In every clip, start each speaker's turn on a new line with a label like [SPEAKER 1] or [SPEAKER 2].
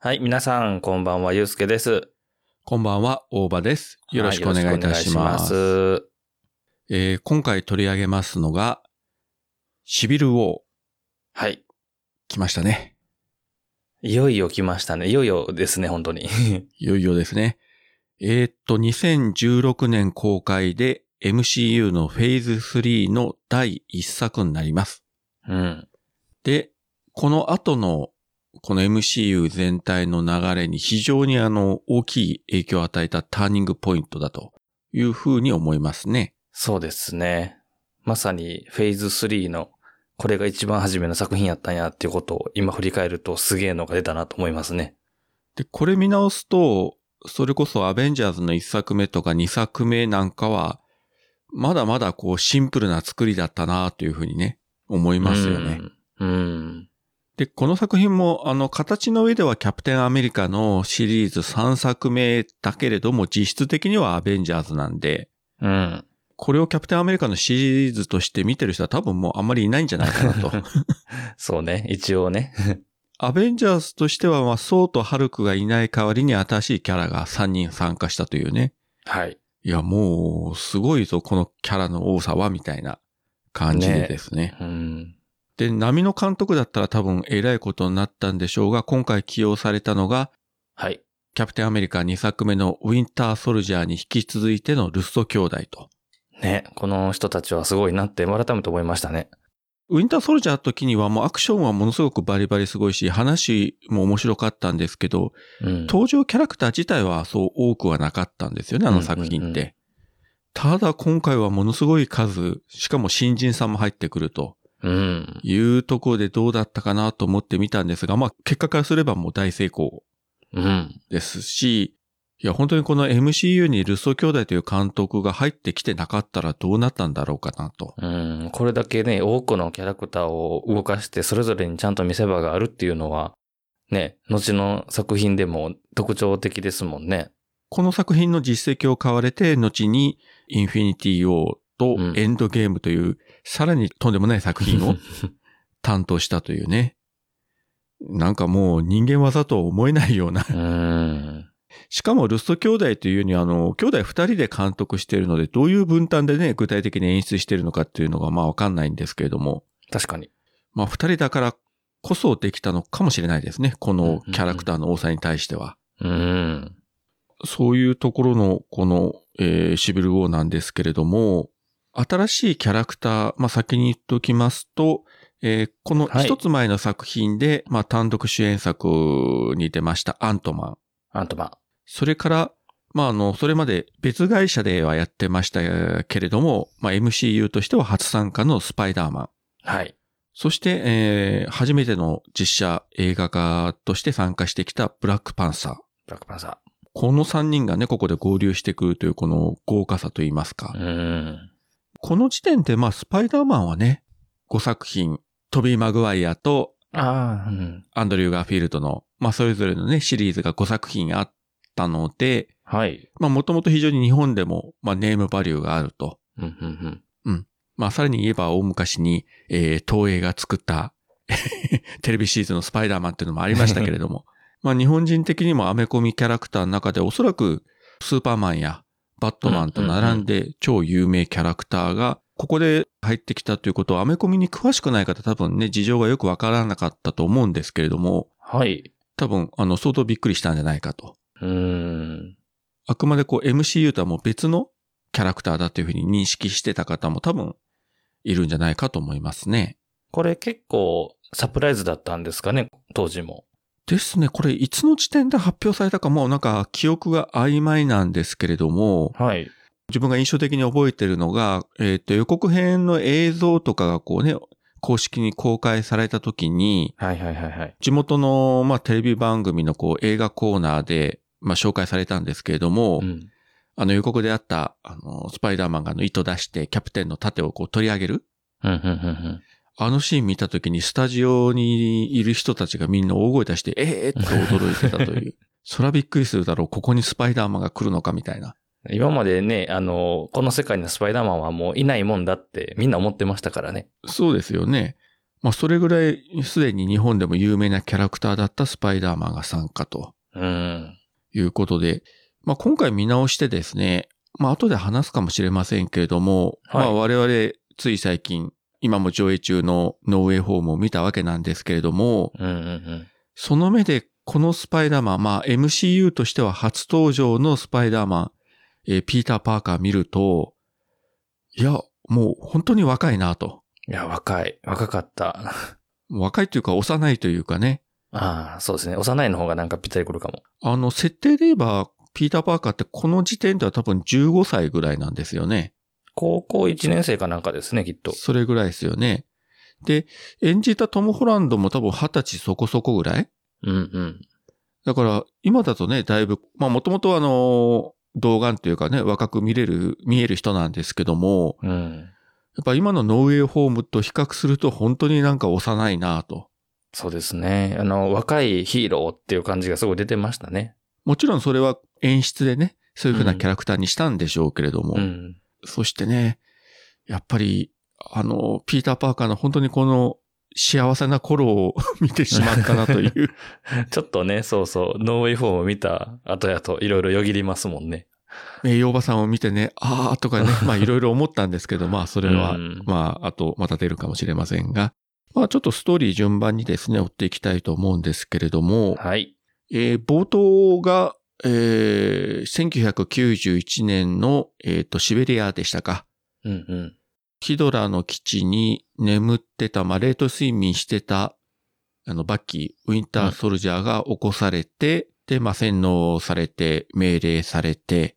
[SPEAKER 1] はい、皆さん、こんばんは、ゆうすけです。
[SPEAKER 2] こんばんは、大場です。よろしくお願いいたします。
[SPEAKER 1] はいよろしく
[SPEAKER 2] えー今回取り上げますのが、シビルウォー。
[SPEAKER 1] お願いします。はい。
[SPEAKER 2] 来ましたね。
[SPEAKER 1] いよいよ来ましたね。いよいよですね、本当に。
[SPEAKER 2] いよいよですね。えーっと、2016年公開で MCU のフェーズ3の第1作になります。
[SPEAKER 1] うん。
[SPEAKER 2] で、この後の、この MCU 全体の流れに非常にあの、大きい影響を与えたターニングポイントだというふうに思いますね。
[SPEAKER 1] そうですね。まさに、フェーズ3の、これが一番初めの作品やったんやっていうことを、今振り返るとすげえのが出たなと思いますね。
[SPEAKER 2] で、これ見直すと、それこそアベンジャーズの1作目とか2作目なんかは、まだまだこうシンプルな作りだったなというふうにね、思いますよね。
[SPEAKER 1] うん。うん。
[SPEAKER 2] で、この作品も、あの、形の上ではキャプテンアメリカのシリーズ3作目だけれども、実質的にはアベンジャーズなんで、
[SPEAKER 1] うん。
[SPEAKER 2] これをキャプテンアメリカのシリーズとして見てる人は多分もうあんまりいないんじゃないかな と。
[SPEAKER 1] そうね、一応ね。
[SPEAKER 2] アベンジャーズとしては、まあ、ソウとハルクがいない代わりに新しいキャラが3人参加したというね。
[SPEAKER 1] はい。
[SPEAKER 2] いや、もう、すごいぞ、このキャラの多さは、みたいな感じでですね。
[SPEAKER 1] うん。
[SPEAKER 2] で、波の監督だったら多分偉いことになったんでしょうが、今回起用されたのが、
[SPEAKER 1] はい。
[SPEAKER 2] キャプテンアメリカ2作目のウィンターソルジャーに引き続いてのルッソ兄弟と。
[SPEAKER 1] ね、この人たちはすごいなって改めて思いましたね。
[SPEAKER 2] ウィンターソルジャーの時にはもうアクションはものすごくバリバリすごいし、話も面白かったんですけど、
[SPEAKER 1] うん。
[SPEAKER 2] 登場キャラクター自体はそう多くはなかったんですよね、あの作
[SPEAKER 1] うん
[SPEAKER 2] 品っ
[SPEAKER 1] うんう
[SPEAKER 2] て。ただ今回はものすごい数、しかも新人さんも入ってくると。
[SPEAKER 1] うん。
[SPEAKER 2] いうところでどうだったかなと思ってみたんですが、まあ結果からすればもう大成功
[SPEAKER 1] うん。
[SPEAKER 2] ですし、いや本当にこの MCU にルッソ兄弟という監督が入ってきてなかったらどうなったんだろうかなと。
[SPEAKER 1] うん、これだけね、多くのキャラクターを動かして、それぞれにちゃんと見せ場があるっていうのは、ね、後の作品でも特徴的ですもんね。
[SPEAKER 2] この作品の実績を買われて、後にインフィニティ王と
[SPEAKER 1] うん
[SPEAKER 2] エンドゲームという、さらにとんでもない作 品を担当したというね。なんかもう人間技とは思えないような
[SPEAKER 1] うん。
[SPEAKER 2] しかも、ルスト兄弟というように、あの、兄弟二人で監督しているので、どういう分担でね、具体的に演出しているのかっていうのが、まあ、わかんないんですけれども、
[SPEAKER 1] 確かに。
[SPEAKER 2] まあ、二人だからこそできたのかもしれないですね。こ
[SPEAKER 1] うんうん
[SPEAKER 2] の
[SPEAKER 1] うん
[SPEAKER 2] キャラクターの多さに対しては。
[SPEAKER 1] うん。
[SPEAKER 2] そういうところの、この、えーシビルウォーなんですけれども、新しいキャラクター、まあ、先に言っておきますと、えーこの
[SPEAKER 1] はい
[SPEAKER 2] 一つ前の作品で、まあ、単独主演作に出ました、アントマン。
[SPEAKER 1] アントマン。
[SPEAKER 2] それから、まあ、あの、それまで別会社ではやってましたけれども、まあ、MCU としては初参加のスパイダーマン。
[SPEAKER 1] はい。
[SPEAKER 2] そして、えー初めての実写映画化として参加してきたブラックパンサー。
[SPEAKER 1] ブラックパンサ
[SPEAKER 2] この3人がね、ここで合流してくるというこの豪華さといいますか
[SPEAKER 1] ー。。うん。
[SPEAKER 2] この時点で、まあ、スパイダーマンはね、5作品、トビー・マグワイアと
[SPEAKER 1] ああ、うん。
[SPEAKER 2] アンドリュー・ガーフィールドの、まあ、それぞれのね、シリーズが5作品あったので、
[SPEAKER 1] はい。
[SPEAKER 2] まあ、もともと非常に日本でも、まあ、ネームバリューがあると。
[SPEAKER 1] うん、うん、
[SPEAKER 2] まあ、さらに言えば、大昔に、えー東映が作った、 テレビシリーズンのスパイダーマンっていうのもありましたけれど も、まあ、日本人的にもアメコミキャラクターの中で、おそらく、スーパーマンやバットマンと並んで、超有名キャラクターが、ここで入ってきたということは、アメコミに詳しくない方多分ね、事情がよくわからなかったと思うんですけれども、
[SPEAKER 1] うん。はい。
[SPEAKER 2] 多分、あの、相当びっくりしたんじゃないかと。
[SPEAKER 1] うん。
[SPEAKER 2] あくまでこう MCU とはもう別のキャラクターだというふうに認識してた方も多分いるんじゃないかと思いますね。
[SPEAKER 1] これ結構サプライズだったんですかね、当時も。
[SPEAKER 2] ですね。これいつの時点で発表されたかもうなんか記憶が曖昧なんですけれども、
[SPEAKER 1] はい。
[SPEAKER 2] 自分が印象的に覚えてるのが、えっ、と予告編の映像とかがこうね、公式に公開された時に、
[SPEAKER 1] はいはいはいはい。
[SPEAKER 2] 地元の、まあ、テレビ番組のこう映画コーナーで、まあ、紹介されたんですけれども、
[SPEAKER 1] うん。
[SPEAKER 2] あの予告であった、あの、スパイダーマンがあの糸出して、キャプテンの盾をこう取り上げる。
[SPEAKER 1] うん、うん、うん
[SPEAKER 2] あのシーン見た時に、スタジオにいる人たちがみんな大声出して、ええー、って驚いてたと いう。そらびっくりするだろう、ここにスパイダーマンが来るのかみたいな。
[SPEAKER 1] うん。今までね、あの、この世界のスパイダーマンはもういないもんだってみんな思ってましたからね。
[SPEAKER 2] そうですよね。まあ、それぐらいすでに日本でも有名なキャラクターだったスパイダーマンが参加と
[SPEAKER 1] うん。
[SPEAKER 2] いうことで、まあ、今回見直してですね、まあ、後で話すかもしれませんけれども、
[SPEAKER 1] はい
[SPEAKER 2] まあ、我々つい最近、今も上映中のノーウェイホームを見たわけなんですけれども、
[SPEAKER 1] うんうんうん。
[SPEAKER 2] その目でこのスパイダーマン、まあ、MCU としては初登場のスパイダーマン、えーピーター・パーカー見ると、いや、もう本当に若いなと。
[SPEAKER 1] いや、若い。若かった。
[SPEAKER 2] 若いというか幼いというかね。
[SPEAKER 1] ああ、そうですね。幼いの方がなんかぴったりくるかも。
[SPEAKER 2] あの、設定で言えば、ピーター・パーカーってこの時点では多分15歳ぐらいなんですよね。
[SPEAKER 1] 高校1年生かなんかですね、きっと。
[SPEAKER 2] それぐらいですよね。で、演じたトム・ホランドも多分20歳そこそこぐらい
[SPEAKER 1] うんうん。
[SPEAKER 2] だから、今だとね、だいぶ、まあもともとあの、童顔というかね、若く見れる、見える人なんですけども、
[SPEAKER 1] うん。
[SPEAKER 2] やっぱ今のノーウェイホームと比較すると本当になんか幼いなぁと。
[SPEAKER 1] そうですね。あの、若いヒーローっていう感じがすごい出てましたね。
[SPEAKER 2] もちろんそれは演出でね、そういう風なキャラクターにしたんでしょうけれども、
[SPEAKER 1] うん。
[SPEAKER 2] そしてね、やっぱり、あの、ピーター・パーカーの本当にこの幸せな頃を 見てしまったなと いう。
[SPEAKER 1] ちょっとね、そうそう、ノーウェイフォーム見た後やといろいろよぎりますもんね。
[SPEAKER 2] 名誉おばさんを見てね、あーとかね、まあいろいろ思ったんですけど、まあそれは、
[SPEAKER 1] うん
[SPEAKER 2] まああとまた出るかもしれませんが、まあちょっとストーリー順番にですね、追っていきたいと思うんですけれども、
[SPEAKER 1] はい。
[SPEAKER 2] えー冒頭が、えー1991年の、えーと、シベリアでしたか。
[SPEAKER 1] うんうん。
[SPEAKER 2] ヒドラの基地に眠ってた、まあ、冷凍睡眠してた、あの、バッキー、ウィンターソルジャーが起こされて、で、まあ、洗脳されて、命令されて、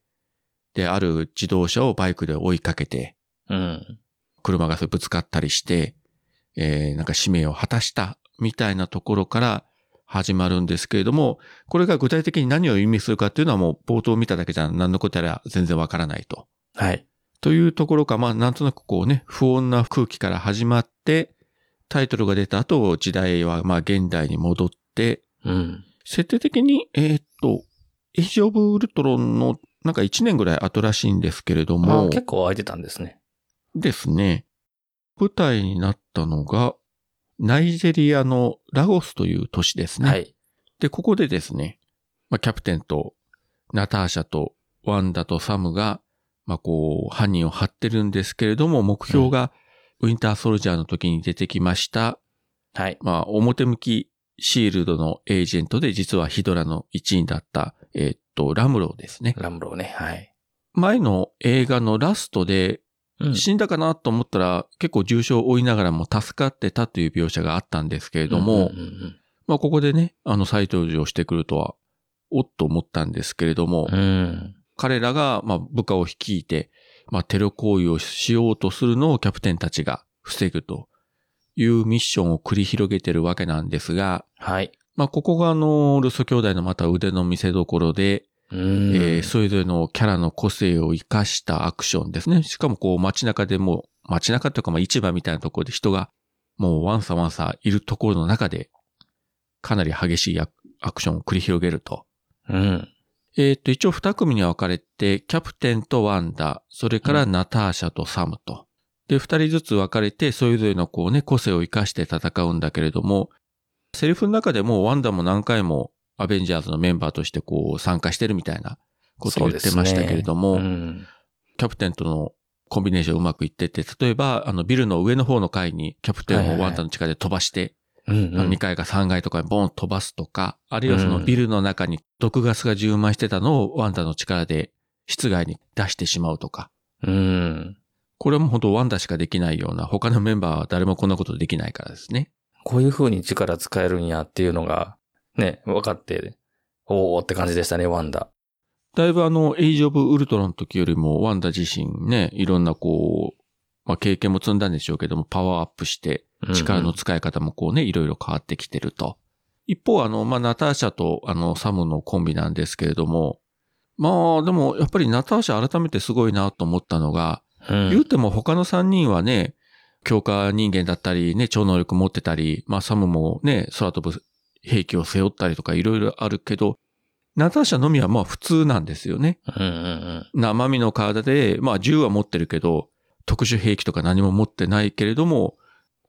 [SPEAKER 2] で、ある自動車をバイクで追いかけて、
[SPEAKER 1] うん。
[SPEAKER 2] 車がそれぶつかったりして、えー、なんか使命を果たした、みたいなところから始まるんですけれども、これが具体的に何を意味するかっていうのはもう冒頭を見ただけじゃ何のことやら全然わからないと。
[SPEAKER 1] はい。
[SPEAKER 2] というところか、まあ、なんとなくこうね、不穏な空気から始まって、タイトルが出た後、時代は、まあ、現代に戻って、
[SPEAKER 1] うん。
[SPEAKER 2] 設定的に、えーっと、エイジ・オブ・ウルトロンの、なんか1年ぐらい後らしいんですけれど
[SPEAKER 1] まあ
[SPEAKER 2] も、
[SPEAKER 1] 結構空いてたんですね。
[SPEAKER 2] ですね、舞台になったのが、ナイジェリアのラゴスという都市ですね。
[SPEAKER 1] はい。
[SPEAKER 2] で、ここでですね、まあ、キャプテンとナターシャとワンダとサムが、まあ、こう、犯人を張ってるんですけれども、目標がウィンターソルジャーの時に出てきました、
[SPEAKER 1] はい。
[SPEAKER 2] まあ、表向きシールドのエージェントで、実はヒドラの一員だった、えーっと、ラムローですね。
[SPEAKER 1] ラムローね。はい。
[SPEAKER 2] 前の映画のラストで、
[SPEAKER 1] うん
[SPEAKER 2] 死んだかなと思ったら、結構重傷を負いながらも助かってたという描写があったんですけれども、
[SPEAKER 1] うんうん
[SPEAKER 2] まあ、ここでね、あの、再登場してくるとは、おっと思ったんですけれども、
[SPEAKER 1] うんうん。
[SPEAKER 2] 彼らが、まあ、部下を率いて、まあ、テロ行為をしようとするのをキャプテンたちが防ぐというミッションを繰り広げてるわけなんですが、
[SPEAKER 1] はい。
[SPEAKER 2] まあ、ここがあの、ルソ兄弟のまた腕の見せ所で、
[SPEAKER 1] うん。
[SPEAKER 2] えーそれぞれのキャラの個性を生かしたアクションですね。しかもこう街中でもう、街中というかまあ市場みたいなところで人がもうワンサワンサいるところの中で、かなり激しいアクアクションを繰り広げると。
[SPEAKER 1] うん。
[SPEAKER 2] えーっと、一応二組に分かれて、キャプテンとワンダ、それからナターシャとサムと。で、二人ずつ分かれて、それぞれのこうね、個性を生かして戦うんだけれども、セリフの中でもうワンダも何回もアベンジャーズのメンバーとしてこう参加してるみたいなことを言ってましたけれども、
[SPEAKER 1] うん。
[SPEAKER 2] キャプテンとのコンビネーションうまくいってて、例えば、あの、ビルの上の方の階にキャプテンをワンダの力で飛ばして、
[SPEAKER 1] うん
[SPEAKER 2] あの2階か3階とかにボンと飛ばすとか、あるいはそのビルの中に毒ガスが充満してたのをワンダの力で室外に出してしまうとか。
[SPEAKER 1] うん。
[SPEAKER 2] これはもう本当ワンダしかできないような、他のメンバーは誰もこんなことできないからですね。
[SPEAKER 1] こういう風に力使えるんやっていうのが、ね、分かって、おーって感じでしたね、ワンダ。
[SPEAKER 2] だいぶあの、エイジオブ・ウルトロンの時よりもワンダ自身ね、いろんなこう、まあ経験も積んだんでしょうけども、パワーアップして、力の使い方もこうね、いろいろ変わってきてると。一方、あの、まあ、ナターシャと、あの、サムのコンビなんですけれども、まあ、でも、やっぱりナターシャ改めてすごいなと思ったのが、
[SPEAKER 1] うん、
[SPEAKER 2] 言うても他の3人はね、強化人間だったり、ね、超能力持ってたり、まあ、サムもね、空飛ぶ兵器を背負ったりとかいろいろあるけど、ナターシャのみはまあ普通なんですよね。
[SPEAKER 1] うんうん
[SPEAKER 2] 生身の体で、まあ銃は持ってるけど、特殊兵器とか何も持ってないけれども、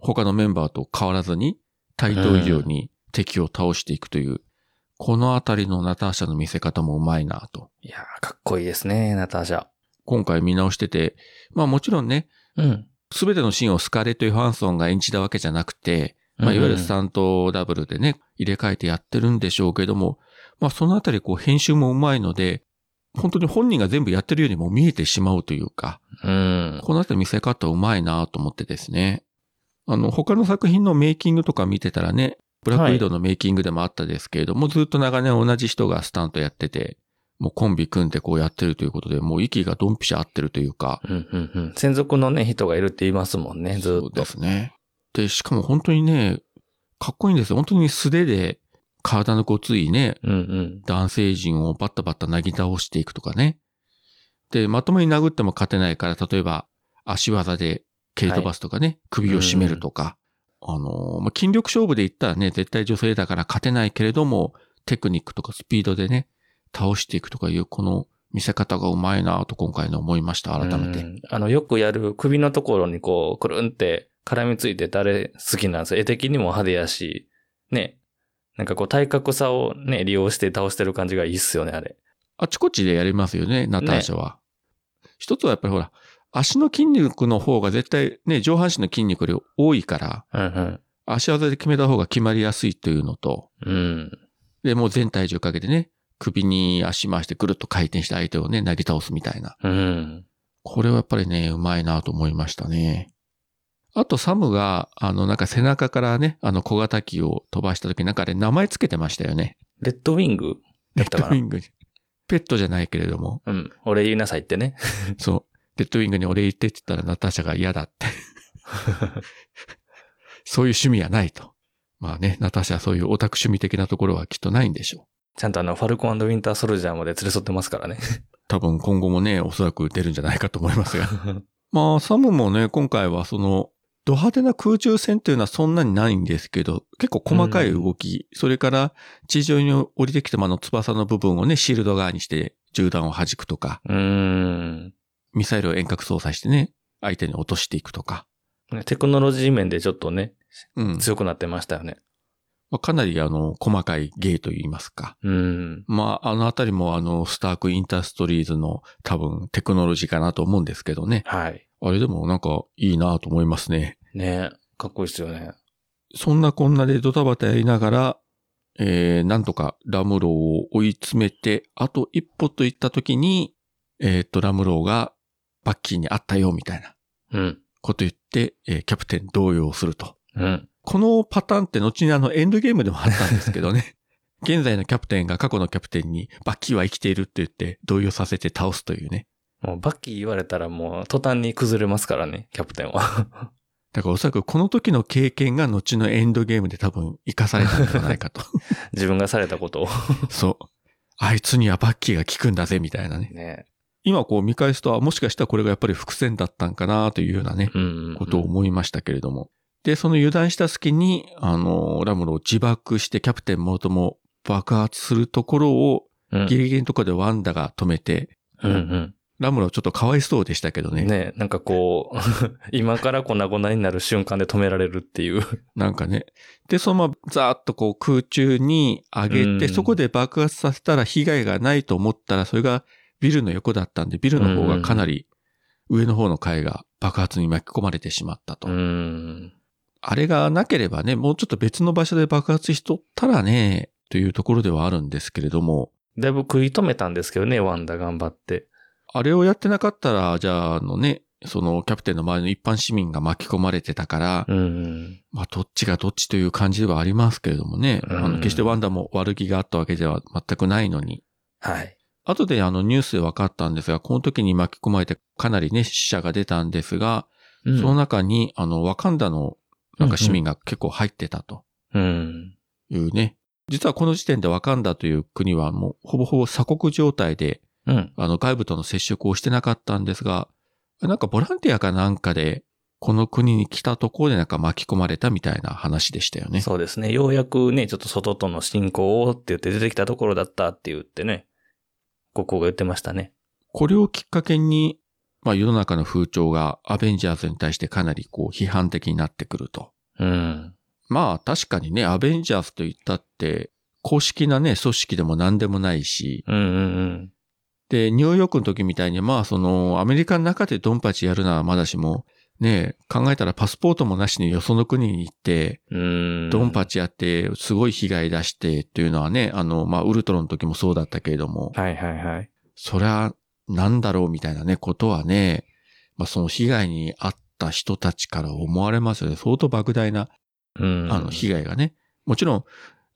[SPEAKER 2] 他のメンバーと変わらずに、対等以上に敵を倒していくという、このあたりのナターシャの見せ方もうまいなと。
[SPEAKER 1] いやー、かっこいいですね、ナターシャ。
[SPEAKER 2] 今回見直してて、まあもちろんね、
[SPEAKER 1] うん。
[SPEAKER 2] すべてのシーンをスカーレット・ヨハンソンが演じたわけじゃなくて、まあ、いわゆるスタントダブルでね、入れ替えてやってるんでしょうけども、まあ、そのあたり、こう、編集もうまいので、本当に本人が全部やってるようにも見えてしまうというか、
[SPEAKER 1] うん。
[SPEAKER 2] このあたり見せ方うまいなと思ってですね。あの、他の作品のメイキングとか見てたらね、ブラックウィドウのメイキングでもあったですけれども、ずっと長年同じ人がスタントやってて、もうコンビ組んでこうやってるということで、もう息がドンピシャ合ってるというか、
[SPEAKER 1] うん、うん、うん。専属のね、人がいるって言いますもんね、ず
[SPEAKER 2] そ
[SPEAKER 1] ー
[SPEAKER 2] う
[SPEAKER 1] っ
[SPEAKER 2] で
[SPEAKER 1] と。
[SPEAKER 2] すね。で、しかも本当にね、かっこいいんですよ。本当に素手で、体のごついね、
[SPEAKER 1] うん、うん。
[SPEAKER 2] 男性陣をバッタバッタなぎ倒していくとかね。で、まともに殴っても勝てないから、例えば、足技で蹴り飛ばすとかね、首を絞めるとか。あのー、まあ、筋力勝負で言ったらね、絶対女性だから勝てないけれども、テクニックとかスピードでね、倒していくとかいう、この見せ方がうまいなと今回の思いました、改めて。
[SPEAKER 1] うんあの、よくやる首のところにこう、くるんって絡みついて誰好きなんですよ。絵的にも派手やし、ね。なんかこう、体格差をね、利用して倒してる感じがいいっすよね、あれ。
[SPEAKER 2] あちこちでやりますよね、ナターシャは。一つはやっぱりほら、足の筋肉の方が絶対ね、上半身の筋肉より多いから、
[SPEAKER 1] うん、うん。
[SPEAKER 2] 足技で決めた方が決まりやすいというのと、
[SPEAKER 1] うん。
[SPEAKER 2] で、もう全体重かけてね、首に足回してぐるっと回転して相手をね、投げ倒すみたいな。
[SPEAKER 1] うん。
[SPEAKER 2] これはやっぱりね、うまいなと思いましたね。あと、サムが、あの、なんか背中からね、あの小型機を飛ばした時なんかあれ名前つけてましたよね。
[SPEAKER 1] レッドウィングだったか
[SPEAKER 2] レッドウ
[SPEAKER 1] な
[SPEAKER 2] ィ。ングにペットじゃないけれども。
[SPEAKER 1] うん。俺言いなさいってね。
[SPEAKER 2] そう。レッドウィングに俺言ってって言ったらナターシャが嫌だって。そういう趣味はないと。まあね、ナターシャはそういうオタク趣味的なところはきっとないんでしょ
[SPEAKER 1] ちゃんとあの、ファルコンウィンターソルジャーまで連れ添ってますから ね。
[SPEAKER 2] う。多分今後もね、おそらく出るんじゃないかと思いますが。 まあ、サムもね、今回はその、ド派手な空中戦というのはそんなにないんですけど、結構細かい動き、それから地上に降りてきてもあの翼の部分をね、シールド側にして銃弾を弾くとか、
[SPEAKER 1] うーん。
[SPEAKER 2] ミサイルを遠隔操作してね、相手に落としていくとか。
[SPEAKER 1] ねテクノロジー面でちょっとね、
[SPEAKER 2] うん。
[SPEAKER 1] 強くなってましたよね。
[SPEAKER 2] まあ、かなりあの、細かい芸といいますか。
[SPEAKER 1] うん。
[SPEAKER 2] まあ、あのあたりもあの、スタークインターストリーズの多分テクノロジーかなと思うんですけどね。
[SPEAKER 1] はい。
[SPEAKER 2] あれでもなんかいいなと思いますね。
[SPEAKER 1] ねかっこいいっすよね。
[SPEAKER 2] そんなこんなでドタバタやりながら、えー、なんとかラムローを追い詰めて、あと一歩といった時に、えーっと、ラムローがバッキーに会ったよみたいな
[SPEAKER 1] うん。
[SPEAKER 2] こと言って、えーキャプテン動揺すると。
[SPEAKER 1] うん。
[SPEAKER 2] このパターンって後にあのエンドゲームでもあったんですけどね。現在のキャプテンが過去のキャプテンにバッキーは生きているって言って動揺させて倒すというね。
[SPEAKER 1] もうバッキー言われたらもう途端に崩れますからね、キャプテンは。
[SPEAKER 2] だからおそらくこの時の経験が後のエンドゲームで多分生かされたんではないかと。
[SPEAKER 1] 自分がされたことを。
[SPEAKER 2] そう。あいつにはバッキーが効くんだぜみたいなね。
[SPEAKER 1] ね
[SPEAKER 2] 今こう見返すと、あもしかしたらこれがやっぱり伏線だったんかなというようなね、
[SPEAKER 1] うんうんうん。
[SPEAKER 2] ことを思いましたけれども。で、その油断した隙に、あの、ラムロを自爆してキャプテンモロトも爆発するところを
[SPEAKER 1] うん。
[SPEAKER 2] ギリギリのところでワンダが止めて、
[SPEAKER 1] うん
[SPEAKER 2] ラムロちょっとかわいそうでしたけど
[SPEAKER 1] う
[SPEAKER 2] ね。
[SPEAKER 1] ん。ねなんかこう、 今から粉々になる瞬間で止められるっていう。
[SPEAKER 2] なんかね。で、そのままザーッとこう空中に上げて、
[SPEAKER 1] うん
[SPEAKER 2] そこで爆発させたら被害がないと思ったら、それがビルの横だったんで、ビルの方がかなり上の方の階が爆発に巻き込まれてしまったと。
[SPEAKER 1] うん。
[SPEAKER 2] あれがなければね、もうちょっと別の場所で爆発しとったらね、というところではあるんですけれども、
[SPEAKER 1] だいぶ食い止めたんですけどね、ワンダ頑張って。
[SPEAKER 2] あれをやってなかったら、じゃあ、あのね、そのキャプテンの周りの一般市民が巻き込まれてたから、
[SPEAKER 1] うんうん。
[SPEAKER 2] まあ、どっちがどっちという感じではありますけれどもね。
[SPEAKER 1] うん
[SPEAKER 2] あの、決してワンダも悪気があったわけでは全くないのに。
[SPEAKER 1] はい。
[SPEAKER 2] 後であのニュースで分かったんですが、この時に巻き込まれてかなりね、死者が出たんですが、
[SPEAKER 1] うん
[SPEAKER 2] その中にあの、ワカンダのなんか市民が結構入ってたと
[SPEAKER 1] うん。
[SPEAKER 2] いうね。実はこの時点でワカンダという国はもうほぼほぼ鎖国状態で、
[SPEAKER 1] うん。
[SPEAKER 2] あの外部との接触をしてなかったんですが、なんかボランティアかなんかで、この国に来たところでなんか巻き込まれたみたいな話でしたよね。
[SPEAKER 1] そうですね。ようやくね、ちょっと外との進行をって言って出てきたところだったって言ってね、ここが言ってましたね。
[SPEAKER 2] これをきっかけに、まあ世の中の風潮がアベンジャーズに対してかなりこう批判的になってくると。
[SPEAKER 1] うん。
[SPEAKER 2] まあ確かにね、アベンジャーズと言ったって、公式なね、組織でも何でもないし、
[SPEAKER 1] うんうん
[SPEAKER 2] で、ニューヨークの時みたいに、まあその、アメリカの中でドンパチやるならまだしも、ね、考えたらパスポートもなしによその国に行って、
[SPEAKER 1] うん。うん。
[SPEAKER 2] ドンパチやって、すごい被害出してっていうのはね、あの、まあウルトロの時もそうだったけれども、
[SPEAKER 1] はいはいはい。
[SPEAKER 2] そりゃ、なんだろうみたいなね、ことはね、まあその被害に遭った人たちから思われますよね。相当莫大な
[SPEAKER 1] うん。
[SPEAKER 2] あの、被害がね。もちろん、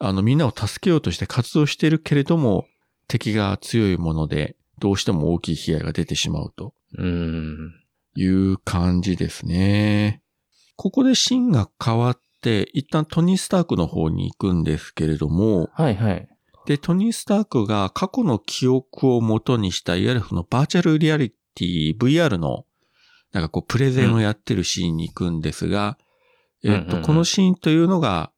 [SPEAKER 2] あの、みんなを助けようとして活動してるけれども、敵が強いもので、どうしても大きい被害が出てしまうと
[SPEAKER 1] うん。
[SPEAKER 2] いう感じですね。ここでシーンが変わって、一旦トニー・スタークの方に行くんですけれども、
[SPEAKER 1] はいはい。
[SPEAKER 2] で、トニー・スタークが過去の記憶を元にした、いわゆるそのバーチャルリアリティ、VR の、なんかこう、プレゼンをやってるシーンに行くんですが、
[SPEAKER 1] うん
[SPEAKER 2] えっ
[SPEAKER 1] うんうん
[SPEAKER 2] と、
[SPEAKER 1] うん
[SPEAKER 2] このシーンというのが、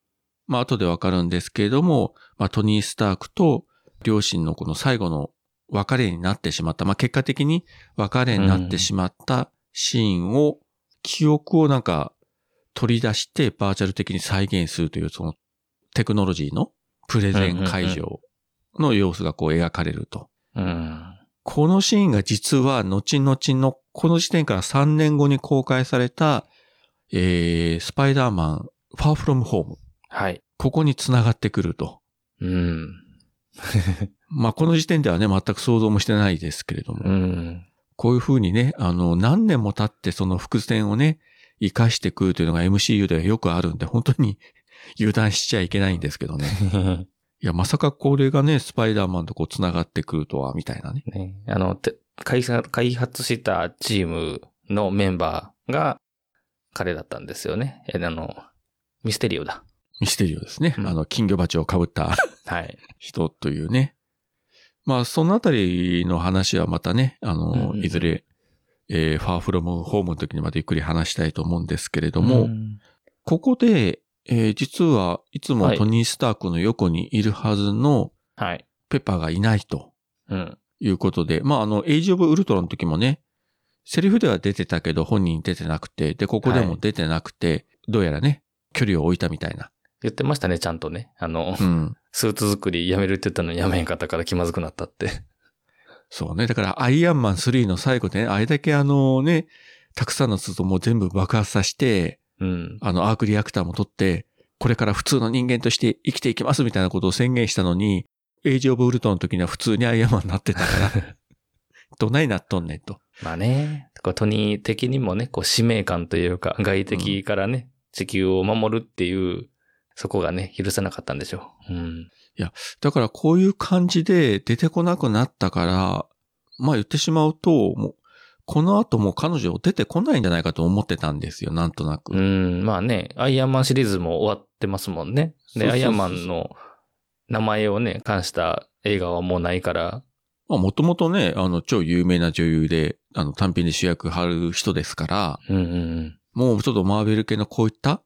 [SPEAKER 2] まあ、後でわかるんですけれども、まあ、トニー・スタークと両親のこの最後の別れになってしまった、まあ、結果的に別れになってしまったシーンを、記憶をなんか取り出してバーチャル的に再現するという、そのテクノロジーのプレゼン会場の様子がこう描かれると。
[SPEAKER 1] うん。
[SPEAKER 2] このシーンが実は後々の、この時点から3年後に公開された、えー、スパイダーマン、ファーフロムホーム。
[SPEAKER 1] はい。
[SPEAKER 2] ここに繋がってくると。
[SPEAKER 1] うん。
[SPEAKER 2] まあ、この時点ではね、全く想像もしてないですけれども。
[SPEAKER 1] うん。
[SPEAKER 2] こういうふうにね、あの、何年も経ってその伏線をね、活かしてくるというのが MCU ではよくあるんで、本当に 油断しちゃいけないんですけどね。いや、まさかこれがね、スパイダーマンとこう繋がってくるとは、みたいなね。
[SPEAKER 1] ね、あの、て開発開発したチームのメンバーが彼だったんですよね。え、あの、ミステリオだ。
[SPEAKER 2] ミステリオですね。
[SPEAKER 1] うん
[SPEAKER 2] あの、金魚鉢を被った
[SPEAKER 1] はい。
[SPEAKER 2] 人というね。まあ、そのあたりの話はまたね、あの、
[SPEAKER 1] うんうん
[SPEAKER 2] いずれ、えー、ファーフロムホームの時にまたゆっくり話したいと思うんですけれども、
[SPEAKER 1] ん
[SPEAKER 2] ここで、えー実はいつも
[SPEAKER 1] はい
[SPEAKER 2] トニー・スタークの横にいるはずの、
[SPEAKER 1] はい。
[SPEAKER 2] ペッパーがいないと
[SPEAKER 1] うん。
[SPEAKER 2] いうことで、まあ、あの、エイジ・オブ・ウルトラの時もね、セリフでは出てたけど本人出てなくて、で、ここでも出てなくて、どうやらね、距離を置いたみたいな。
[SPEAKER 1] 言ってましたね、ちゃんとね。あの、
[SPEAKER 2] うん。
[SPEAKER 1] スーツ作りやめるって言ったのにやめへんかったから気まずくなったって。
[SPEAKER 2] そうね。だから、アイアンマン3の最後でね、あれだけあのね、たくさんの筒をもう全部爆発させて、
[SPEAKER 1] うん。
[SPEAKER 2] あの、アークリアクターも取って、これから普通の人間として生きていきますみたいなことを宣言したのに、エイジ・オブ・ウルトラの時には普通にアイアンマンになってた から、どないなっとんねんと。
[SPEAKER 1] まあね、こうトニー的にもね、こう使命感というか、外敵からね、地球を守るっていう、そこがね、許せなかったんでしょう。うん。
[SPEAKER 2] だからこういう感じで出てこなくなったから、まあ言ってしまうと、もう、この後もう彼女出てこないんじゃないかと思ってたんですよ、なんとなく。
[SPEAKER 1] うん、まあね、アイアンマンシリーズも終わってますもんね。
[SPEAKER 2] そうそ
[SPEAKER 1] で、
[SPEAKER 2] うそうそう
[SPEAKER 1] アイアンマンの名前をね、冠した映画はもうないから、
[SPEAKER 2] まあもともとね、あの、超有名な女優で、あの、単品で主役張る人ですから、
[SPEAKER 1] うんうん
[SPEAKER 2] もうちょっとマーベル系のこういった、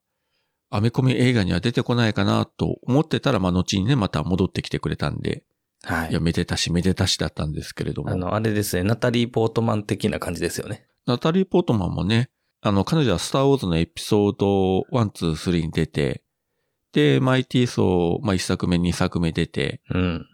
[SPEAKER 2] アメコミ映画には出てこないかなと思ってたら、まあ後にね、また戻ってきてくれたんで、
[SPEAKER 1] うん。はい
[SPEAKER 2] や、。めでたしめでたしだったんですけれども。
[SPEAKER 1] あの、あれですね、ナタリー・ポートマン的な感じですよね。
[SPEAKER 2] ナタリー・ポートマンもね、あの、彼女はスター・ウォーズのエピソード1、2、3に出て、で、マイティー・ソー、まあ、1作目、2作目出て、
[SPEAKER 1] うん。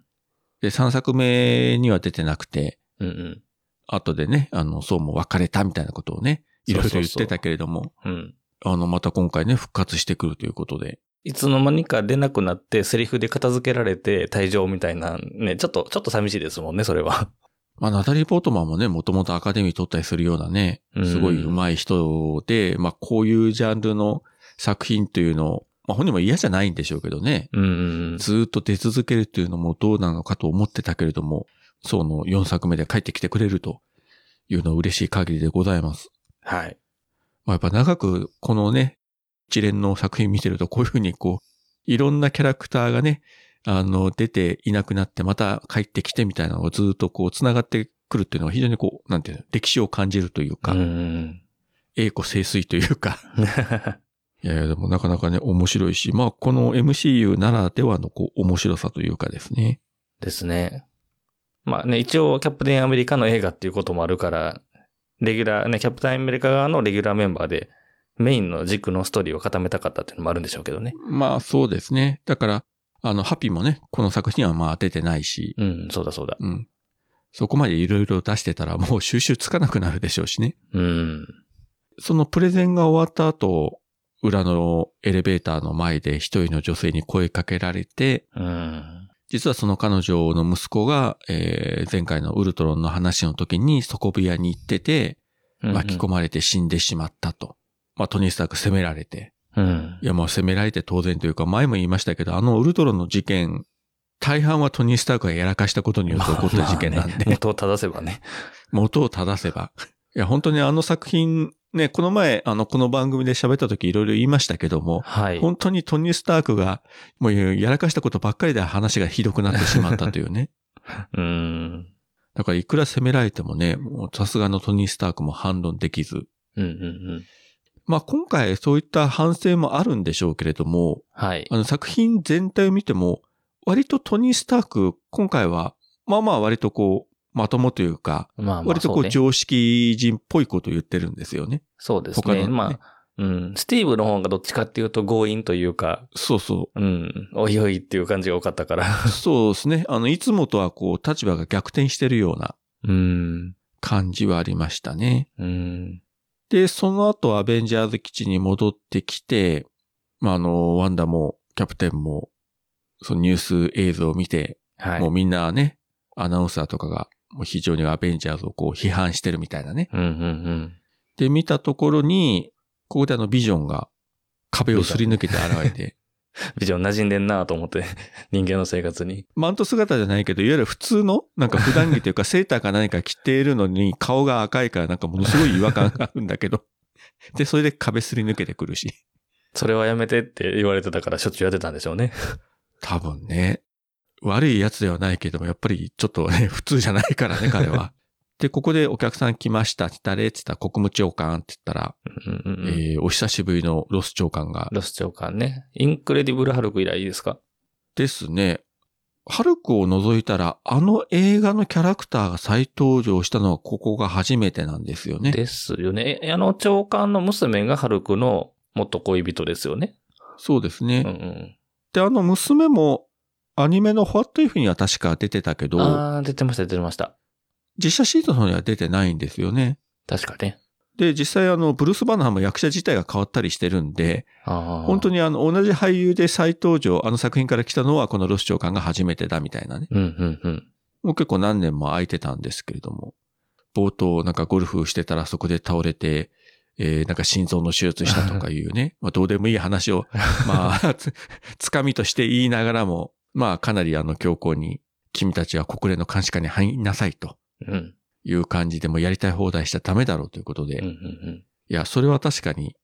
[SPEAKER 2] で、3作目には出てなくて、
[SPEAKER 1] うんうん。
[SPEAKER 2] 後でね、あの、そうも別れたみたいなことをね、いろいろ
[SPEAKER 1] そう
[SPEAKER 2] 言
[SPEAKER 1] そうそ
[SPEAKER 2] っ
[SPEAKER 1] う
[SPEAKER 2] てたけれども、
[SPEAKER 1] うん。
[SPEAKER 2] あの、また今回ね、復活してくるということで。
[SPEAKER 1] いつの間にか出なくなって、セリフで片付けられて退場みたいな、ね、ちょっと、ちょっと寂しいですもんね、それは。
[SPEAKER 2] まあ、ナタリー・ポートマンもね、もともとアカデミー取ったりするようなね、
[SPEAKER 1] うん
[SPEAKER 2] すごい上手い人で、まあ、こういうジャンルの作品というのを、まあ、本人も嫌じゃないんでしょうけどね、
[SPEAKER 1] うんうんうん。
[SPEAKER 2] ずーっと出続けるというのもどうなのかと思ってたけれども、その4作目で帰ってきてくれるというのは嬉しい限りでございます。
[SPEAKER 1] はい。
[SPEAKER 2] まあ、やっぱ長くこのね、一連の作品見てるとこういうふうにこう、いろんなキャラクターがね、あの、出ていなくなってまた帰ってきてみたいなのがずーっとこう繋がってくるっていうのは非常にこう、なんていうの、歴史を感じるというか、
[SPEAKER 1] うんうん
[SPEAKER 2] 栄枯盛衰というか、
[SPEAKER 1] うん。
[SPEAKER 2] いやいやでもなかなかね面白いし、まあこの MCU ならではのこう面白さというかですね。
[SPEAKER 1] ですね。まあね、一応、キャプテンアメリカの映画っていうこともあるから、レギュラー、ね、キャプテンアメリカ側のレギュラーメンバーで、メインの軸のストーリーを固めたかったっていうのもあるんでしょうけどね。
[SPEAKER 2] まあそうですね。だから、あの、ハッピーもね、この作品はまあ出てないし、
[SPEAKER 1] うん、そうだそうだ。
[SPEAKER 2] うん。そこまでいろいろ出してたらもう収集つかなくなるでしょうしね。
[SPEAKER 1] うん。
[SPEAKER 2] そのプレゼンが終わった後、裏のエレベーターの前で一人の女性に声かけられて、
[SPEAKER 1] うん。
[SPEAKER 2] 実はその彼女の息子が、えー前回のウルトロンの話の時に底部屋に行ってて、巻き込
[SPEAKER 1] む。
[SPEAKER 2] まれて死んでしまったと。まあ、トニー・スターク責められて。
[SPEAKER 1] うん
[SPEAKER 2] い。や、まあ、責められて当然というか、前も言いましたけど、あのウルトロンの事件、大半はトニー・スタークがやらかしたことによって起こった事件なん
[SPEAKER 1] まあね
[SPEAKER 2] で、
[SPEAKER 1] 元を正せば ね。
[SPEAKER 2] 元を正せば。いや、本当にあの作品、ね、この前、あの、この番組で喋った時いろいろ言いましたけども、
[SPEAKER 1] はい。
[SPEAKER 2] 本当にトニー・スタークが、もうやらかしたことばっかりで話がひどくなってしまったとい うね。
[SPEAKER 1] うん。
[SPEAKER 2] だからいくら責められてもね、もうさすがのトニー・スタークも反論できず。
[SPEAKER 1] うんうんうん。
[SPEAKER 2] まあ今回そういった反省もあるんでしょうけれども、
[SPEAKER 1] はい。
[SPEAKER 2] あの作品全体を見ても、割とトニー・スターク、今回は、まあまあ割とこう、まともというか、
[SPEAKER 1] まあまあ
[SPEAKER 2] 割
[SPEAKER 1] そ
[SPEAKER 2] とこ
[SPEAKER 1] う
[SPEAKER 2] う
[SPEAKER 1] ね。
[SPEAKER 2] 常識人っぽいことを言ってるんですよね。
[SPEAKER 1] そうです
[SPEAKER 2] 他の
[SPEAKER 1] ね。
[SPEAKER 2] ね
[SPEAKER 1] まあ、うん。スティーブの方がどっちかっていうと強引というか、
[SPEAKER 2] そうそ
[SPEAKER 1] うん。おいおいっていう感じが多かったから。
[SPEAKER 2] う。そうですね。あの、いつもとはこう、立場が逆転してるような
[SPEAKER 1] うん。
[SPEAKER 2] 感じはありましたね。
[SPEAKER 1] うん。
[SPEAKER 2] で、その後アベンジャーズ基地に戻ってきて、まあ、あの、ワンダもキャプテンも、そのニュース映像を見て、
[SPEAKER 1] はい。
[SPEAKER 2] もうみんなね、アナウンサーとかが、もう非常にアベンジャーズをこう批判してるみたいなね。
[SPEAKER 1] うんうん
[SPEAKER 2] で、見たところに、ここであのビジョンが壁をすり抜けて現れて、
[SPEAKER 1] うん。ビジョン馴染んでんなと思って、 人間の生活に。
[SPEAKER 2] マント姿じゃないけど、いわゆる普通の、なんか普段着というかセーターか何か着ているのに顔が赤いからなんかものすごい違和感があるんだけど。 で、それで壁すり抜けてくるし。
[SPEAKER 1] それはやめてって言われてたからしょっちゅうやってたんでしょうね。
[SPEAKER 2] 多分ね、悪いやつではないけども、やっぱりちょっとね、 普通じゃないからね、彼は。で、ここでお客さん来ました、誰って言ったら国務長官って言ったら、
[SPEAKER 1] うんうんうん。
[SPEAKER 2] えーお久しぶりのロス長官が、
[SPEAKER 1] ロス長官ね。インクレディブルハルク以来ですか
[SPEAKER 2] ですね、ハルクを除いたら、あの映画のキャラクターが再登場したのはここが初めてなんですよね。
[SPEAKER 1] ですよね。えあの長官の娘がハルクの元恋人ですよね。
[SPEAKER 2] そうですね。
[SPEAKER 1] うん
[SPEAKER 2] で、あの娘も、アニメのホワットイフには確か出てたけ
[SPEAKER 1] うん。
[SPEAKER 2] ど、
[SPEAKER 1] ああ、出てました、出てました。
[SPEAKER 2] 実写シートの方には出てないんですよね。
[SPEAKER 1] 確かね。
[SPEAKER 2] で、実際あの、ブルース・バナハム役者自体が変わったりしてるんで、
[SPEAKER 1] ああ。
[SPEAKER 2] 本当
[SPEAKER 1] に。
[SPEAKER 2] にあの、同じ俳優で再登場、あの作品から来たのはこのロス長官が初めてだみたいなね。
[SPEAKER 1] うんうんうん。
[SPEAKER 2] もう結構何年も空いてたんですけれども、冒頭なんかゴルフしてたらそこで倒れて、えー、なんか心臓の手術したとかい うね、まあどうでもいい話を、まあ、つ、つかみとして言いながらも、まあかなりあの強硬に、君たちは国連の監視下に入りなさいと
[SPEAKER 1] うん
[SPEAKER 2] いう感じでもうやりたい放題しちゃダメだろうということで、
[SPEAKER 1] うんうんうん。
[SPEAKER 2] いや、それは確かに、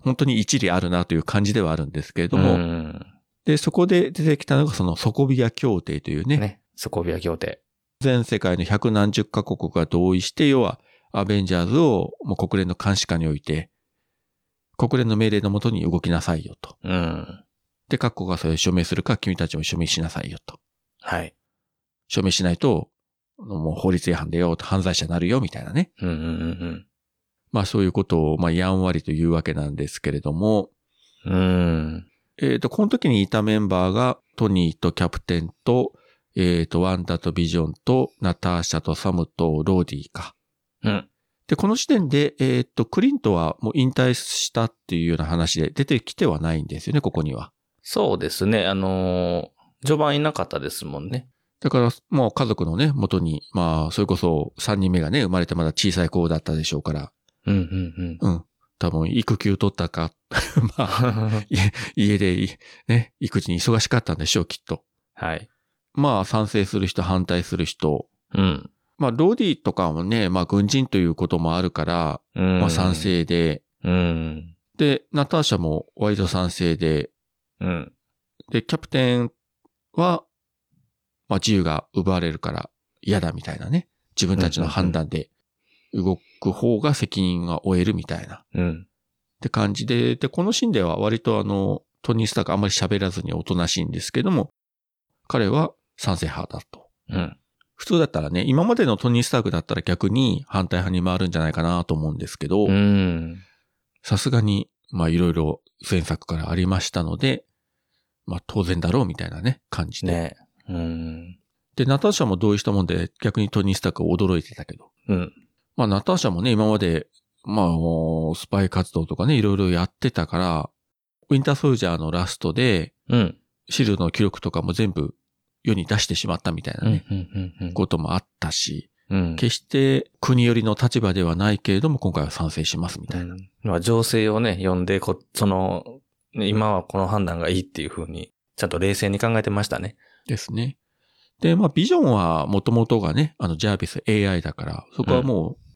[SPEAKER 2] 本当に一理あるなという感じではあるんですけれども、
[SPEAKER 1] うん
[SPEAKER 2] で、そこで出てきたのがその底ビア協定というね、
[SPEAKER 1] ね。ソコビア協定。
[SPEAKER 2] 全世界の百何十カ国が同意して、要はアベンジャーズをもう国連の監視下に置いて、国連の命令のもとに動きなさいよと。
[SPEAKER 1] うん。
[SPEAKER 2] で、各国がそれを署名するか、君たちも署名しなさいよと。
[SPEAKER 1] はい。
[SPEAKER 2] 署名しないと、もう法律違反だよ、犯罪者になるよ、みたいなね。
[SPEAKER 1] うんうんうん
[SPEAKER 2] まあそういうことを、まあやんわりというわけなんですけれども、
[SPEAKER 1] うん。うん。
[SPEAKER 2] えっ、と、この時にいたメンバーが、トニーとキャプテンと、えっ、と、ワンダとビジョンと、ナターシャとサムとローディか。
[SPEAKER 1] うん。
[SPEAKER 2] で、この時点で、えっ、と、クリントはもう引退したっていうような話で出てきてはないんですよね、ここには。
[SPEAKER 1] そうですね。あのー序盤いなかったですもんね。
[SPEAKER 2] だから、もう家族のね、元に、まあ、それこそ3人目がね、生まれてまだ小さい子だったでしょうから、
[SPEAKER 1] うんうん
[SPEAKER 2] うん。多分、育休取ったか、 まあ、
[SPEAKER 1] うん。
[SPEAKER 2] 家でい、ね、育児に忙しかったんでしょう、きっと。
[SPEAKER 1] はい。
[SPEAKER 2] まあ、賛成する人、反対する人、
[SPEAKER 1] うん。
[SPEAKER 2] まあ、ロディとかもね、まあ、軍人ということもあるから、
[SPEAKER 1] うん。
[SPEAKER 2] まあ、賛。成で、
[SPEAKER 1] うん。
[SPEAKER 2] で、ナターシャもワイド賛成で、
[SPEAKER 1] うん。
[SPEAKER 2] で、キャプテンは、まあ、自由が奪われるから嫌だみたいなね。自分たちの判断で動く方が責任が負えるみたいな。っ
[SPEAKER 1] うん。
[SPEAKER 2] て感じで、で、このシーンでは割とあの、トニー・スタークあんまり喋らずにおとなしいんですけども、彼は賛成派だと。
[SPEAKER 1] うん。
[SPEAKER 2] 普通だったらね、今までのトニー・スタークだったら逆に反対派に回るんじゃないかなと思うんですけど
[SPEAKER 1] う、ん。
[SPEAKER 2] さすがに、まあいろいろ前作からありましたので、まあ当然だろうみたいなね、感じで。
[SPEAKER 1] ね。うん。
[SPEAKER 2] で、ナターシャも同意したもんで、逆にトニー・スタークは驚いてたけど。
[SPEAKER 1] うん。
[SPEAKER 2] まあナターシャもね、今まで、まあもうスパイ活動とかね、いろいろやってたから、ウィンター・ソルジャーのラストで、
[SPEAKER 1] うん。
[SPEAKER 2] シルの記録とかも全部世に出してしまったみたいな
[SPEAKER 1] うん。う
[SPEAKER 2] ね、
[SPEAKER 1] ん。うん
[SPEAKER 2] こともあったし、
[SPEAKER 1] うん。
[SPEAKER 2] 決して国寄りの立場ではないけれども、今回は賛成しますみたいな。
[SPEAKER 1] うんまあ、情勢をね、読んで、こ、その、ね今はこの判断がいいっていうふうに、ちゃんと冷静に考えてましたね。
[SPEAKER 2] ですね。で、まあ、ビジョンはもともとがね、あの、ジャービス AI だから、そこはもう、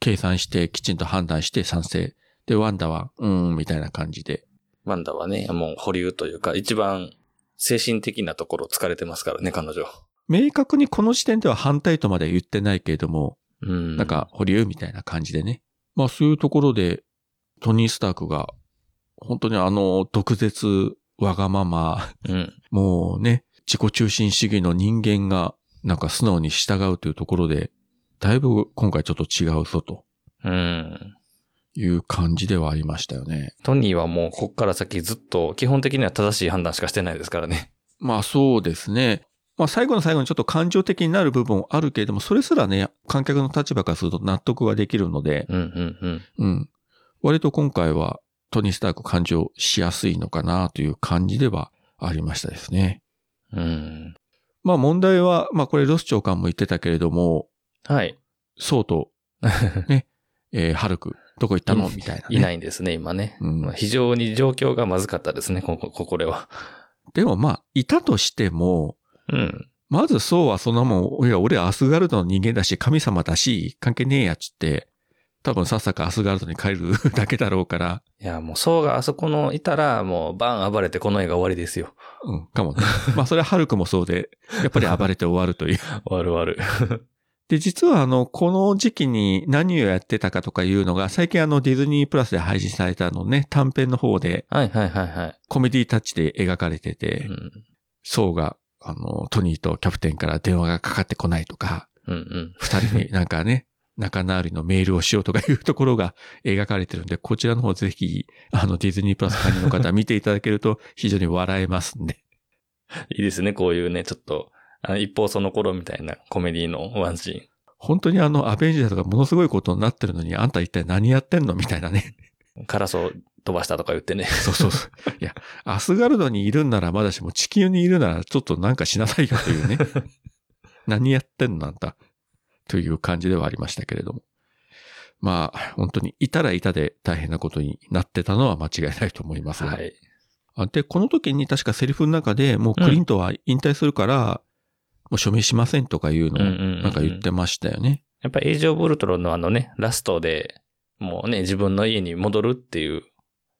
[SPEAKER 2] 計算して、きちんと判断して賛成。で、ワンダは、うーん、みたいな感じで。
[SPEAKER 1] ワンダはね、もう保留というか、一番精神的なところ疲れてますからね、彼女。
[SPEAKER 2] 明確にこの時点では反対とまでは言ってないけれども、
[SPEAKER 1] うん。
[SPEAKER 2] なん、か、保留みたいな感じでね。まあ、そういうところで、トニー・スタークが、本当にあの、毒舌、わがまま、
[SPEAKER 1] うん。
[SPEAKER 2] もうね、自己中心主義の人間が、なんか素直に従うというところで、だいぶ今回ちょっと違うぞと
[SPEAKER 1] うん。
[SPEAKER 2] いう感じではありましたよね。
[SPEAKER 1] トニーはもう、こっから先ずっと、基本的には正しい判断しかしてないですからね。
[SPEAKER 2] まあそうですね。まあ最後の最後にちょっと感情的になる部分あるけれども、それすらね、観客の立場からすると納得ができるので、
[SPEAKER 1] うん、うん、うん。
[SPEAKER 2] うん。割と今回はトニー・スターク感情しやすいのかなという感じではありましたですね。
[SPEAKER 1] うん。
[SPEAKER 2] まあ問題は、まあこれロス長官も言ってたけれども、
[SPEAKER 1] はい。
[SPEAKER 2] そうと、ね、えーハルク、どこ行ったの
[SPEAKER 1] うん
[SPEAKER 2] みたいな、ね。
[SPEAKER 1] いないんですね、今ね。
[SPEAKER 2] うん
[SPEAKER 1] まあ非常に状況がまずかったですね、ここ、ここでは。
[SPEAKER 2] でもまあ、いたとしても、
[SPEAKER 1] うん。
[SPEAKER 2] まずそうはそんなもん、いや、俺アスガルドの人間だし、神様だし、関係ねえやっつって、多分さっさかアスガルドに帰る だけだろうから、
[SPEAKER 1] いや、もう、そうがあそこのいたら、もう、バン暴れてこの絵が終わりですよ。
[SPEAKER 2] うん、かもね。まあそれはハルクもそうで、やっぱり暴れて終わるという。
[SPEAKER 1] 終わる終わる。
[SPEAKER 2] で、実はあの、この時期に何をやってたかとかいうのが、最近あのディズニープラスで配信されたあのね、短編の方で
[SPEAKER 1] はいはいはいはい。
[SPEAKER 2] コメディタッチで描かれてて、
[SPEAKER 1] うん。
[SPEAKER 2] ソウが、あの、トニーとキャプテンから電話がかかってこないとか、
[SPEAKER 1] うんうん。
[SPEAKER 2] 二人になんかね、仲直りのメールをしようとかいうところが描かれてるんで、こちらの方ぜひ、あの、ディズニープラス会員の方見ていただけると非常に笑えますんで。
[SPEAKER 1] いいですね、こういうね、ちょっと、あの一方その頃みたいなコメディのワンシーン。
[SPEAKER 2] 本当にあの、アベンジャーズがものすごいことになってるのに、あんた一体何やってんのみたいなね。
[SPEAKER 1] カラスを飛ばしたとか言って ね。
[SPEAKER 2] そうそうそう。いや、アスガルドにいるんならまだしも地球にいるならちょっとなんかしなさいよというね。何やってんのあんた。という感じではありましたけれども。まあ、本当にいたらいたで大変なことになってたのは間違いないと思いますが。
[SPEAKER 1] はい。
[SPEAKER 2] あで、この時に確かセリフの中でもうクリントは引退するから、もう署名しませんとかいう
[SPEAKER 1] うんうん
[SPEAKER 2] のを
[SPEAKER 1] うん。
[SPEAKER 2] なんか言ってましたよね。
[SPEAKER 1] やっぱエイジオブウルトロンのあのね、ラストで、もうね、自分の家に戻るっていう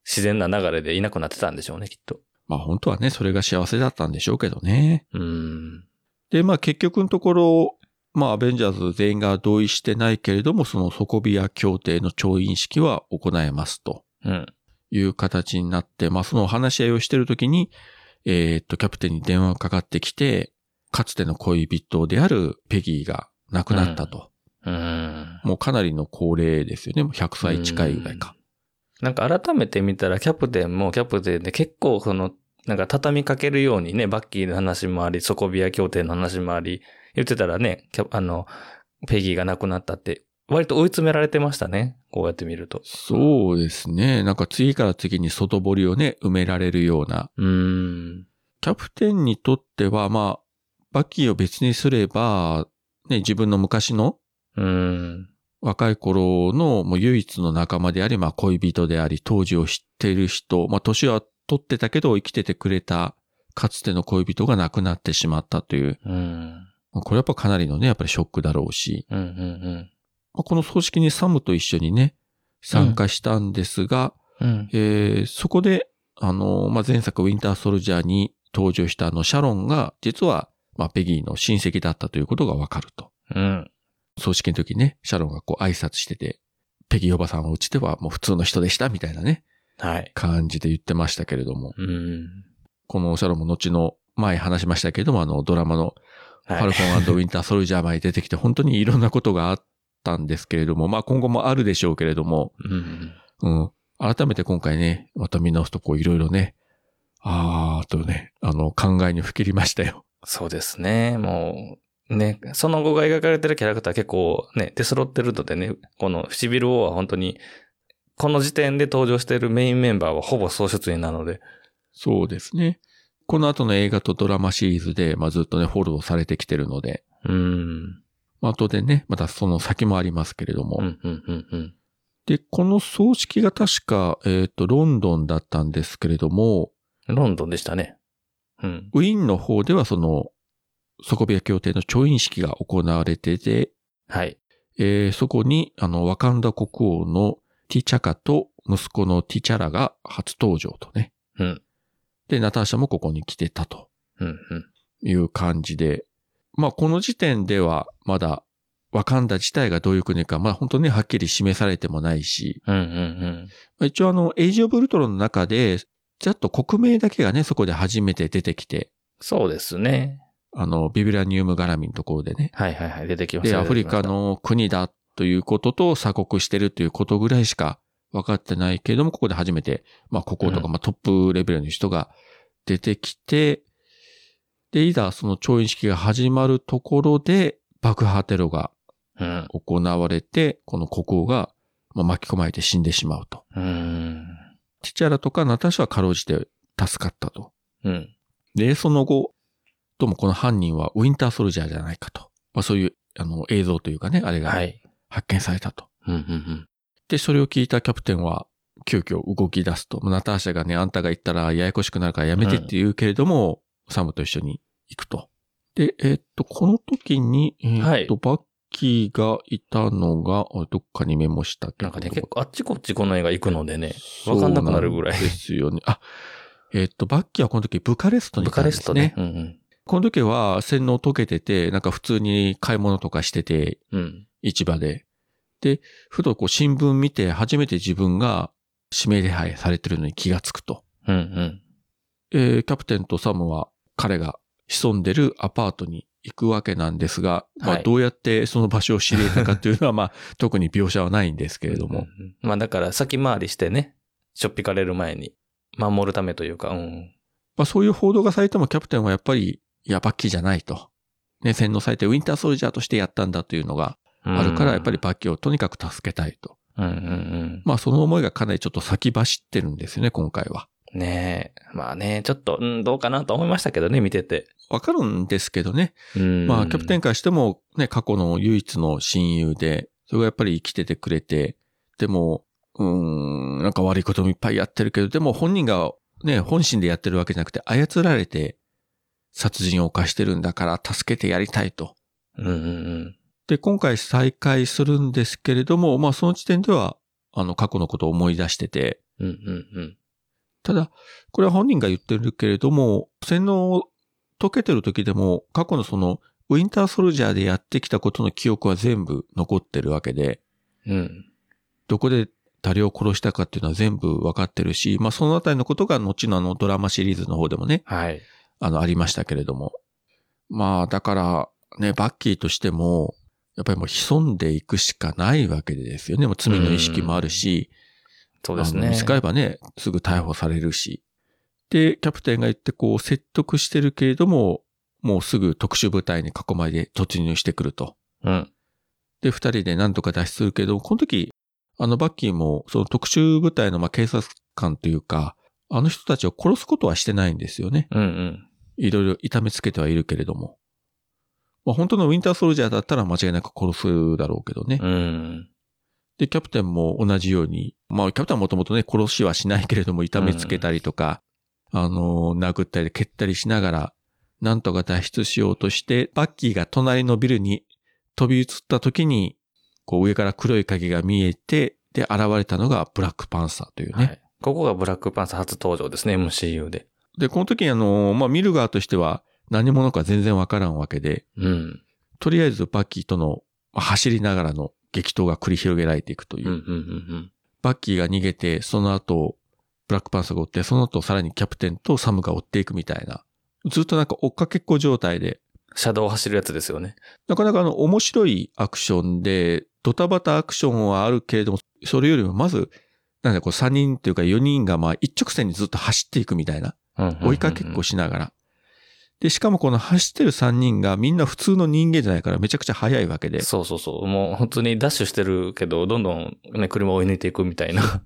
[SPEAKER 1] 自然な流れでいなくなってたんでしょうね、きっと。
[SPEAKER 2] まあ本当はね、それが幸せだったんでしょうけどね。
[SPEAKER 1] うーん。
[SPEAKER 2] で、まあ結局のところ、まあアベンジャーズ全員が同意してないけれども、その底ビア協定の調印式は行えますと
[SPEAKER 1] うん。
[SPEAKER 2] いう形になって、まあその話し合いをしてる時に、えーっと、キャプテンに電話がかかってきて、かつての恋人であるペギーが亡くなったと。
[SPEAKER 1] うーん。
[SPEAKER 2] もうかなりの高齢ですよね。もう100歳近いぐらいか。
[SPEAKER 1] なんか改めて見たら、キャプテンもキャプテンで結構その、なんか畳みかけるようにね、バッキーの話もあり、ソコビア協定の話もあり、言ってたらね、キャあの、ペギーが亡くなったって、割と追い詰められてましたね。こうやって見ると。
[SPEAKER 2] そうですね。なんか次から次に外堀をね、埋められるような。
[SPEAKER 1] うーん。
[SPEAKER 2] キャプテンにとっては、まあ、バッキーを別にすれば、ね、自分の昔の
[SPEAKER 1] うーん。
[SPEAKER 2] 若い頃のもう唯一の仲間であり、まあ恋人であり、当時を知っている人、まあ年は取ってたけど生きててくれた、かつての恋人が亡くなってしまったという、
[SPEAKER 1] うん。うん
[SPEAKER 2] まあこれやっぱかなりのね、やっぱりショックだろうし、
[SPEAKER 1] うんうん。
[SPEAKER 2] まあこの葬式にサムと一緒にね、参加したんですが、
[SPEAKER 1] うん。
[SPEAKER 2] えーそこで、あのーまあ、前作ウィンターソルジャーに登場したあのシャロンが、実は、まあ、ペギーの親戚だったということがわかると。
[SPEAKER 1] うん。
[SPEAKER 2] 葬式の時にね、シャロンがこう挨拶してて、ペギーおばさんはうちではもう普通の人でしたみたいなね、
[SPEAKER 1] はい。
[SPEAKER 2] 感じで言ってましたけれども、
[SPEAKER 1] うん。
[SPEAKER 2] このシャロンも後の前話しましたけれども、あのドラマの
[SPEAKER 1] は
[SPEAKER 2] ファル
[SPEAKER 1] い。
[SPEAKER 2] コンウィンターソルジャーまで出てきて、本当にいろんなことがあったんですけれども、まあ今後もあるでしょうけれども、
[SPEAKER 1] うん。
[SPEAKER 2] うん。改めて今回ね、また見直すとこういろいろね、あーっとね、あの、考えにふきりましたよ。
[SPEAKER 1] そうですね。もう、ね、その後が描かれてるキャラクター結構ね、出揃ってるのでね、このフシビル・ウォーは本当に、この時点で登場しているメインメンバーはほぼ総出演なので、
[SPEAKER 2] そうですね。この後の映画とドラマシリーズで、まあずっとね、フォローされてきてるので、
[SPEAKER 1] うん。
[SPEAKER 2] まあ後でね、またその先もありますけれども、
[SPEAKER 1] うん、うん、うん、うん。
[SPEAKER 2] で、この葬式が確か、えっ、と、ロンドンだったんですけれども、
[SPEAKER 1] ロンドンでしたね。うん。
[SPEAKER 2] ウィーンの方ではその、底部屋協定の調印式が行われてて、
[SPEAKER 1] はい。
[SPEAKER 2] えーそこに、あの、ワカンダ国王のティチャカと息子のティチャラが初登場とね。
[SPEAKER 1] うん。
[SPEAKER 2] で、ナターシャもここに来てたと
[SPEAKER 1] うん、うん。
[SPEAKER 2] いう感じで、まあ、この時点では、まだ、ワカンダ自体がどういう国か、まあ、本当にはっきり示されてもないし、
[SPEAKER 1] うん、うん、
[SPEAKER 2] まあ一応あの、エイジオブウルトロンの中で、ざっと国名だけがね、そこで初めて出てきて、
[SPEAKER 1] そうですね。
[SPEAKER 2] あの、ビビラニウム絡みのところでね。
[SPEAKER 1] はい、はい、はい。出てきまし
[SPEAKER 2] で、
[SPEAKER 1] た。
[SPEAKER 2] アフリカ
[SPEAKER 1] 出てきまし
[SPEAKER 2] の国だということと、鎖国してるということぐらいしか分かってないけれども、ここで初めて、まあ、こことか、
[SPEAKER 1] うん
[SPEAKER 2] まあ、トップレベルの人が出てきて、で、いざその調印式が始まるところで、爆破テロが
[SPEAKER 1] た。うん。
[SPEAKER 2] 行われて、この国王が、まあ、巻き込まれて死んでしまうと。
[SPEAKER 1] うん。
[SPEAKER 2] ティチャラとかナターシャはかろうじて助かったと。
[SPEAKER 1] うん。
[SPEAKER 2] で、その後、どうもこの犯人はウィンターソルジャーじゃないかと。まあそういう、あの、映像というかね、あれが
[SPEAKER 1] はい。
[SPEAKER 2] 発見されたと。
[SPEAKER 1] うん、うん、
[SPEAKER 2] で、それを聞いたキャプテンは、急遽動き出すと。まあナターシャがね、あんたが行ったらややこしくなるからやめてって言うけれども、サムと一緒に行くと。で、えーっと、この時に、えーっと、
[SPEAKER 1] はい
[SPEAKER 2] バッキーがいたのが、あどっかにメモした
[SPEAKER 1] う
[SPEAKER 2] け
[SPEAKER 1] ん。な
[SPEAKER 2] ど。
[SPEAKER 1] んかね、結構あっちこっちこの映画行くのでね。
[SPEAKER 2] そう
[SPEAKER 1] わかんなくなるぐらい
[SPEAKER 2] んですよね。あ、えっと、バッキーはこの時ブカレストにい
[SPEAKER 1] ブ
[SPEAKER 2] た
[SPEAKER 1] カ
[SPEAKER 2] んで
[SPEAKER 1] レ
[SPEAKER 2] す
[SPEAKER 1] ス
[SPEAKER 2] ね。
[SPEAKER 1] トね。うん
[SPEAKER 2] この時は洗脳解けてて、なんか普通に買い物とかしてて、
[SPEAKER 1] うん。うん。
[SPEAKER 2] 市場で。で、ふとこう新聞見て初めて自分が指名手配されてるのに気がつくと。
[SPEAKER 1] うんうん。
[SPEAKER 2] えーキャプテンとサムは彼が潜んでるアパートに行くわけなんですが、ま
[SPEAKER 1] は
[SPEAKER 2] あ
[SPEAKER 1] い
[SPEAKER 2] どうやってその場所を知り得たかっていうの はまあ特に描写はないんですけれど
[SPEAKER 1] うんう
[SPEAKER 2] も。
[SPEAKER 1] んまあだから先回りしてね、しょっぴかれる前に守るためというか、うん。
[SPEAKER 2] まあそういう報道がされてもキャプテンはやっぱり、いや、バッキーじゃないと。ね、洗脳されてウィンターソルジャーとしてやったんだというのがあるから、やっぱり。バッキーをとにかく助けたいと。
[SPEAKER 1] うんうんうん。
[SPEAKER 2] まあその思いがかなりちょっと先走ってるんですよね、今回は。
[SPEAKER 1] ねえ。まあね、ちょっと、うん、どうかなと思いましたけどね、見てて。
[SPEAKER 2] わかるんですけどね。
[SPEAKER 1] うん。
[SPEAKER 2] まあキャプテンからしてもね、過去の唯一の親友で、それがやっぱり生きててくれて、でも、うーん、なんか悪いこともいっぱいやってるけど、でも本人がね、本心でやってるわけじゃなくて、操られて殺人を犯してるんだから助けてやりたいと。
[SPEAKER 1] うんうんうん。
[SPEAKER 2] で、今回再会するんですけれども、まあその時点では、あの、過去のことを思い出してて、
[SPEAKER 1] うんうんうん。
[SPEAKER 2] ただ、これは本人が言ってるけれども、洗脳を解けてる時でも、過去のその、ウィンターソルジャーでやってきたことの記憶は全部残ってるわけで、
[SPEAKER 1] うん。
[SPEAKER 2] どこで誰を殺したかっていうのは全部わかってるし、まあそのあたりのことが後のあのドラマシリーズの方でもね、
[SPEAKER 1] はい。
[SPEAKER 2] あの、ありましたけれども。まあ、だから、ね、バッキーとしても、やっぱりもう潜んでいくしかないわけですよね。もう罪の意識もあるし、
[SPEAKER 1] そうです
[SPEAKER 2] あの
[SPEAKER 1] ね。
[SPEAKER 2] 見つかればね、すぐ逮捕されるし。で、キャプテンが言ってこう説得してるけれども、もうすぐ特殊部隊に囲まれて突入してくると。
[SPEAKER 1] うん。
[SPEAKER 2] で、二人で何とか脱出するけど、この時、あのバッキーも、その特殊部隊のまあ警察官というか、あの人たちを殺すことはしてないんですよね。
[SPEAKER 1] うんうん。
[SPEAKER 2] いろいろ痛めつけてはいるけれども。まあ本当のウィンターソルジャーだったら間違いなく殺すだろうけどね。
[SPEAKER 1] うん。
[SPEAKER 2] で、キャプテンも同じように、まあキャプテンはもともとね、殺しはしないけれども痛めつけたりとか、あのー、殴ったり蹴ったりしながら、なんとか脱出しようとして、バッキーが隣のビルに飛び移った時に、こう上から黒い影が見えて、で、現れたのがブラックパンサーというね。
[SPEAKER 1] はい。ここがブラックパンサー初登場ですね、MCU で。
[SPEAKER 2] で、この時にあのー、まあ見る側としては何者か全然わからんわけで、
[SPEAKER 1] うん。
[SPEAKER 2] とりあえずバッキーとのまあ走りながらの激闘が繰り広げられていくと
[SPEAKER 1] う
[SPEAKER 2] い
[SPEAKER 1] ん
[SPEAKER 2] う。
[SPEAKER 1] うんうん
[SPEAKER 2] バッキーが逃げて、その後、ブラックパンサーが追って、その後さらにキャプテンとサムが追っていくみたいな。ずっとなんか追っかけっこ状態
[SPEAKER 1] う
[SPEAKER 2] で、
[SPEAKER 1] ん。車道を走るやつですよね。
[SPEAKER 2] なかなかあの面白いアクションで、ドタバタアクションはあるけれども、それよりもまず、なんだこう3人というか4人がまあ一直線にずっと走っていくみたいな、追いかけっこ
[SPEAKER 1] し。
[SPEAKER 2] しながら。で、しかもこの走ってる3人がみんな普通の人間じゃないからめちゃくちゃ速いわけで、
[SPEAKER 1] そうそうそう。もう本当にダッシュしてるけど、どんどんね、車を追い抜いていくみたいな。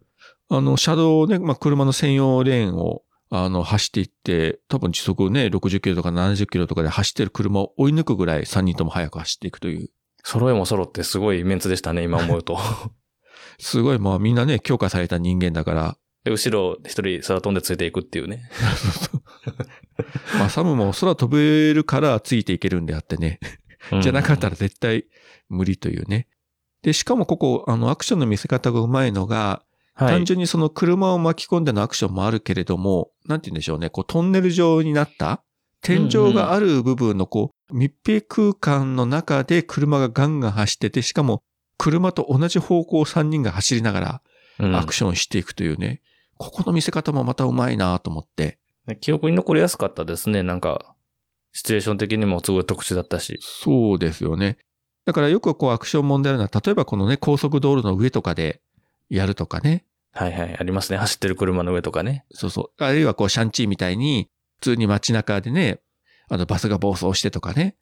[SPEAKER 2] あの、車道をね、まあ、車の専用レーンを、あの、走っていって、多分時速ね、60キロとか70キロとかで走ってる車を追い抜くぐらい3人とも速く走っていくという、
[SPEAKER 1] 揃えも揃ってすごいメンツでしたね、今思う と。
[SPEAKER 2] すごい、まあ、みんなね、強化された人間だから、
[SPEAKER 1] で、後ろ一人空飛んでついていくっていうね。
[SPEAKER 2] まあ、サムも空飛べるからついていけるんであってね、じゃなかったら絶対無理というね。で、しかもここ、あの、アクションの見せ方がうまいのが、
[SPEAKER 1] ら
[SPEAKER 2] 単純にその車を巻き込んでのアクションもあるけれども、なんて言うんでしょうね、こうトンネル状になった、天井がある部分のこう密閉空間の中で車がガンガン走ってて、しかも車と同じ方向を3人が走りなが
[SPEAKER 1] うん
[SPEAKER 2] らアクションしていくというね、ここの見せ方もまたうまいなと思って。
[SPEAKER 1] ね記憶に残りやすかったですね、なんか。シチュエーション的にもすごい特殊だったし。
[SPEAKER 2] そうですよね。だからよくこうアクション問題あるのは、例えばこのね、高速道路の上とかでやるとかね、
[SPEAKER 1] はいはい、ありますね。走ってる車の上とかね。
[SPEAKER 2] そうそう。あるいはこう、シャンチーみたいに、普通に街中でね、あの、バスが暴走してとかね、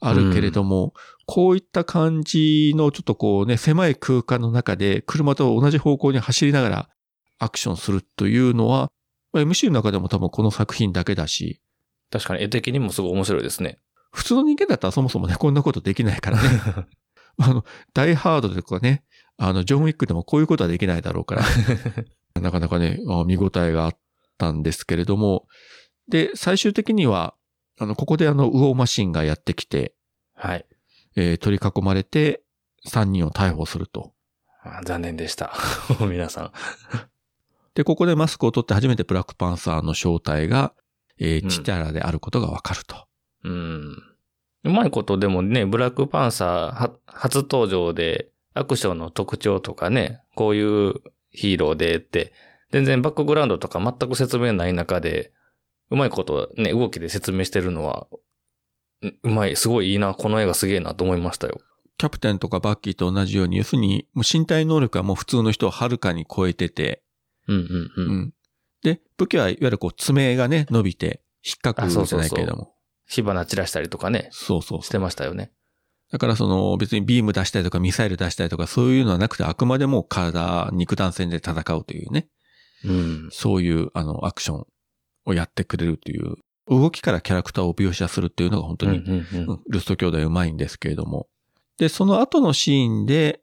[SPEAKER 2] あるけれども、こういった感じの、ちょっとこうね、狭い空間の中で、車と同じ方向に走りながら、アクションするというのは、まあ MC の中でも多分この作品だけだし、
[SPEAKER 1] 確かに絵的にもすごい面白いですね。
[SPEAKER 2] 普通の人間だったらそもそもね、こんなことできないからね。 あの、ダイハードとかね、あの、ジョン・ウィックでもこういうことはできないだろう から、なかなかね、あ見応えがあったんですけれども、で、最終的には、あの、ここであの、ウオーマシンがやってきて、
[SPEAKER 1] はい。
[SPEAKER 2] えー取り囲まれて、3人を逮捕すると。
[SPEAKER 1] あ残念でした。 皆さん。
[SPEAKER 2] で、ここでマスクを取って初めてブラックパンサーの正体が、えー
[SPEAKER 1] うん
[SPEAKER 2] チタラであることがわかると。
[SPEAKER 1] うん。うまいことでもね、ブラックパンサーは初登場でアクションの特徴とかね、こういうヒーローでって、全然バックグラウンドとか全く説明ない中で、うまいことね、動きで説明してるのは、ううまい、すごいいいな、この映画すげえなと思いましたよ。
[SPEAKER 2] キャプテンとかバッキーと同じように、要するに、もう身体能力はもう普通の人をはるかに超えてて、
[SPEAKER 1] うんうん
[SPEAKER 2] う
[SPEAKER 1] うん。
[SPEAKER 2] ん。で、武器はいわゆるこう爪がね、伸びて、引っかく
[SPEAKER 1] あそう
[SPEAKER 2] じ
[SPEAKER 1] そ
[SPEAKER 2] ゃ
[SPEAKER 1] うそう
[SPEAKER 2] ないけれども。
[SPEAKER 1] 火花散らしたりとかね、
[SPEAKER 2] そうそう
[SPEAKER 1] してましたよね。
[SPEAKER 2] だからその別にビーム出したりとかミサイル出したりとかそういうのはなくてあくまでも体、肉弾戦で戦うというね。
[SPEAKER 1] うん。
[SPEAKER 2] そういうあのアクションをやってくれるという。動きからキャラクターを描写するっていうのが本当
[SPEAKER 1] うんう
[SPEAKER 2] に、
[SPEAKER 1] んうん
[SPEAKER 2] うんルスト兄弟うまいんですけれども。で、その後のシーンで、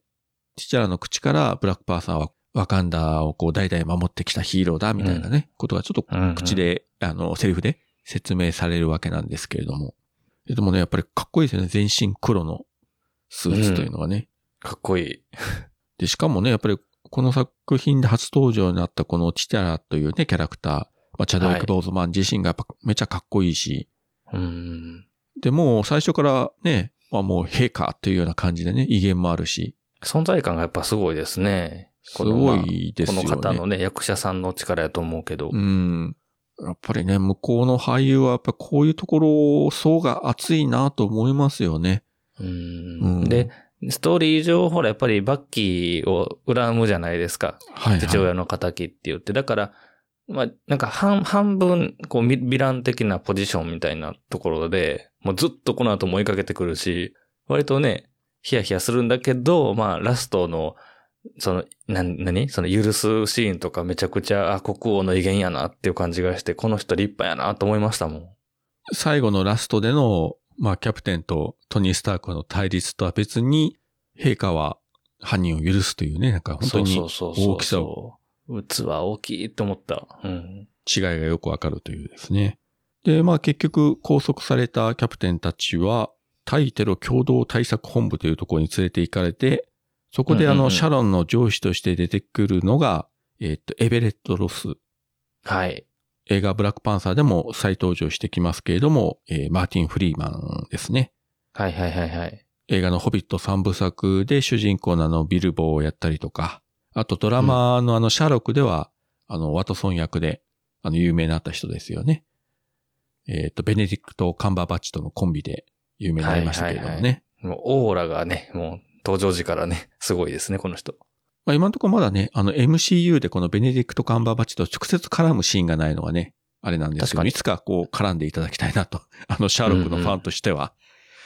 [SPEAKER 2] チチャラの口からブラックパーサーはワカンダをこう代々守ってきたヒーローだみたいなね、ことがちょっと
[SPEAKER 1] うんうん。
[SPEAKER 2] 口で、あの、セリフで説明されるわけなんですけれども。でもね、やっぱりかっこいいですよね。全身黒のスーツというのはね。
[SPEAKER 1] かっこいい。
[SPEAKER 2] で、しかもね、やっぱりこの作品で初登場になったこのチタラというね、キャラクター。まあ、チャドウィック・ボーズマン自身がやっぱめちゃかっこいいし。
[SPEAKER 1] うん。
[SPEAKER 2] で、もう最初からね、まあもう陛下っていうような感じでね、威厳もあるし。
[SPEAKER 1] 存在感がやっぱすごいですね。
[SPEAKER 2] す
[SPEAKER 1] この
[SPEAKER 2] ごいです
[SPEAKER 1] こ
[SPEAKER 2] よね。
[SPEAKER 1] の方のね、役者さんの力やと思うけど。
[SPEAKER 2] うん。やっぱりね、向こうの俳優はやっぱこういうところ、層が厚いなと思いますよね。
[SPEAKER 1] うん
[SPEAKER 2] うん
[SPEAKER 1] で、ストーリー上、ほら、やっぱりバッキーを恨むじゃないですか。
[SPEAKER 2] はい、はい。
[SPEAKER 1] 父親の仇って言って。だから、まあ、なんか半、半分、こう、みヴィラン的なポジションみたいなところで、もうずっとこの後も追いかけてくるし、割とね、ヒヤヒヤするんだけど、まあ、ラストの、その、な、なにその許すシーンとかめちゃくちゃ、あ、国王の威厳やなっていう感じがして、この人立派やなと思いましたもん。
[SPEAKER 2] 最後のラストでの、まあ、キャプテンとトニー・スタークの対立とは別に、陛下は犯人を許すというね、なんか本当に違
[SPEAKER 1] そうそ
[SPEAKER 2] い
[SPEAKER 1] うそうそう
[SPEAKER 2] 大きさ
[SPEAKER 1] 器大きいって思った。うん。
[SPEAKER 2] がよくわかるというですね。で、まあ結局拘束されたキャプテンたちは、対テロ共同対策本部というところに連れて行かれて、そこであ
[SPEAKER 1] うんうんう
[SPEAKER 2] の、
[SPEAKER 1] ん
[SPEAKER 2] シャロンの上司として出てくるのが、えっと、エベレット・ロス。
[SPEAKER 1] はい。
[SPEAKER 2] 映画ブラックパンサーでも再登場してきますけれども、えーマーティン・フリーマンですね。
[SPEAKER 1] はいはいはいはい。
[SPEAKER 2] 映画のホビット三部作で主人公のあのビルボーをやったりとか、あとドラマのあのシャーロックでは、あのワトソン役で、あの有名になった人ですよね。えっ、と、ベネディクト・カンバーバッチとのコンビで有名になりましたけれどもね。
[SPEAKER 1] はいはいもうオーラがね、もう登場時からね、 すごいですね、この人。
[SPEAKER 2] まあ、今のところまだね、あの MCU でこのベネディクト・カンバーバッチと直接絡むシーンがないのはね、あれなんです
[SPEAKER 1] 確か
[SPEAKER 2] けど、
[SPEAKER 1] に
[SPEAKER 2] いつかこう絡んでいただきたいなと、 あのシャーロックのファンとしては、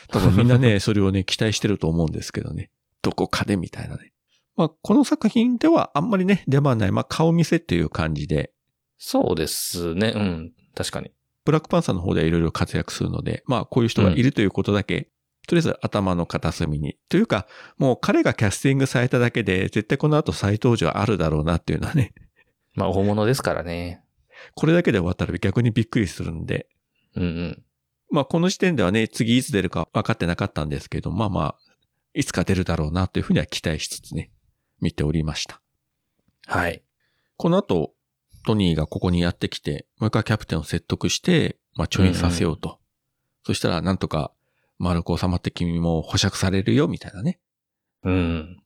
[SPEAKER 2] 多分みんなね、 それをね、期待してると思うんですけどね、どこかでみたいなね。まあ、この作品ではあんまりね、出番ない、まあ、顔見せっていう感じで、
[SPEAKER 1] そうですね、うん、確かに。
[SPEAKER 2] ブラックパンサーの方ではいろいろ活躍するので、まあこういう人がいるということだけ、とりあえず頭の片隅に。というか、もう彼がキャスティングされただけで、絶対この後再登場あるだろうなっていうのはね、
[SPEAKER 1] まあ、大物ですからね。
[SPEAKER 2] これだけで終わったら逆にびっくりするんで、
[SPEAKER 1] うんうん。
[SPEAKER 2] まあこの時点ではね、次いつ出るか分かってなかったんですけど、まあまあ、いつか出るだろうなというふうには期待しつつね、見ておりました。
[SPEAKER 1] はい。
[SPEAKER 2] この後、トニーがここにやってきて、もう一回キャプテンを説得して、まあ、チョインさせようと。そしたら、なんとか、丸く収まって君も保釈されるよ、みたいなね。
[SPEAKER 1] うん。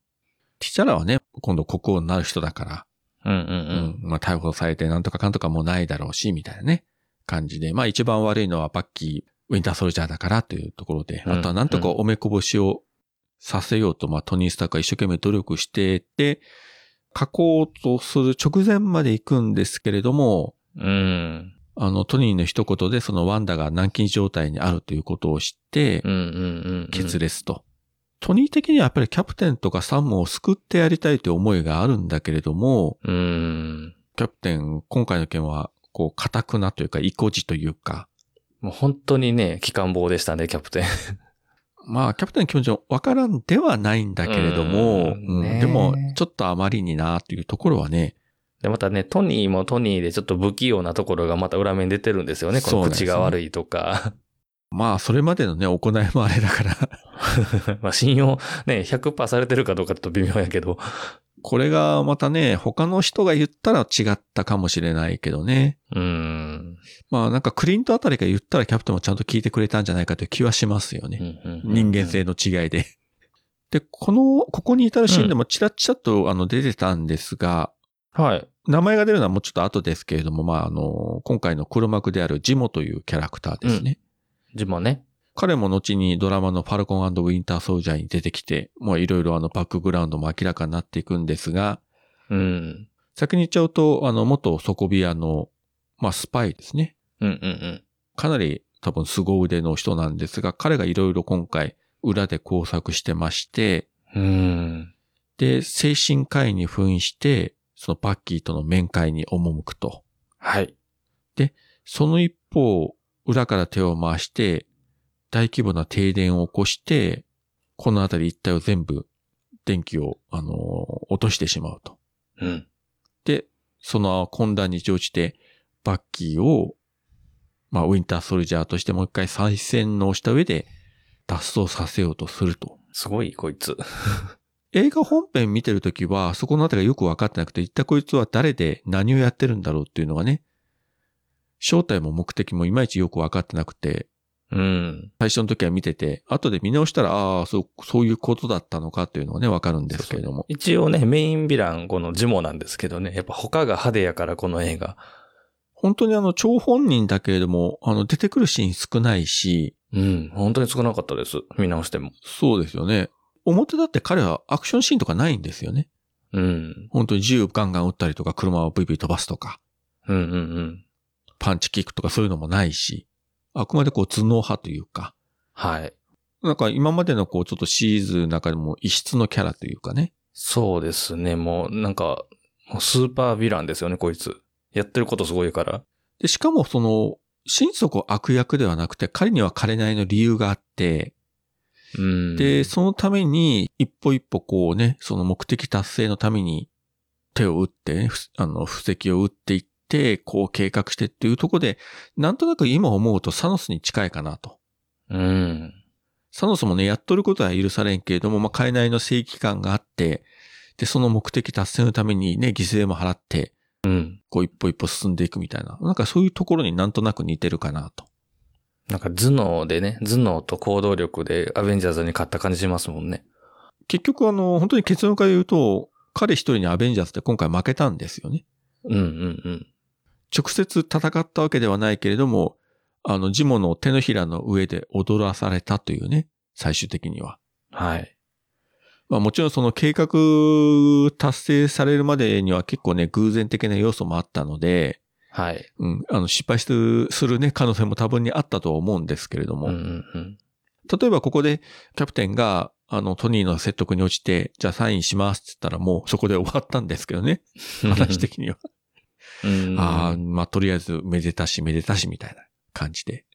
[SPEAKER 2] ティチャラはね、今度国王になる人だから、
[SPEAKER 1] うんうんう
[SPEAKER 2] うん
[SPEAKER 1] ん。、
[SPEAKER 2] まあ、逮捕されてなんとかかんとかもうないだろうし、みたいなね、感じで。まあ、一番悪いのはバッキー、ウィンターソルジャーだからというところで、
[SPEAKER 1] うん
[SPEAKER 2] あとはなんとか
[SPEAKER 1] うん
[SPEAKER 2] おめこぼしをさせようと、まあ、トニー・スタークが一生懸命努力してて、書こうとする直前まで行くんですけれども、
[SPEAKER 1] うん。
[SPEAKER 2] あの、トニーの一言でそのワンダが軟禁状態にあるということを知って
[SPEAKER 1] うんう、んうん。
[SPEAKER 2] 決裂と。トニー的にはやっぱりキャプテンとかサムを救ってやりたいという思いがあるんだけれども、
[SPEAKER 1] うん。
[SPEAKER 2] キャプテン、今回の件は、こう、固くなというか、意固地というか、
[SPEAKER 1] もう本当にね、機関棒でしたね、キャプテン。
[SPEAKER 2] まあ、キャプテンの気持ちもわからんではないんだけれども、
[SPEAKER 1] うん
[SPEAKER 2] うん
[SPEAKER 1] ね
[SPEAKER 2] でも、ちょっとあまりになというところはね、
[SPEAKER 1] で、またね、トニーもトニーでちょっと不器用なところがまた裏面に出てるんですよね。こ
[SPEAKER 2] そう
[SPEAKER 1] の
[SPEAKER 2] なんです
[SPEAKER 1] 口
[SPEAKER 2] ね
[SPEAKER 1] が悪いとか。
[SPEAKER 2] まあ、それまでのね、行いもあれだから、
[SPEAKER 1] まあ信用ね、100%されてるかどうかちょっと微妙やけど。
[SPEAKER 2] これがまたね、他の人が言ったら違ったかもしれないけどね。
[SPEAKER 1] うん。
[SPEAKER 2] まあなんかクリントあたりが言ったらキャプテンもちゃんと聞いてくれたんじゃないかという気はしますよ
[SPEAKER 1] う
[SPEAKER 2] ね。
[SPEAKER 1] んうんうん
[SPEAKER 2] 人間性の違いで。で、この、ここに至るシーンでもチラチラとあの出てたんですが、
[SPEAKER 1] はい。
[SPEAKER 2] 名前が出るのはもうちょっと後ですけれども、まああの、今回の黒幕であるジモというキャラクターですね。
[SPEAKER 1] 自分はね。
[SPEAKER 2] 彼も後にドラマのファルコンウィンターソルジャーに出てきて、もういろいろあのバックグラウンドも明らかになっていくんですが、
[SPEAKER 1] うん。
[SPEAKER 2] 先に言っちゃうと、あの、元ソコビアの、まあ、スパイですね。
[SPEAKER 1] うんうんうん。
[SPEAKER 2] かなり多分凄腕の人なんですが、彼がいろいろ今回、裏で工作してまして、
[SPEAKER 1] うん。
[SPEAKER 2] で、精神科医に扮して、そのバッキーとの面会に赴くと。
[SPEAKER 1] はい。
[SPEAKER 2] その一方、裏から手を回して、大規模な停電を起こして、この辺り一帯を全部、電気を、あの落としてしまうと。
[SPEAKER 1] うん。
[SPEAKER 2] で、その混乱に乗じて、バッキーを、まあ、ウィンターソルジャーとしてもう一回再洗脳した上で、脱走させようとすると。
[SPEAKER 1] すごい、こいつ。
[SPEAKER 2] 映画本編見てるときは、そこのあたりがよく分かってなくて、一体こいつは誰で何をやってるんだろうっていうのがね、正体も目的もいまいちよく分かってなくて、
[SPEAKER 1] うん。
[SPEAKER 2] 最初の時は見てて、後で見直したら、ああ、そう、そういうことだったのかっていうのがね、分かるんですけれども。
[SPEAKER 1] 一応ね、メインヴィラン、このジモなんですけどね。やっぱ他が派手やから、この映画。
[SPEAKER 2] 本当にあの、張本人だけれども、あの、出てくるシーン少ないし、
[SPEAKER 1] うん。本当に少なかったです。見直しても。
[SPEAKER 2] そうですよね。表だって彼はアクションシーンとかないんですよね。
[SPEAKER 1] うん。
[SPEAKER 2] 本当に銃ガンガン撃ったりとか、車をブイブイ飛ばすとか、
[SPEAKER 1] うんうんうん。
[SPEAKER 2] パンチキックとかそういうのもないし、あくまでこう頭脳派というか、
[SPEAKER 1] はい。
[SPEAKER 2] なんか今までのこうちょっとシリーズの中でも異質のキャラというかね。
[SPEAKER 1] そうですね。もう、なんか、もうスーパーヴィランですよね、こいつ。やってることすごいから。
[SPEAKER 2] で、しかもその、心底悪役ではなくて、彼には彼なりの理由があって、
[SPEAKER 1] うん。
[SPEAKER 2] で、そのために一歩一歩こうね、その目的達成のために手を打ってね、ふあの、布石を打っていって、こう計画してっていうところで、なんとなく今思うとサノスに近いかなと。
[SPEAKER 1] うん。
[SPEAKER 2] サノスもね、やっとることは許されんけれども、まあ、海内の正義感があって、で、その目的達成のためにね、犠牲も払って、
[SPEAKER 1] うん。
[SPEAKER 2] こう一歩一歩進んでいくみたいな。なんかそういうところになんとなく似てるかなと。
[SPEAKER 1] なんか頭脳でね、頭脳と行動力でアベンジャーズに勝った感じしますもんね。
[SPEAKER 2] 結局あの、本当に結論から言うと、彼一人にアベンジャーズって今回負けたんですよね。
[SPEAKER 1] うんうんうん。
[SPEAKER 2] 直接戦ったわけではないけれども、あの、ジモの手のひらの上で踊らされたというね、最終的には。
[SPEAKER 1] はい。
[SPEAKER 2] まあもちろんその計画達成されるまでには結構ね、偶然的な要素もあったので、
[SPEAKER 1] はい。
[SPEAKER 2] うん、あの、失敗するするね、可能性も多分にあったとは思うんですけれど
[SPEAKER 1] う
[SPEAKER 2] も、
[SPEAKER 1] んうんうん。
[SPEAKER 2] 例えばここでキャプテンが、あの、トニーの説得に応じて、じゃあサインしますって言ったらもうそこで終わったんですけどね、話的には。
[SPEAKER 1] うん。
[SPEAKER 2] ああ、まあ、とりあえず、めでたし、めでたし、みたいな感じで。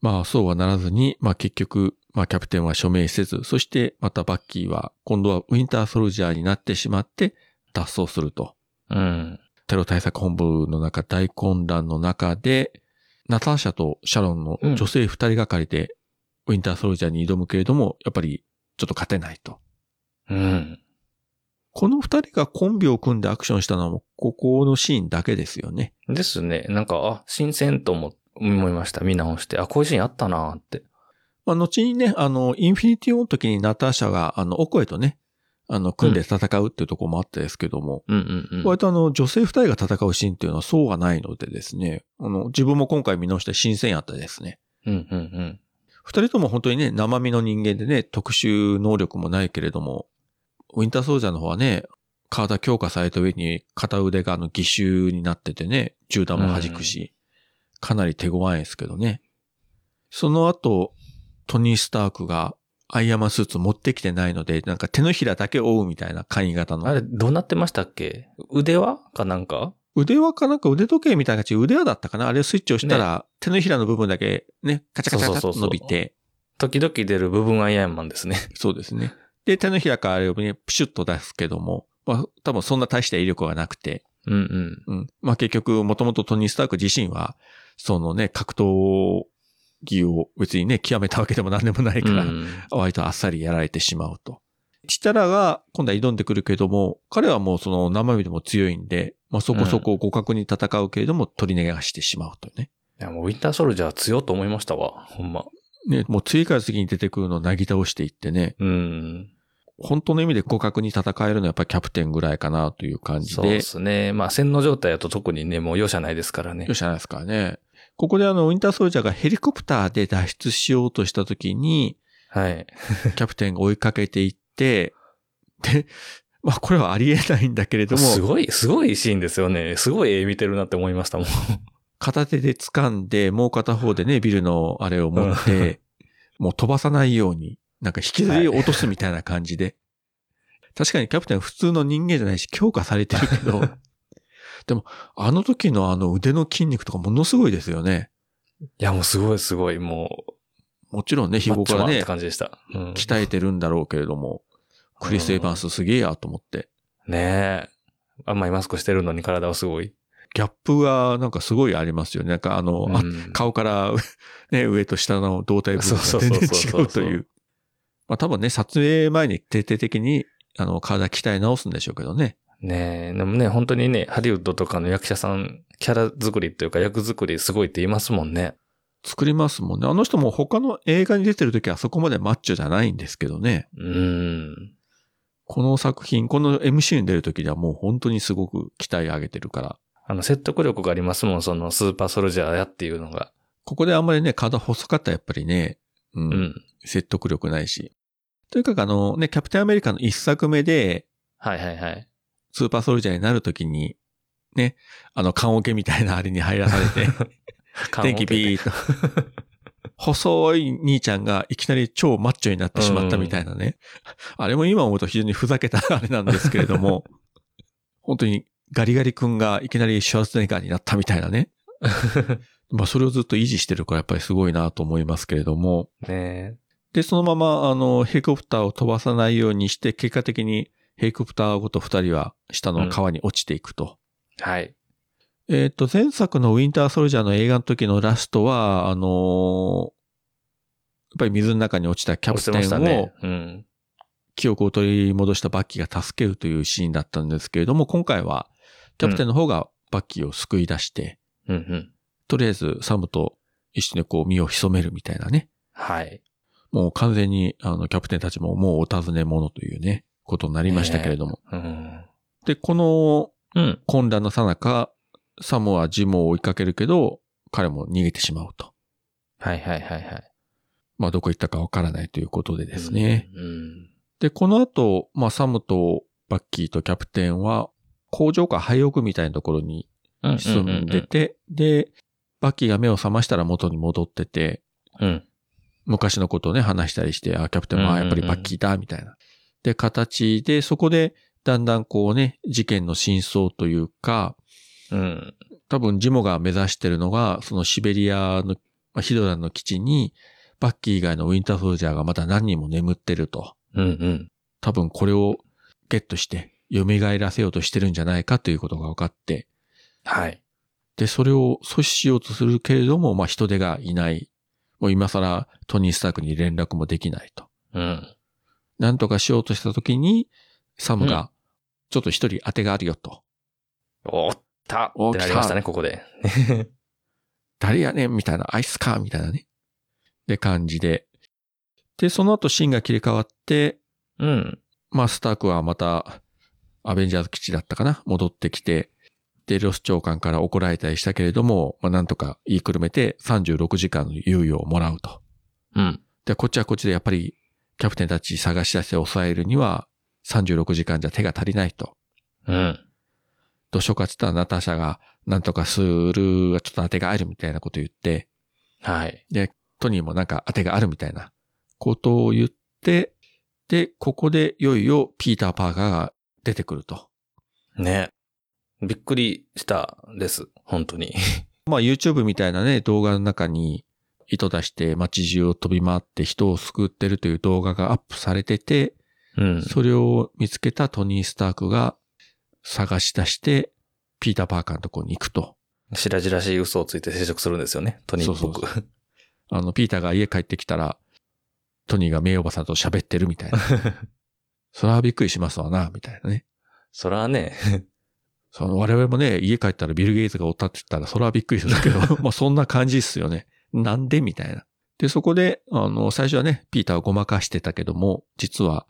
[SPEAKER 2] まあ、そうはならずに、まあ、結局、まあ、キャプテンは署名せず、そして、またバッキーは、今度はウィンターソルジャーになってしまって、脱走すると。
[SPEAKER 1] うん。
[SPEAKER 2] テロ対策本部の中、大混乱の中で、ナターシャとシャロンの女性二人がかりで、ウィンターソルジャーに挑むけれども、やっぱり、ちょっと勝てないと。
[SPEAKER 1] うん。
[SPEAKER 2] この二人がコンビを組んでアクションしたのはもう、ここのシーンだけですよね。
[SPEAKER 1] ですね。なんか、あ、新鮮とも思いました。見直して。あ、こういうシーンあったなーって。
[SPEAKER 2] まあ、後にね、あの、インフィニティオンの時にナターシャが、あの、オコエとね、あの、組んで戦うっていうところもあったですけども、
[SPEAKER 1] うんうんうん。
[SPEAKER 2] 割とあの、女性二人が戦うシーンっていうのはそうはないのでですね、あの、自分も今回見直して新鮮やったですね。
[SPEAKER 1] うんうんうん。
[SPEAKER 2] 二人とも本当にね、生身の人間でね、特殊能力もないけれども、ウィンターソルジャーの方はね、体強化された上に片腕があの、義手になっててね、銃弾も弾くし、かなり手強いですけどね。その後、トニー・スタークがアイアンマンスーツ持ってきてないので、なんか手のひらだけ覆うみたいな簡易型
[SPEAKER 1] あ
[SPEAKER 2] の。
[SPEAKER 1] れ、どうなってましたっけ腕輪かなんか
[SPEAKER 2] 腕輪かなんか腕時計みたいな感じ、腕輪だったかなあれをスイッチをしたら、手のひらの部分だけね、カチャカチャカチャっと伸びて、
[SPEAKER 1] そうそう時々出る部分アイアンマンですね。
[SPEAKER 2] そうですね。で、手のひらからあれをね、プシュッと出すけども、まあ、多分そんな大した威力はなくて、
[SPEAKER 1] うんうん。
[SPEAKER 2] うん。まあ、結局、もともとトニー・スターク自身は、そのね、格闘技を別にね、極めたわけでも何でもないから、
[SPEAKER 1] うん
[SPEAKER 2] 割とあっさりやられてしまうと。チタラが今度は挑んでくるけども、彼はもうその生身でも強いんで、まあ、そこそこ互角に戦うけれども、取り逃がしてしまうというね。
[SPEAKER 1] いや、もうウィンターソルジャー強いと思いましたわ。ほんま。
[SPEAKER 2] ね、もう次から次に出てくるのをなぎ倒していってね、
[SPEAKER 1] うん。
[SPEAKER 2] 本当の意味で互角に戦えるのはやっぱりキャプテンぐらいかなという感じ
[SPEAKER 1] そうで
[SPEAKER 2] で。
[SPEAKER 1] すね。まあ、洗脳状態だと特にね、もう容赦ないですからね
[SPEAKER 2] よ。しじゃないですかね。ここであの、ウィンターソルジャーがヘリコプターで脱出しようとした 時に、
[SPEAKER 1] はい。
[SPEAKER 2] キャプテンが追いかけていって、で、まあこれはありえないんだけれど
[SPEAKER 1] す
[SPEAKER 2] も、
[SPEAKER 1] ごい、すごいシーンですよね。すごい絵見てるなって思いましたもん。
[SPEAKER 2] 片手で掴んで、もう片方でね、ビルのあれを 持って、もう飛ばさないように、なんか引きずり落とすみたいな感じで。確かにキャプテン普通の人間じゃないし、強化されてるけ ど、でも、あの時のあの腕の筋肉とかものすごいですよね。
[SPEAKER 1] いや、もうすごいすごい、も
[SPEAKER 2] もちろんね、
[SPEAKER 1] う、
[SPEAKER 2] 日頃か
[SPEAKER 1] マ
[SPEAKER 2] ら
[SPEAKER 1] ッチョマンっ
[SPEAKER 2] ね
[SPEAKER 1] て、感じでした。うん
[SPEAKER 2] 鍛えてるんだろうけれども、クリス・エヴァンスすげえやと思って。
[SPEAKER 1] ねえ。あんまりマスクしてるのに体はすごい。
[SPEAKER 2] ギャップがなんかすごいありますよね。なんかあの、あ
[SPEAKER 1] うん
[SPEAKER 2] 顔から、ね、上と下の胴体部分
[SPEAKER 1] そ
[SPEAKER 2] が
[SPEAKER 1] うそう
[SPEAKER 2] 全
[SPEAKER 1] そう
[SPEAKER 2] 然
[SPEAKER 1] そう
[SPEAKER 2] 違うという。まあ多分ね、撮影前に徹底的に、あの、体鍛え直すんでしょうけどね。
[SPEAKER 1] ねえ、でもね、本当にね、ハリウッドとかの役者さん、キャラ作りというか役作りすごいって言いますもんね。
[SPEAKER 2] 作りますもんね。あの人も他の映画に出てる時はそこまでマッチョじゃないんですけどね。
[SPEAKER 1] うん。
[SPEAKER 2] この作品、この MC に出る時ではもう本当にすごく鍛え上げてるから。
[SPEAKER 1] あの、説得力がありますもん、そのスーパーソルジャーやっていうのが。
[SPEAKER 2] ここであんまりね、体細かったらやっぱりね、う、
[SPEAKER 1] うんん。
[SPEAKER 2] 説得力ないし。とにかくあのね、キャプテンアメリカの一作目で、
[SPEAKER 1] はいはい はい。
[SPEAKER 2] スーパーソルジャーになるときに、ね、あの、缶桶みたいなあれに入らされて、電気ビ
[SPEAKER 1] ー
[SPEAKER 2] ーッと。細い兄ちゃんがいきなり超マッチョになってしまったみたいなね。あれも今思うと非常にふざけたあれなんですけれども、本当にガリガリ君がいきなりシュワルツェネッガーになったみたいなね。まあそれをずっと維持してるからやっぱりすごいなと思いますけれども。
[SPEAKER 1] ね
[SPEAKER 2] で、そのまま、あの、ヘリコプターを飛ばさないようにして、結果的にヘリコプターごと二人は下の川に落ちていくと。
[SPEAKER 1] え。はい。
[SPEAKER 2] えっ、と、前作のウィンターソルジャーの映画の時のラストは、あのーやっぱり水の中に落ちたキャ
[SPEAKER 1] 押
[SPEAKER 2] プ
[SPEAKER 1] して
[SPEAKER 2] テ
[SPEAKER 1] ました
[SPEAKER 2] ンを
[SPEAKER 1] ね。うん。
[SPEAKER 2] 記憶を取り戻したバッキーが助けるというシーンだったんですけれども、今回はキャプテンの方がバッキーを救い出して、
[SPEAKER 1] うんうん。
[SPEAKER 2] とりあえずサムと一緒にこう身を潜めるみたいなね。
[SPEAKER 1] はい。
[SPEAKER 2] もう完全にあのキャプテンたちももうお尋ね者というね、ことになりましたけれども。
[SPEAKER 1] うん。
[SPEAKER 2] で、この
[SPEAKER 1] うん。
[SPEAKER 2] 混乱の最中サムはジモを追いかけるけど、彼も逃げてしまうと。
[SPEAKER 1] はいはいはいはい。
[SPEAKER 2] まあ、どこ行ったかわからないということでですね。
[SPEAKER 1] うん。うん。
[SPEAKER 2] で、この後、まあ、サムとバッキーとキャプテンは、工場か廃屋みたいなところに
[SPEAKER 1] うう
[SPEAKER 2] 住んで。て、で、バッキーが目を覚ましたら元に戻ってて、
[SPEAKER 1] うん。
[SPEAKER 2] 昔のことをね、話したりして、あ、キャプテンも、
[SPEAKER 1] う
[SPEAKER 2] あ
[SPEAKER 1] ん
[SPEAKER 2] や
[SPEAKER 1] うんう
[SPEAKER 2] っ
[SPEAKER 1] ん
[SPEAKER 2] ぱりバッキーだ、みたいな。で、形で、そこで、だんだんこうね、事件の真相というか、
[SPEAKER 1] うん。
[SPEAKER 2] 多分ジモが目指してるのが、そのシベリアの、まあヒドラの基地に、バッキー以外のウィンターソルジャーがまだ何人も眠ってると。
[SPEAKER 1] うんうん。
[SPEAKER 2] 多分これをゲットして、蘇らせようとしてるんじゃないかということが分かって、
[SPEAKER 1] はい。
[SPEAKER 2] で、それを阻止しようとするけれども、まあ人手がいない。もう今更トニー・スタークに連絡もできないと。
[SPEAKER 1] うん。
[SPEAKER 2] なんとかしようとした時に、サムが、ちょっと一人当てがあるよと。
[SPEAKER 1] おった
[SPEAKER 2] お
[SPEAKER 1] ってなりましたね、
[SPEAKER 2] 来
[SPEAKER 1] ここで。
[SPEAKER 2] 誰やねんみたいな、アイスかみたいなね。って感じで。で、その後シーンが切り替わって、
[SPEAKER 1] うん。
[SPEAKER 2] まあ、スタークはまた、アベンジャーズ基地だったかな戻ってきて、で、ロス長官から怒られたりしたけれども、まあ、なんとか言いくるめて36時間の猶予をもらうと。
[SPEAKER 1] うん。
[SPEAKER 2] で、こっちはこっちでやっぱり、キャプテンたち探し出して抑えるには、36時間じゃ手が足りないと。
[SPEAKER 1] うん。
[SPEAKER 2] どうしようかって言ったらナターシャが、なんとかするがちょっと当てがあるみたいなこと言って、
[SPEAKER 1] はい。
[SPEAKER 2] トニーもなんか当てがあるみたいなことを言って、で、ここでいよいよピーター・パーカーが出てくると。
[SPEAKER 1] ね。びっくりしたです。本当に。
[SPEAKER 2] まあ YouTube みたいなね、動画の中に糸出して街中を飛び回って人を救ってるという動画がアップされてて、
[SPEAKER 1] うん。
[SPEAKER 2] それを見つけたトニー・スタークが探し出して、ピーター・パーカーのところに行くと。
[SPEAKER 1] 白々しい嘘をついて接触するんですよね。トニーっぽ
[SPEAKER 2] そ
[SPEAKER 1] く。
[SPEAKER 2] あの、ピーターが家帰ってきたら、トニーが名おばさんと喋ってるみたいな。それはびっくりしますわな、みたいなね。
[SPEAKER 1] そらね。
[SPEAKER 2] その我々もね、家帰ったらビル・ゲイツがおったって言ったら、それはびっくりするけど、まあそんな感じっすよね。なんでみたいな。で、そこで、あの、最初はね、ピーターをごまかしてたけども、実は、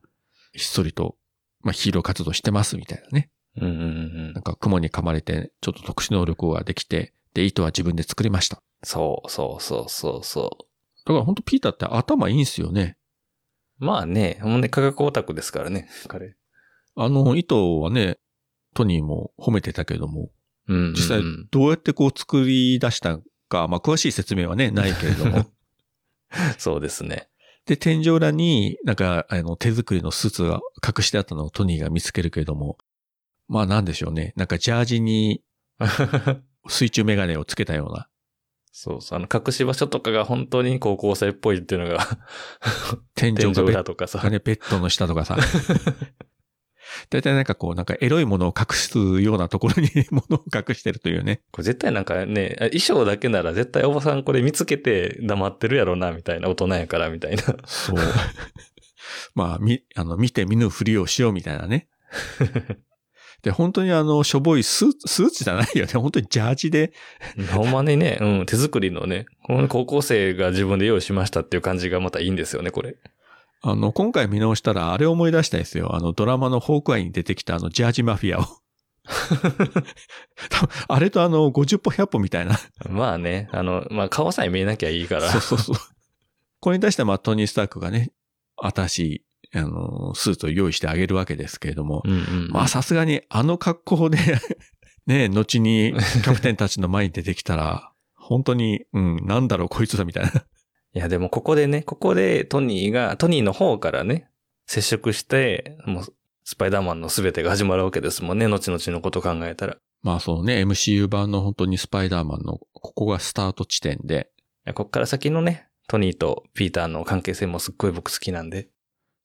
[SPEAKER 2] ひっそりと、まあヒーロー活動してますみたいなね。
[SPEAKER 1] うんうんうんう
[SPEAKER 2] なん
[SPEAKER 1] ん。
[SPEAKER 2] か雲に噛まれて、ちょっと特殊能力ができて、で、糸は自分で作りました。
[SPEAKER 1] そうそうそうそうそ
[SPEAKER 2] だから本当ピーターって頭いいんすよね。
[SPEAKER 1] う。まあね、もうね、科学オタクですからね、彼。
[SPEAKER 2] あの、糸はね、トニーも褒めてたけども、
[SPEAKER 1] うんうんうん。
[SPEAKER 2] 実際どうやってこう作り出したか、まあ詳しい説明はね、ないけれども。
[SPEAKER 1] そうですね。
[SPEAKER 2] で、天井裏になんか、あの、手作りのスーツが隠してあったのをトニーが見つけるけれども、まあなんでしょうね。なんかジャージに水中メガネをつけたような。
[SPEAKER 1] そうそう。あの、隠し場所とかが本当に高校生っぽいっていうのが、
[SPEAKER 2] 天井
[SPEAKER 1] 天
[SPEAKER 2] が
[SPEAKER 1] 井
[SPEAKER 2] ベ
[SPEAKER 1] だ
[SPEAKER 2] ッ
[SPEAKER 1] とかさ
[SPEAKER 2] ド、。ね、ベッドの下と かさ。だいたいなんかこう、なんかエロいものを隠すようなところに 物を隠してるというね。
[SPEAKER 1] これ絶対なんかね、衣装だけなら絶対おばさんこれ見つけて黙ってるやろな、みたいな。大人やから、みたいな。
[SPEAKER 2] そう。まあ、み、あの、見て見ぬふりをしようみたいなね。で、本当にあの、しょぼいスーツ、スーツじゃないよね。本当にジャージで
[SPEAKER 1] ほんまにね、うん、手作りのね、この高校生が自分で用意しましたっていう感じがまたいいんですよね、これ。
[SPEAKER 2] あの、今回見直したら、あれ思い出したんですよ。あの、ドラマのホークアイに出てきたあの、ジャージマフィアを。多分あれとあの、50歩100歩みたいな。
[SPEAKER 1] まあね、あの、まあ顔さえ見えなきゃいいから。
[SPEAKER 2] そうそうそう。これに対して、まあ、トニー・スタークがね、新しい、あの、スーツを用意してあげるわけですけれども、
[SPEAKER 1] うんうん。
[SPEAKER 2] まあ、さすがにあの格好で、ね、後にキャプテンたちの前に出てきた ら、本当に、うん、なんだろう、こいつだみたいな。
[SPEAKER 1] いや、でもここでね、ここでトニーが、トニーの方からね、接触して、もう、スパイダーマンの全てが始まるわけですもんね、後々のこと考えたら。い
[SPEAKER 2] まあ、そのね、MCU 版の本当にスパイダーマンの、ここがスタート地点で、
[SPEAKER 1] やこっから先のね、トニーとピーターの関係性もすっごい僕好きなんで。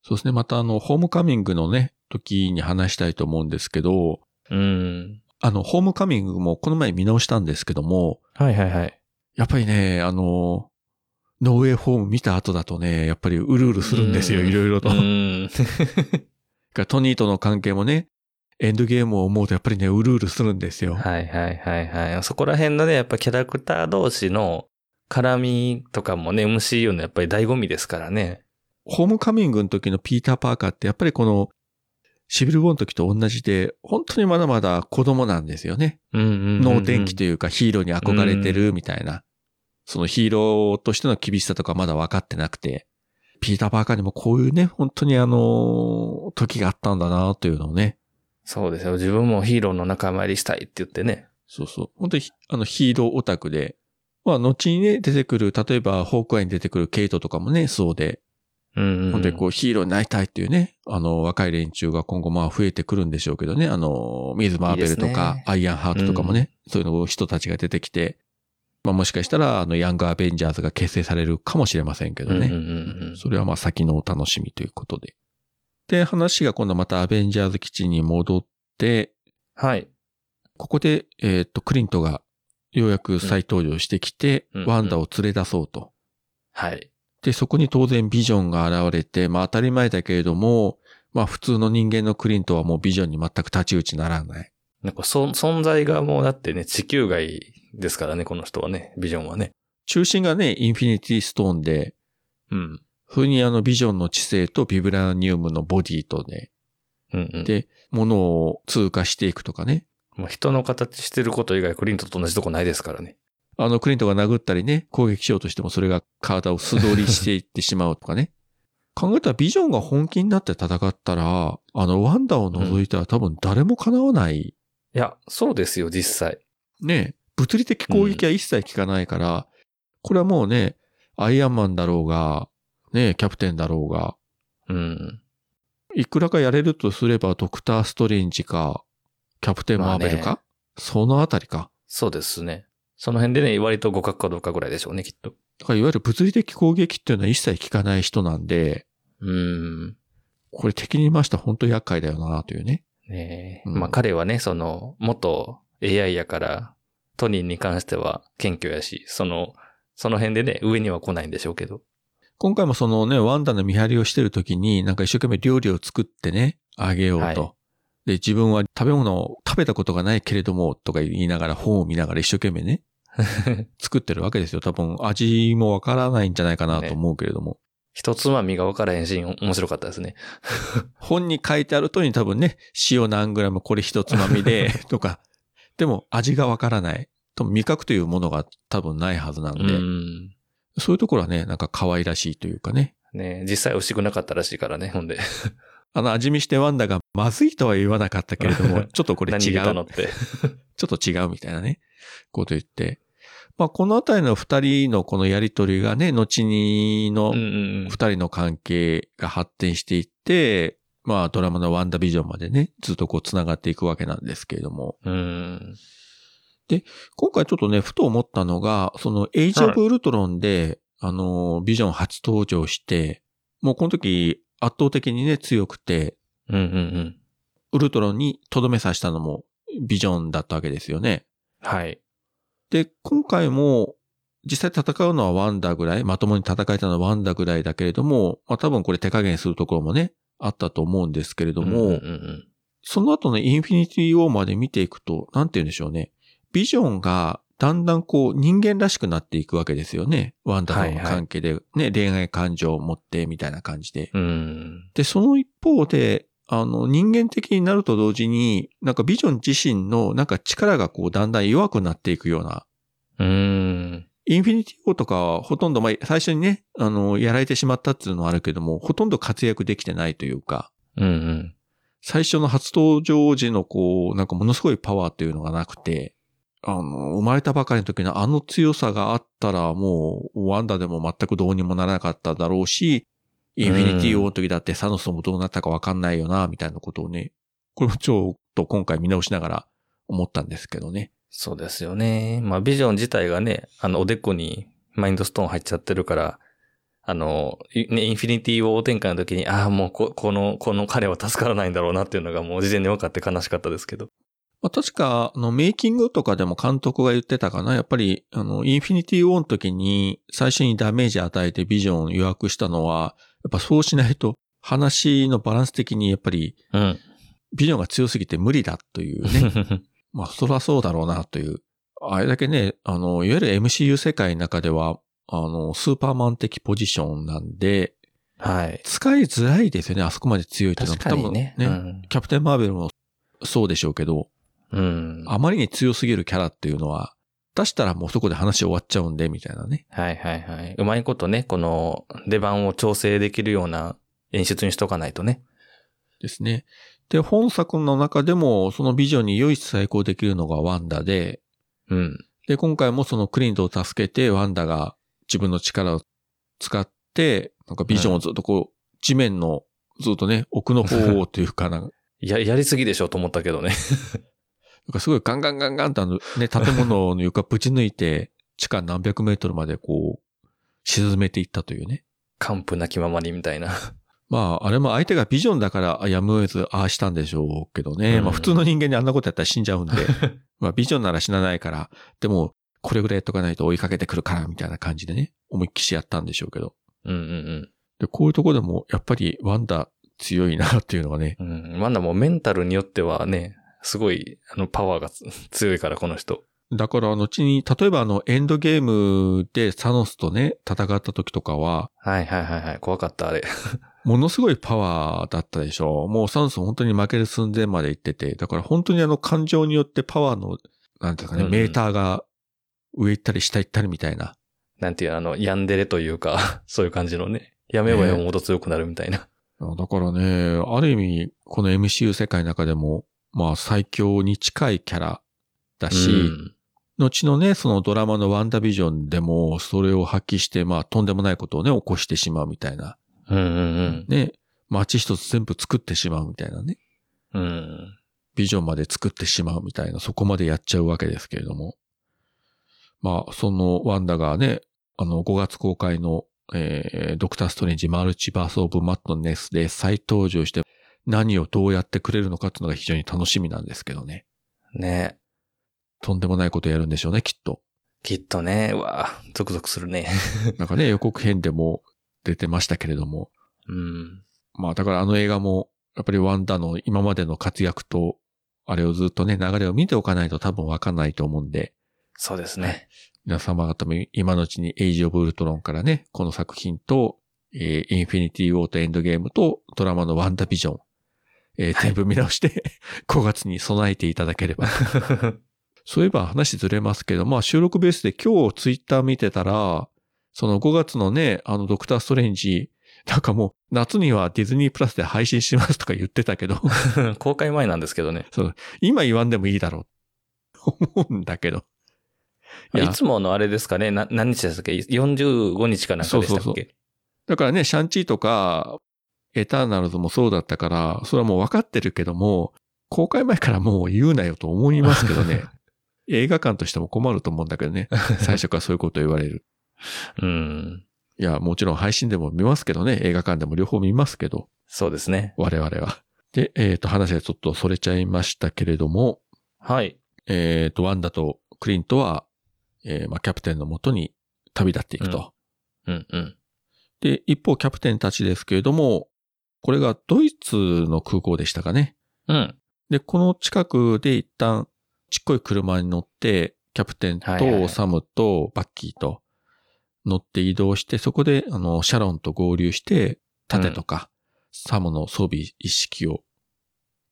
[SPEAKER 2] そうですね。またあの、ホームカミングのね、時に話したいと思うんですけど、
[SPEAKER 1] うん。
[SPEAKER 2] あの、ホームカミングもこの前見直したんですけども、
[SPEAKER 1] はいはいはい。
[SPEAKER 2] やっぱりね、あの、ノーウェイホーム見た後だとね、やっぱりうるうるするんですよ、
[SPEAKER 1] うん
[SPEAKER 2] いろいろと。
[SPEAKER 1] う
[SPEAKER 2] だか
[SPEAKER 1] ん。
[SPEAKER 2] らトニーとの関係もね、エンドゲームを思うとやっぱりね、うるうるするんですよ。
[SPEAKER 1] はいはいはいはい。そこら辺のね、やっぱキャラクター同士の絡みとかもね、MCU のやっぱり醍醐味ですからね。
[SPEAKER 2] ホームカミングの時のピーター・パーカーってやっぱりこの、シビル・ウォーの時と同じで、本当にまだまだ子供なんですよね。
[SPEAKER 1] うんうんうんうん
[SPEAKER 2] 能天気というかヒーローに憧れてるみたいな。そのヒーローとしての厳しさとかまだ分かってなくて、ピーター・パーカーにもこういうね、本当にあの、時があったんだなというのをね。
[SPEAKER 1] そうですよ。自分もヒーローの仲間入りしたいって言ってね。
[SPEAKER 2] そうそう。本当にひあのヒーローオタクで、まあ後にね、出てくる、例えばホークアイに出てくるケイトとかもね、そうで、
[SPEAKER 1] うん、うん。
[SPEAKER 2] 本当にこうヒーローになりたいっていうね、あの若い連中が今後まあ増えてくるんでしょうけどね、あの、ミズ・マーベル
[SPEAKER 1] い
[SPEAKER 2] と
[SPEAKER 1] いです
[SPEAKER 2] か
[SPEAKER 1] ね
[SPEAKER 2] アイアンハートとかもね、そういうの人たちが出てきて、まあもしかしたらあのヤングアベンジャーズが結成されるかもしれませんけどね。
[SPEAKER 1] うんうんうんうん、
[SPEAKER 2] それはまあ先のお楽しみということで。で、話が今度またアベンジャーズ基地に戻って、
[SPEAKER 1] はい。
[SPEAKER 2] ここで、えーっと、クリントがようやく再登場してきて、
[SPEAKER 1] うん
[SPEAKER 2] ワンダを連れ出そうと。
[SPEAKER 1] はい。
[SPEAKER 2] で、そこに当然ビジョンが現れて、まあ当たり前だけれども、まあ普通の人間のクリントはもうビジョンに全く立ち打ちならない。
[SPEAKER 1] なんかそ、存在がもうだってね、地球外ですからね、この人はね、ビジョンはね。
[SPEAKER 2] 中心がね、インフィニティストーンで、
[SPEAKER 1] うん。
[SPEAKER 2] それにあのビジョンの知性とビブラニウムのボディとね、
[SPEAKER 1] うんうん。
[SPEAKER 2] でものを通過していくとかね。
[SPEAKER 1] もう人の形してること以外、クリントと同じとこないですからね。
[SPEAKER 2] あの、クリントが殴ったりね、攻撃しようとしてもそれが体を素通りしていってしまうとか ね。考えたらビジョンが本気になって戦ったら、あの、ワンダを除いたら多分誰も叶わない。
[SPEAKER 1] いや、そうですよ、実際。
[SPEAKER 2] ね、物理的攻撃は一切効かないから、これはもうね、アイアンマンだろうが、ね、キャプテンだろうが、
[SPEAKER 1] うん。
[SPEAKER 2] いくらかやれるとすればドクター・ストレンジか、キャプテン・マーベルか、
[SPEAKER 1] まあ
[SPEAKER 2] そのあたりか。
[SPEAKER 1] そうですね。その辺でね、割と互角かどうかぐらいでしょうね、きっと。
[SPEAKER 2] だからいわゆる物理的攻撃っていうのは一切効かない人なんで、
[SPEAKER 1] うん。
[SPEAKER 2] これ敵に回したら本当厄介だよなというね。
[SPEAKER 1] ねえ。
[SPEAKER 2] うん
[SPEAKER 1] まあ彼はね、その、元 AI やから、トニーに関しては謙虚やし、その、その辺でね、上には来ないんでしょうけど。
[SPEAKER 2] 今回もそのね、ワンダの見張りをしてる時に、なんか一生懸命料理を作ってね、あげようと。
[SPEAKER 1] はい
[SPEAKER 2] で、自分は食べ物を食べたことがないけれども、とか言いながら本を見ながら一生懸 命ね、作ってるわけですよ。多分味もわからないんじゃないかなと思うけれども。
[SPEAKER 1] 一つまみが分からへんシーン、面白かったですね。
[SPEAKER 2] 本に書いてあるとに多分ね、塩何グラムこれ一つま みで、とか。でも味がわからない。多分味覚というものが多分ないはずなんで、
[SPEAKER 1] うん。
[SPEAKER 2] そういうところはね、なんか可愛らしいというかね。
[SPEAKER 1] ねえ実際美味しくなかったらしいからね、ほんで。
[SPEAKER 2] あの、味見してワンダがまずいとは言わなかったけれど も、ちょっとこれ
[SPEAKER 1] 何
[SPEAKER 2] 違
[SPEAKER 1] 入れたの
[SPEAKER 2] う
[SPEAKER 1] っ、て。
[SPEAKER 2] ちょっと違うみたいなね、こと言って。まあ、このあたりの二人のこのやりとりがね、後にの
[SPEAKER 1] うんうん
[SPEAKER 2] 二人の関係が発展していって、まあ、ドラマのワンダビジョンまでね、ずっとこう繋がっていくわけなんですけれども、
[SPEAKER 1] うん。うん。
[SPEAKER 2] 今回ちょっとね、ふと思ったのが、その、エイジ・オブ・ウルトロンで、あの、ビジョン初登場して、もうこの時、圧倒的にね、強くて、
[SPEAKER 1] うんうんうん。
[SPEAKER 2] ウルトロンにとどめさしたのもビジョンだったわけですよね。
[SPEAKER 1] はい。
[SPEAKER 2] で、今回も実際戦うのはワンダぐらい、まともに戦えたのはワンダぐらいだけれども、まあ多分これ手加減するところもね、あったと思うんですけれども、
[SPEAKER 1] うんうんうん
[SPEAKER 2] その後ね、インフィニティ・ウォーまで見ていくと、なんて言うんでしょうね。ビジョンがだんだんこう人間らしくなっていくわけですよね。ワンダとの関係でね、恋愛感情を持ってみたいな感じで。
[SPEAKER 1] うん。
[SPEAKER 2] で、その一方で、あの、人間的になると同時に、なんかビジョン自身のなんか力がこうだんだん弱くなっていくような、
[SPEAKER 1] うん。
[SPEAKER 2] インフィニティ・ウォーとかはほとんど、まあ、最初にね、あの、やられてしまったっていうのはあるけども、ほとんど活躍できてないというか、
[SPEAKER 1] うんうん。
[SPEAKER 2] 最初の初登場時のこう、なんかものすごいパワーというのがなくて、あの、生まれたばかりの時のあの強さがあったらもう、ワンダでも全くどうにもならなかっただろうし、インフィニティ・ウォーの時だってサノスもどうなったかわかんないよな、みたいなことをね、これもちょっと今回見直しながら思ったんですけどね。
[SPEAKER 1] そうですよね。まあ、ビジョン自体がね、あの、おでこにマインドストーン入っちゃってるから、あの、いね、インフィニティを展開の時に、ああ、もうこ、この、この彼は助からないんだろうなっていうのがもう事前に分かって悲しかったですけど。
[SPEAKER 2] まあ、確か、あの、メイキングとかでも監督が言ってたかな。やっぱり、あの、インフィニティ・ウォーの時に最初にダメージ与えてビジョンを予約したのは、やっぱそうしないと話のバランス的にやっぱり
[SPEAKER 1] うん。
[SPEAKER 2] ビジョンが強すぎて無理だという ね。まあ、そらそうだろうなという。あれだけね、あの、いわゆる MCU 世界の中では、あの、スーパーマン的ポジションなんで、
[SPEAKER 1] はい。
[SPEAKER 2] 使いづらいですよね、あそこまで強いっていうの
[SPEAKER 1] 確
[SPEAKER 2] は。
[SPEAKER 1] かにね。
[SPEAKER 2] 多分キャプテン・マーベルもそうでしょうけど、
[SPEAKER 1] うん。うん。
[SPEAKER 2] あまりに強すぎるキャラっていうのは、出したらもうそこで話終わっちゃうんで、みたいなね。
[SPEAKER 1] はいはいはい。うまいことね、この出番を調整できるような演出にしとかないとね。
[SPEAKER 2] ですね。で、本作の中でも、そのビジョンに唯一対抗できるのがワンダで、
[SPEAKER 1] うん。
[SPEAKER 2] で、今回もそのクリントを助けて、ワンダが自分の力を使って、なんかビジョンをずっとこう、地面の、ずっとね、奥の方をというかなん か、
[SPEAKER 1] や、やりすぎでしょと思ったけどね。
[SPEAKER 2] なんかすごいガンガンガンガンとあの、ね、建物の床ぶち抜いて、地下何百メートルまでこう、沈めていったというね。
[SPEAKER 1] 完膚なきままにみたいな。
[SPEAKER 2] まあ、あれも相手がビジョンだからやむを得ず、ああしたんでしょうけどね。
[SPEAKER 1] うん
[SPEAKER 2] まあ、普通の人間にあんなことやったら死んじゃうん で。まあ、ビジョンなら死なないから、でも、これぐらいやっとかないと追いかけてくるから、みたいな感じでね、思いっきしやったんでしょうけど。
[SPEAKER 1] うんうん
[SPEAKER 2] で、こういうとこでも、やっぱりワンダ強いなっていうのがね、
[SPEAKER 1] うん。うん。まだもうメンタルによってはね、すごい、あの、パワーがつ 強いから、この人。
[SPEAKER 2] だから、後に、例えばあの、エンドゲームでサノスとね、戦った時とかは、
[SPEAKER 1] はいはいはいはい。怖かった、あれ。
[SPEAKER 2] ものすごいパワーだったでしょう。もうサノス本当に負ける寸前まで行ってて、だから本当にあの、感情によってパワーの、なんていうかね、
[SPEAKER 1] うんうん
[SPEAKER 2] メーターが上行ったり下行ったりみたいな。
[SPEAKER 1] なんていう、あの、ヤンデレというか、 そういう感じのね。やめばやむほど強くなるみたいな。
[SPEAKER 2] いやだからね、ある意味、この MCU 世界の中でも、まあ最強に近いキャラだし、
[SPEAKER 1] うん
[SPEAKER 2] 後のね、そのドラマのワンダービジョンでも、それを発揮して、まあとんでもないことをね、起こしてしまうみたいな。
[SPEAKER 1] うんうん
[SPEAKER 2] ね、街一つ全部作ってしまうみたいなね。
[SPEAKER 1] うん。うん。
[SPEAKER 2] ビジョンまで作ってしまうみたいな、そこまでやっちゃうわけですけれども。まあ、そのワンダがね、あの、5月公開の、えードクターストレンジマルチバースオブマットネスで再登場して、何をどうやってくれるのかっていうのが非常に楽しみなんですけどね。
[SPEAKER 1] ね
[SPEAKER 2] とんでもないことやるんでしょうね、きっと。
[SPEAKER 1] きっとね、うわぁ、ゾクゾクするね。
[SPEAKER 2] なんかね、予告編でも出てましたけれども。
[SPEAKER 1] うん。
[SPEAKER 2] まあ、だからあの映画も、やっぱりワンダの今までの活躍と、あれをずっとね、流れを見ておかないと多分わかんないと思うんで、
[SPEAKER 1] そうですね。
[SPEAKER 2] 皆様方も今のうちにエイジ・オブ・ウルトロンからね、この作品と、えーインフィニティ・ウォーとエンドゲームとドラマのワンダ・ビジョン、えー全部見直して、5月 に備えていただければ。そういえば話ずれますけど、まあ収録ベースで今日ツイッター見てたら、その5月のね、あのドクター・ストレンジ、なんかもう夏にはディズニープラスで配信しますとか言ってたけど、
[SPEAKER 1] 公開前なんですけどね。
[SPEAKER 2] 今言わんでもいいだろう。思うんだけど。いや
[SPEAKER 1] いつものあれですかね、な何日でしたっけ ?45 日かなんかでしたっけ
[SPEAKER 2] そうそうそだからね、シャンチーとか、エターナルズもそうだったから、それはもう分かってるけども、公開前からもう言うなよと思いますけど ね。映画館としても困ると思うんだけどね。最初からそういうこと言われる。
[SPEAKER 1] うん。
[SPEAKER 2] いや、もちろん配信でも見ますけどね。映画館でも両方見ますけど、
[SPEAKER 1] そうですね。
[SPEAKER 2] 我々は。で、えっ、と、話がちょっとそれちゃいましたけれども、
[SPEAKER 1] はい。
[SPEAKER 2] えっ、と、ワンダとクリントは、えーまあ、キャプテンのもとに旅立っていくと。
[SPEAKER 1] うんうんうん。
[SPEAKER 2] で、一方キャプテンたちですけれども、これがドイツの空港でしたかね。
[SPEAKER 1] うん。
[SPEAKER 2] で、この近くで一旦ちっこい車に乗って、キャプテン
[SPEAKER 1] はいはいは
[SPEAKER 2] と
[SPEAKER 1] い
[SPEAKER 2] サムとバッキーと乗って移動して、そこであの、シャロンと合流して、盾とか、サムの装備一式を、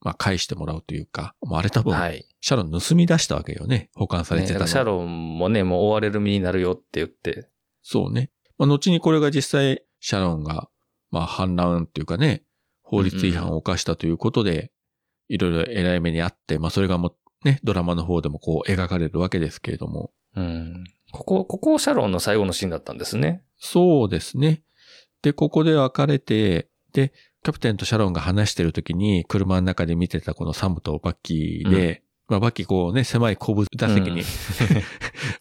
[SPEAKER 2] まあ、返してもらうというか、もうあれ多分、
[SPEAKER 1] はい。
[SPEAKER 2] シャロン盗み出したわけよね。保管され
[SPEAKER 1] ね
[SPEAKER 2] て
[SPEAKER 1] だ
[SPEAKER 2] た
[SPEAKER 1] か
[SPEAKER 2] の。
[SPEAKER 1] らシャロンもね、もう追われる身になるよって言って。
[SPEAKER 2] そうね。まあ、後にこれが実際、シャロンが、まあ、反乱というかね、法律違反を犯したということで、いろいろ偉い目にあって、まあ、それがもうね、ドラマの方でもこう描かれるわけですけれども。
[SPEAKER 1] うん。ここ、ここシャロンの最後のシーンだったんですね。
[SPEAKER 2] そうですね。で、ここで別れて、で、キャプテンとシャロンが話してる時に、車の中で見てたこのサムとバッキーで、まあ、バッキーこうね、狭い後部座席 に、
[SPEAKER 1] うん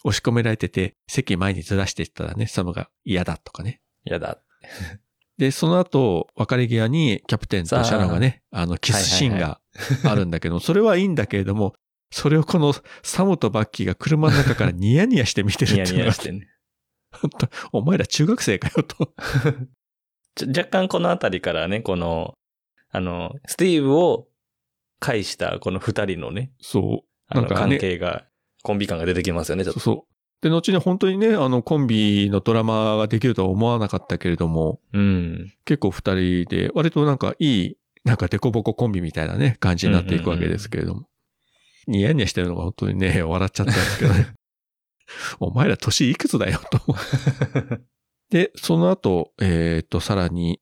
[SPEAKER 2] 押し込められてて、席前にずらしていったらね、サムが嫌だとかね。
[SPEAKER 1] や だ。
[SPEAKER 2] で、その後、別れ際にキャプテンとシャロンがね、あの、キスシーンがあるんだけど、それはいいんだけれども、それをこのサムとバッキーが車の中からニヤニヤして見てる
[SPEAKER 1] ニヤ
[SPEAKER 2] って
[SPEAKER 1] ニ
[SPEAKER 2] いうの
[SPEAKER 1] ヤ
[SPEAKER 2] が
[SPEAKER 1] し、てね。
[SPEAKER 2] 本当お前ら中学生かよと。
[SPEAKER 1] ちょ若干このあたりからね、この、あの、スティーブを介したこの二人のね、
[SPEAKER 2] そ
[SPEAKER 1] あの
[SPEAKER 2] なんか
[SPEAKER 1] 関
[SPEAKER 2] ね
[SPEAKER 1] 係が、コンビ感が出てきますよね、
[SPEAKER 2] う
[SPEAKER 1] ちょっ
[SPEAKER 2] そ
[SPEAKER 1] と。
[SPEAKER 2] うそう。で、後に本当にね、あの、コンビのドラマができるとは思わなかったけれども、
[SPEAKER 1] うん。
[SPEAKER 2] 結構二人で、割となんかいい、なんかデコボココンビみたいなね、感 じになっていくわけですけれども。ニヤニヤしてるのが本当にね、笑っちゃったんですけどね。お前ら年いくつだよ、と。で、その後、えっ、と、さらに、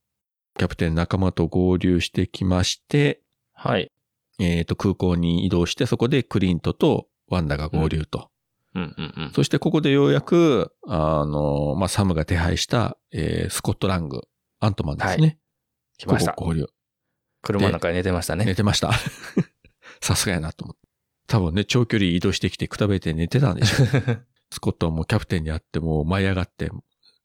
[SPEAKER 2] キャプテン仲間と合流してきまして、
[SPEAKER 1] はい。
[SPEAKER 2] えっ、と、空港に移動して、そこでクリントとワンダが合流と。
[SPEAKER 1] うんうんうん。
[SPEAKER 2] そしてここでようやく、あの、まあ、サムが手配した、えースコットラング、アントマンですね。
[SPEAKER 1] 来ました
[SPEAKER 2] こ。こ合流。
[SPEAKER 1] 車の中で寝てました
[SPEAKER 2] 寝
[SPEAKER 1] ね。
[SPEAKER 2] てました。 さすがやなと思って。多分ね、長距離移動してきてくたべて寝てたんでしょう。 スコットはもうキャプテンに会って、もう舞い上がって、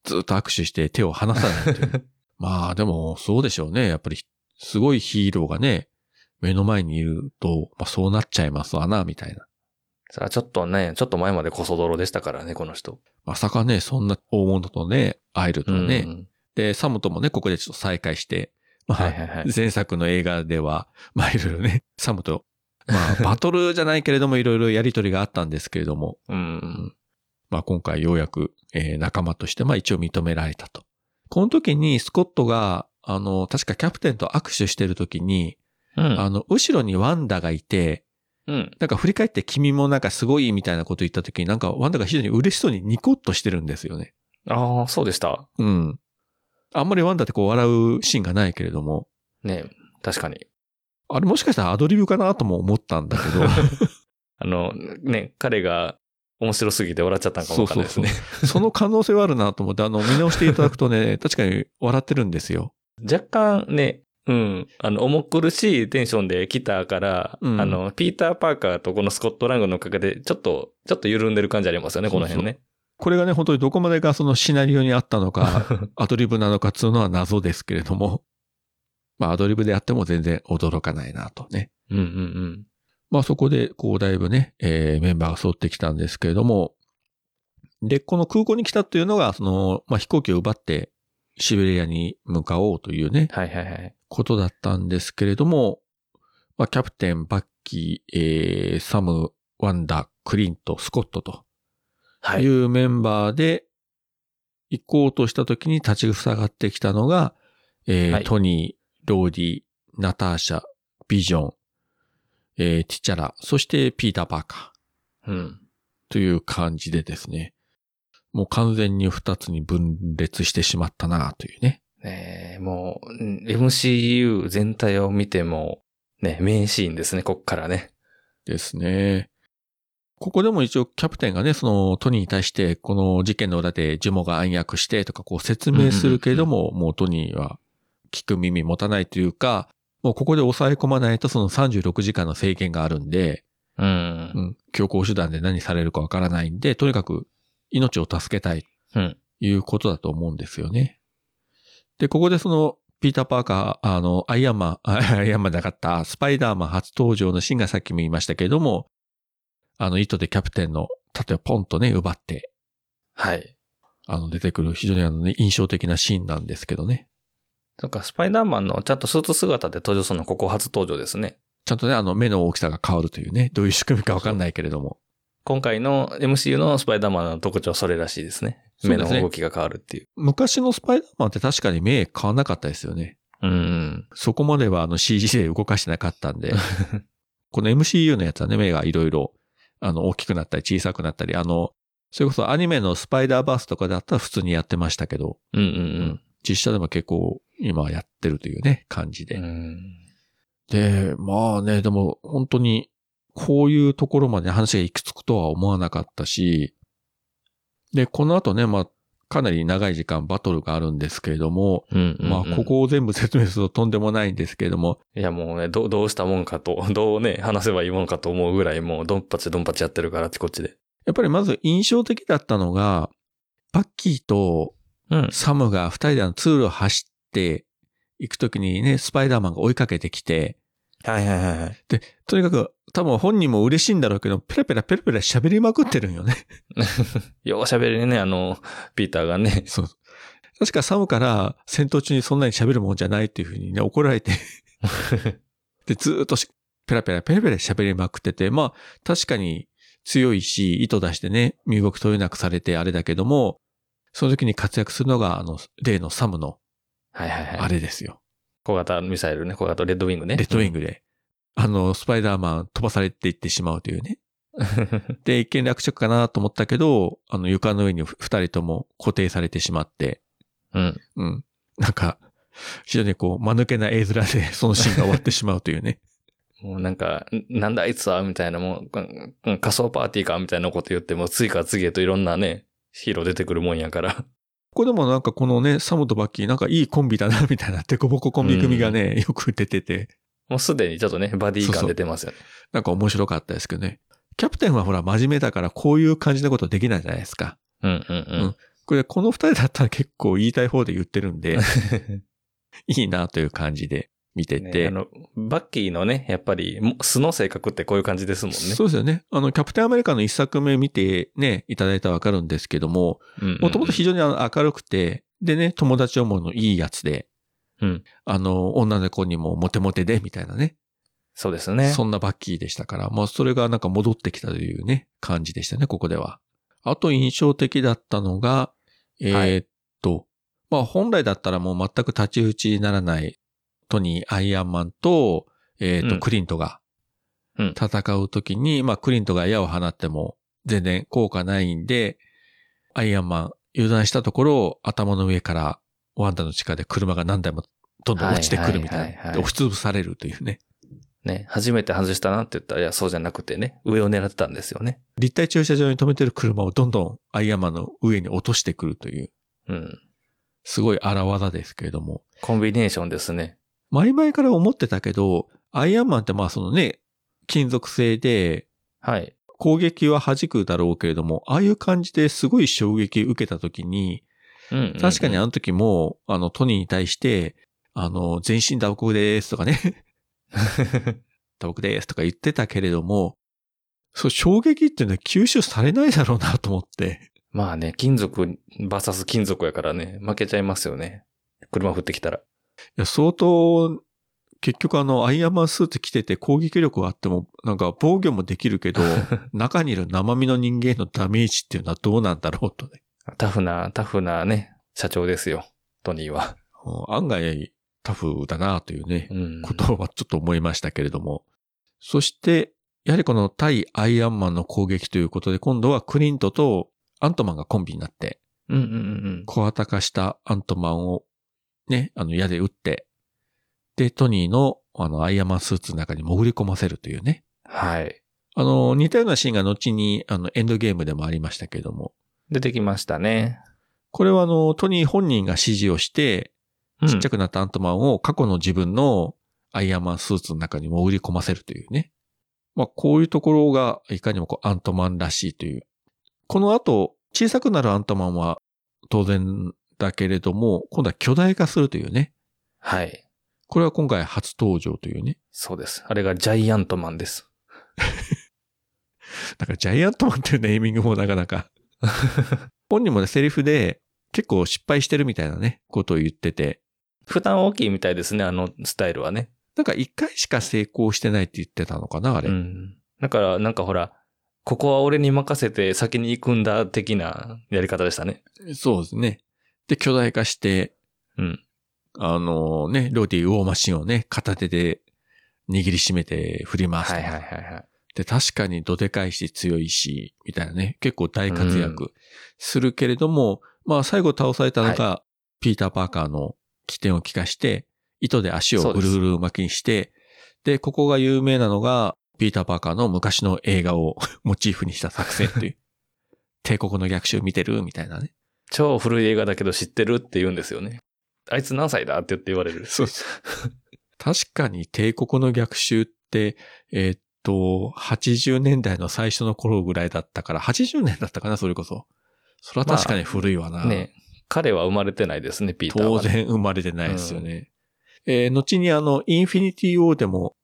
[SPEAKER 2] ずっと握手して手を離さ ないという。まあでも、そうでしょうね。やっぱり、すごいヒーローがね、目の前にいると、まあそうなっちゃいますわな、みたいな。
[SPEAKER 1] さあ、ちょっとね、ちょっと前までこそ泥でしたからね、この人。
[SPEAKER 2] まさかね、そんな大物とね、会えるとはね、
[SPEAKER 1] うん
[SPEAKER 2] で、サムともね、ここでちょっと再会して、まあ、
[SPEAKER 1] はいはいはい。
[SPEAKER 2] 前作の映画では、 まあいろいろね、サムと、 まあバトルじゃないけれどもいろいろやりとりがあったんですけれども、
[SPEAKER 1] うん。
[SPEAKER 2] まあ今回ようやく、えー仲間として、まあ一応認められたと。この時にスコットが、あの、確かキャプテンと握手してる時に、
[SPEAKER 1] うん。
[SPEAKER 2] あの、後ろにワンダがいて、
[SPEAKER 1] うん。
[SPEAKER 2] なんか振り返って君もなんかすごいみたいなこと言った時に、なんかワンダが非常に嬉しそうにニコッとしてるんですよね。
[SPEAKER 1] ああ、そうでした。
[SPEAKER 2] うん。あんまりワンダってこう笑うシーンがないけれども、
[SPEAKER 1] ね確かに。
[SPEAKER 2] あれもしかしたらアドリブかなとも思ったんだけど。
[SPEAKER 1] あの、ね、彼が面白すぎて笑っちゃったんかもわかんないですね。
[SPEAKER 2] その可能性はあるなと思って、あの、見直していただくとね、確かに笑ってるんですよ。
[SPEAKER 1] 若干ね、うん、あの、重苦しいテンションで来たから、
[SPEAKER 2] うん
[SPEAKER 1] あの、ピーター・パーカーとこのスコットラングのおかげで、ちょっと、ちょっと緩んでる感じありますよね、この辺ね。
[SPEAKER 2] これがね、本当にどこまでがそのシナリオにあったのか、アドリブなのかっていうのは謎ですけれども、まあアドリブであっても全然驚かないなとね。
[SPEAKER 1] うんうんうん。
[SPEAKER 2] まあそこで、こうだいぶね、えーメンバーが揃ってきたんですけれども、で、この空港に来たというのが、その、まあ飛行機を奪ってシベリアに向かおうというね、
[SPEAKER 1] はいはいはい。
[SPEAKER 2] ことだったんですけれども、まあ、キャプテン、バッキー、えーサム、ワンダ、クリント、スコットと
[SPEAKER 1] はいい。
[SPEAKER 2] うメンバーで行こうとした時に立ち塞がってきたのが、えー
[SPEAKER 1] はい
[SPEAKER 2] トニー、ローディ、ナターシャ、ビジョン、えーティチャラ、そしてピーター・パーカー
[SPEAKER 1] うん。
[SPEAKER 2] という感じでですね、もう完全に二つに分裂してしまったなというね。
[SPEAKER 1] ねえもう、うん MCU 全体を見ても、ね、メインシーンですね、こっからね。
[SPEAKER 2] ですね。ここでも一応キャプテンがね、そのトニーに対して、この事件の裏でジュモが暗躍してとかこう説明するけれども、もうトニーは聞く耳持たないというか、もうここで抑え込まないとその36時間の制限があるんで、
[SPEAKER 1] う。
[SPEAKER 2] うんん、強行手段で何されるかわからないんで、とにかく命を助けたい
[SPEAKER 1] うん。
[SPEAKER 2] いうことだと思うんですよね。で、ここでその、ピーター・パーカー、あの、アイアン マン、あアイアンマンじゃなかった、スパイダーマン初登場のシーンがさっきも言いましたけれども、あの、糸でキャプテンの盾をポンとね、奪って、
[SPEAKER 1] はい。
[SPEAKER 2] あの、出てくる非常にあの、ね、印象的なシーンなんですけどね。
[SPEAKER 1] なんか、スパイダーマンのちゃんとスーツ姿で登場するの、ここ初登場ですね。
[SPEAKER 2] ちゃんとね、あの、目の大きさが変わるというね、どういう仕組みかわかんないけれども。
[SPEAKER 1] 今回の MCU のスパイダーマンの特徴はそれらしいですね。
[SPEAKER 2] そう
[SPEAKER 1] 目
[SPEAKER 2] です
[SPEAKER 1] の
[SPEAKER 2] ね
[SPEAKER 1] 動きが変わるっていう。
[SPEAKER 2] 昔のスパイダーマンって確かに目変わんなかったですよね。
[SPEAKER 1] うんうん。
[SPEAKER 2] そこまではあの CG で動かしてなかった んで、この MCU のやつはね、目がいろいろ、あの、大きくなったり小さくなったり、あの、それこそアニメのスパイダーバースとかだったら普通にやってましたけど、
[SPEAKER 1] うんうん
[SPEAKER 2] 実写でも結構今はやってるというね、感じ
[SPEAKER 1] う
[SPEAKER 2] で。
[SPEAKER 1] ん。うん
[SPEAKER 2] で、まあね、でも本当に、こういうところまで話が行き着くとは思わなかったし、で、この後ね、まあ、かなり長い時間バトルがあるんですけれども、
[SPEAKER 1] うんうん
[SPEAKER 2] まあ、こ。こを全部説明するととんでもないんですけれども、
[SPEAKER 1] いやもうね、どうどうしたもんかと、 どうね、話せばいいもんかと思うぐらい、もうドンパチドンパチやってるから、あっちこっちで。
[SPEAKER 2] やっぱりまず印象的だったのが、バッキーと
[SPEAKER 1] うん。
[SPEAKER 2] サムが二人であの通路を走って行くときにね、スパイダーマンが追いかけてきて、
[SPEAKER 1] はいはいはいはい。
[SPEAKER 2] とにかく多分本人も嬉しいんだろうけど、ペラペラペラペラ喋りまくってるんよね。
[SPEAKER 1] よう喋りね、あの、ピーターが ね。
[SPEAKER 2] そう。確かサムから戦闘中にそんなに喋るもんじゃないっていうふうにね、怒られて。で、ずーっとしペラペラペラペラ喋りまくってて、まあ、確かに強いし、糸出してね、身動き取れなくされてあれだけども、その時に活躍するのが、あの、例のサムの、
[SPEAKER 1] はいはいはい。
[SPEAKER 2] あれですよ。
[SPEAKER 1] 小型ミサイルね、小型レッドウィングね。
[SPEAKER 2] レッドウィングで。あの、スパイダーマン飛ばされていってしまうというね。で、一見落着かなと思ったけど、あの床の上に二人とも固定されてしまって、
[SPEAKER 1] うん。
[SPEAKER 2] うん。なんか、非常にこう、間抜けな絵面で そのシーンが終わってしまうというね。
[SPEAKER 1] もうなんか、んなんだあいつはみたいな、もううん、うん仮想パーティーかみたいなこと言って、もう次から次へといろんなね、ヒーロー出てくるもんやから。
[SPEAKER 2] ここでもなんかこのね、サムとバッキーなんかいいコンビだな、みたいな、デコボココンビ組がね、よく出てて、
[SPEAKER 1] もうすでにちょっとね、バディ感出てますよね。
[SPEAKER 2] なんか面白かったですけどね。キャプテンはほら、真面目だからこういう感じのことできないじゃないですか。
[SPEAKER 1] うんうん
[SPEAKER 2] これ、この二人だったら結構言いたい方で言ってるんで、
[SPEAKER 1] うん。
[SPEAKER 2] いいなという感じで見て
[SPEAKER 1] ね
[SPEAKER 2] て。
[SPEAKER 1] あの、バッキーのね、やっぱり、も素の性格ってこういう感じですもんね。
[SPEAKER 2] そうですよね。あの、キャプテンアメリカの一作目見てね、いただいたらわかるんですけども、
[SPEAKER 1] うんうんうん
[SPEAKER 2] もともと非常にあの明るくて、でね、友達思いのいいやつで、
[SPEAKER 1] うん
[SPEAKER 2] あの、女の子にもモテモテで、みたいなね。
[SPEAKER 1] そうですね。
[SPEAKER 2] そんなバッキーでしたから、まあそれがなんか戻ってきたというね、感じでしたね、ここでは。あと印象的だったのが、えーっと、まあ本来だったらもう全く太刀打ちにならないトニー・アイアンマンと、えーっと、
[SPEAKER 1] うん
[SPEAKER 2] クリントが
[SPEAKER 1] うん
[SPEAKER 2] 戦うときに、まあクリントが矢を放っても全然効果ないんで、アイアンマン油断したところ、頭の上からワンダの地下で車が何台もどんどん落ちてくるみた
[SPEAKER 1] はいはいは
[SPEAKER 2] い
[SPEAKER 1] い
[SPEAKER 2] な。
[SPEAKER 1] はい
[SPEAKER 2] で押しつぶされるというね。
[SPEAKER 1] ね、初めて外したなって言ったら、いや、そうじゃなくてね、上を狙ってたんですよね。
[SPEAKER 2] 立体駐車場に止めてる車をどんどんアイアンマンの上に落としてくるという、
[SPEAKER 1] うん。
[SPEAKER 2] すごい荒技ですけれども。
[SPEAKER 1] コンビネーションですね。
[SPEAKER 2] 前々から思ってたけど、アイアンマンってまあそのね、金属製で、
[SPEAKER 1] はい。
[SPEAKER 2] 攻撃は弾くだろうけれども、ああいう感じですごい衝撃受けた時に、
[SPEAKER 1] うんうんうん
[SPEAKER 2] 確かにあの時も、あの、トニーに対して、あの、全身打撲ですとかね、 打撲ですとか言ってたけれども、そう、衝撃っていうのは吸収されないだろうなと思って。
[SPEAKER 1] まあね、金属、バサス金属やからね、負けちゃいますよね。車降ってきたら。
[SPEAKER 2] いや、相当、結局あの、アイアンマンスーツ着てて攻撃力はあっても、なんか防御もでき るけど、中にいる生身の人間へのダメージっていうのはどうなんだろうとね。
[SPEAKER 1] タフな、タフなね、社長ですよ。トニーは。
[SPEAKER 2] うん案外タフだなというね
[SPEAKER 1] う、ん。
[SPEAKER 2] ことはちょっと思いましたけれども。そして、やはりこの対アイアンマンの攻撃ということで、今度はクリントとアントマンがコンビになって、
[SPEAKER 1] うんうんうん
[SPEAKER 2] 小型化したアントマンをね、あの矢で撃って、で、トニーのあのアイアンマンスーツの中に潜り込ませるというね。
[SPEAKER 1] うん。はい。
[SPEAKER 2] あの、似たようなシーンが後に、あの、エンドゲームでもありましたけれども、
[SPEAKER 1] 出てきましたね。
[SPEAKER 2] これはあの、トニー本人が指示をして、ちっちゃ
[SPEAKER 1] く。
[SPEAKER 2] くなったアントマンを過去の自分のアイアンマンスーツの中に潜り込ませるというね。まあ、こういうところが、いかにもこう、アントマンらしいという。この後、小さくなるアントマンは当然だけれども、今度は巨大化するというね。
[SPEAKER 1] はい。
[SPEAKER 2] これは今回初登場というね。
[SPEAKER 1] そうです。あれがジャイアントマンです。
[SPEAKER 2] だからジャイアントマンっていうネーミングもなかな か。本人もね、セリフで結構失敗してるみたいなね、ことを言ってて。
[SPEAKER 1] 負担大きいみたいですね、あのスタイルはね。
[SPEAKER 2] なんか一回しか成功してないって言ってたのかな、あれ。
[SPEAKER 1] うん。だから、なんかほら、ここは俺に任せて先に行くんだ的なやり方でしたね。
[SPEAKER 2] そうですね。で、巨大化して、
[SPEAKER 1] うん。
[SPEAKER 2] あのね、ロディウォーマシンをね、片手で握りしめて振り回すと
[SPEAKER 1] は
[SPEAKER 2] か。
[SPEAKER 1] いはいはいはい。
[SPEAKER 2] で、確かにどでかいし強いし、みたいなね、結構大活躍するけれども、まあ最後倒されたのが、ピーター・パーカーの起点を利かして、糸で足をぐるぐる巻きにして、でここが有名なのが、ピーター・パーカーの昔の映画を モチーフにした作戦という。帝国の逆襲見てるみたいなね。
[SPEAKER 1] 超古い映画だけど知ってるって言うんですよね。あいつ何歳だって言って言われる。
[SPEAKER 2] そう確かに帝国の逆襲って、えーっと、80年代の最初の頃ぐらいだったから、80年だったかな、それこそ。それは確かに古いわな。
[SPEAKER 1] ね彼は生まれてないですね、ピーター
[SPEAKER 2] 当
[SPEAKER 1] は、
[SPEAKER 2] 然生まれてないですよね。えー後にあの、インフィニティ・ウォーでも、